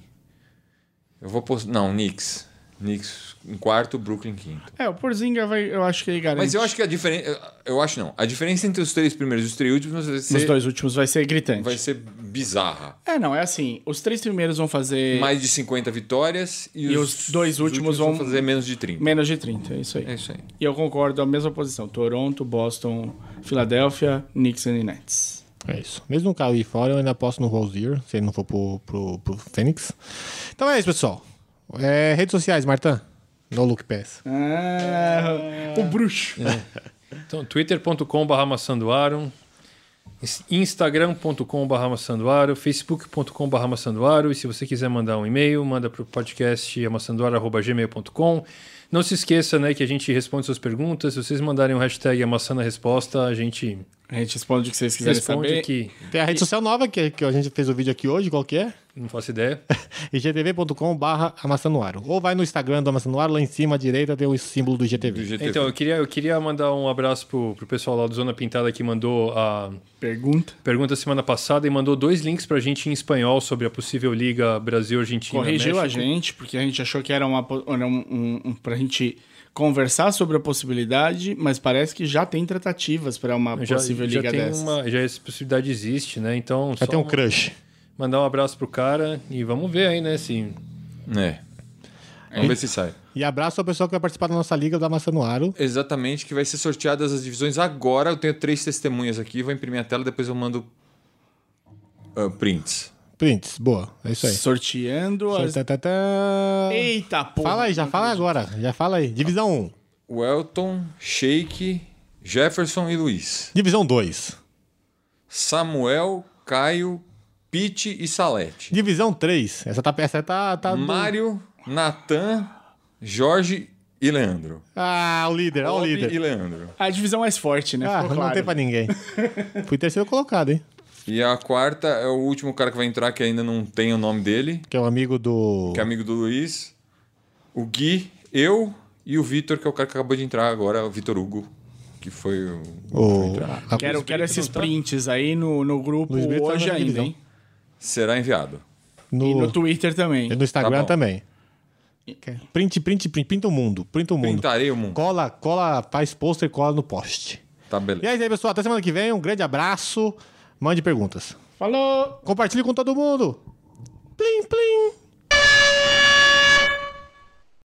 [SPEAKER 4] Eu vou postar. Não, Knicks. Knicks em quarto, Brooklyn em quinto.
[SPEAKER 3] É, o Porzinga vai, eu acho que ele garante.
[SPEAKER 4] Mas eu acho que a diferença. Eu acho não. A diferença entre os três primeiros e os três últimos vai
[SPEAKER 3] Nos
[SPEAKER 4] ser,
[SPEAKER 3] dois últimos vai ser gritante.
[SPEAKER 4] vai ser bizarra.
[SPEAKER 3] É, não, é assim. Os três primeiros vão fazer
[SPEAKER 4] Mais de 50 vitórias e,
[SPEAKER 3] E os dois últimos vão-
[SPEAKER 4] fazer menos de 30.
[SPEAKER 3] menos de 30, é isso aí.
[SPEAKER 4] É isso aí.
[SPEAKER 3] E eu concordo, a mesma posição. Toronto, Boston, Filadélfia, Knicks e Nets.
[SPEAKER 1] É isso. Mesmo o Kawhi fora, eu ainda aposto no Rosier, se ele não for pro, pro, pro Fênix. Então é isso, pessoal. É, redes sociais, Martã. No Look Pass.
[SPEAKER 3] Ah, o bruxo.
[SPEAKER 2] É. Então, twitter.com.br maçandoaro, instagram.com.br maçandoaro, facebook.com.br maçandoaro, e se você quiser mandar um e-mail, manda para o podcast amassandoaro.gmail.com. Não se esqueça né, que a gente responde suas perguntas, se vocês mandarem o hashtag amassando a resposta, a gente
[SPEAKER 3] A gente responde o que vocês quiserem
[SPEAKER 2] responde
[SPEAKER 3] saber.
[SPEAKER 2] aqui.
[SPEAKER 1] Tem a rede social nova que, que a gente fez o vídeo aqui hoje, qual que é? *laughs*
[SPEAKER 2] Não faço ideia.
[SPEAKER 1] igtv.com barra Amassanuaro. Ou vai no Instagram do Amassanuaro, lá em cima à direita tem o símbolo do
[SPEAKER 4] Do
[SPEAKER 1] IGTV.
[SPEAKER 4] GTV.
[SPEAKER 2] Então, eu queria, eu queria mandar um abraço pro, pro pessoal lá do Zona Pintada que mandou a
[SPEAKER 3] Pergunta.
[SPEAKER 2] pergunta semana passada e mandou dois links pra gente em espanhol sobre a possível Liga Brasil-Argentina.
[SPEAKER 3] Corrigiu a
[SPEAKER 2] México.
[SPEAKER 3] gente, porque a gente achou que era, uma, po- era um, um, um- pra gente conversar sobre a possibilidade, mas parece que já tem tratativas para uma possível liga
[SPEAKER 2] tem
[SPEAKER 3] dessa.
[SPEAKER 2] uma- já essa possibilidade existe, né? Então,
[SPEAKER 1] Vai
[SPEAKER 2] só
[SPEAKER 1] ter um crush.
[SPEAKER 2] mandar um abraço pro cara e vamos ver aí, né? Se...
[SPEAKER 4] É. Vamos ver se sai.
[SPEAKER 1] E abraço ao pessoal que vai participar da nossa liga do Amassanuaro.
[SPEAKER 4] Exatamente, que vai ser sorteadas as divisões agora. Eu tenho três testemunhas aqui, vou imprimir a tela, depois eu mando ah, prints.
[SPEAKER 1] Prints, boa. É isso aí.
[SPEAKER 3] Sorteando as.
[SPEAKER 1] Tá, tá, tá.
[SPEAKER 3] Eita porra!
[SPEAKER 1] Fala aí, já fala agora. Já fala aí. Divisão 1.
[SPEAKER 4] Welton, Shake, Jefferson e Luiz.
[SPEAKER 1] Divisão 2.
[SPEAKER 4] Samuel, Caio, Pete e Salete.
[SPEAKER 1] Divisão 3. Essa tá. Essa tá, tá do-
[SPEAKER 4] Mário, Natan, Jorge e Leandro.
[SPEAKER 1] Ah, o líder, olha o
[SPEAKER 4] Bob
[SPEAKER 1] líder.
[SPEAKER 4] e Leandro.
[SPEAKER 3] A divisão mais forte, né?
[SPEAKER 1] Ah,
[SPEAKER 3] Ficou
[SPEAKER 1] não
[SPEAKER 3] claro.
[SPEAKER 1] tem pra ninguém. Fui terceiro colocado, hein?
[SPEAKER 4] E a quarta é o último cara que vai entrar, que ainda não tem o nome dele,
[SPEAKER 1] Que é o amigo do.
[SPEAKER 4] que é amigo do Luiz. O Gui, eu e o Vitor, que é o cara que acabou de entrar agora, o Vitor Hugo, que foi o.
[SPEAKER 1] O... a-
[SPEAKER 3] Quero, quero esses
[SPEAKER 2] não tá?
[SPEAKER 3] prints aí no, no grupo
[SPEAKER 1] Luiz Brito tá
[SPEAKER 3] hoje
[SPEAKER 1] na
[SPEAKER 3] ainda,
[SPEAKER 1] divisão.
[SPEAKER 3] hein?
[SPEAKER 4] Será enviado.
[SPEAKER 3] E
[SPEAKER 1] No...
[SPEAKER 3] no Twitter também.
[SPEAKER 1] e no Instagram
[SPEAKER 4] Tá bom.
[SPEAKER 1] também. Print, print, print. Pinta o mundo. Pinta o mundo.
[SPEAKER 4] Pintarei o mundo.
[SPEAKER 1] Cola, cola, faz pôster, cola no poste.
[SPEAKER 4] Tá,
[SPEAKER 1] E
[SPEAKER 4] beleza.
[SPEAKER 1] é isso aí, pessoal. Até semana que vem. Um grande abraço. Mande perguntas.
[SPEAKER 3] Falou!
[SPEAKER 1] Compartilhe com todo mundo. Plim, plim.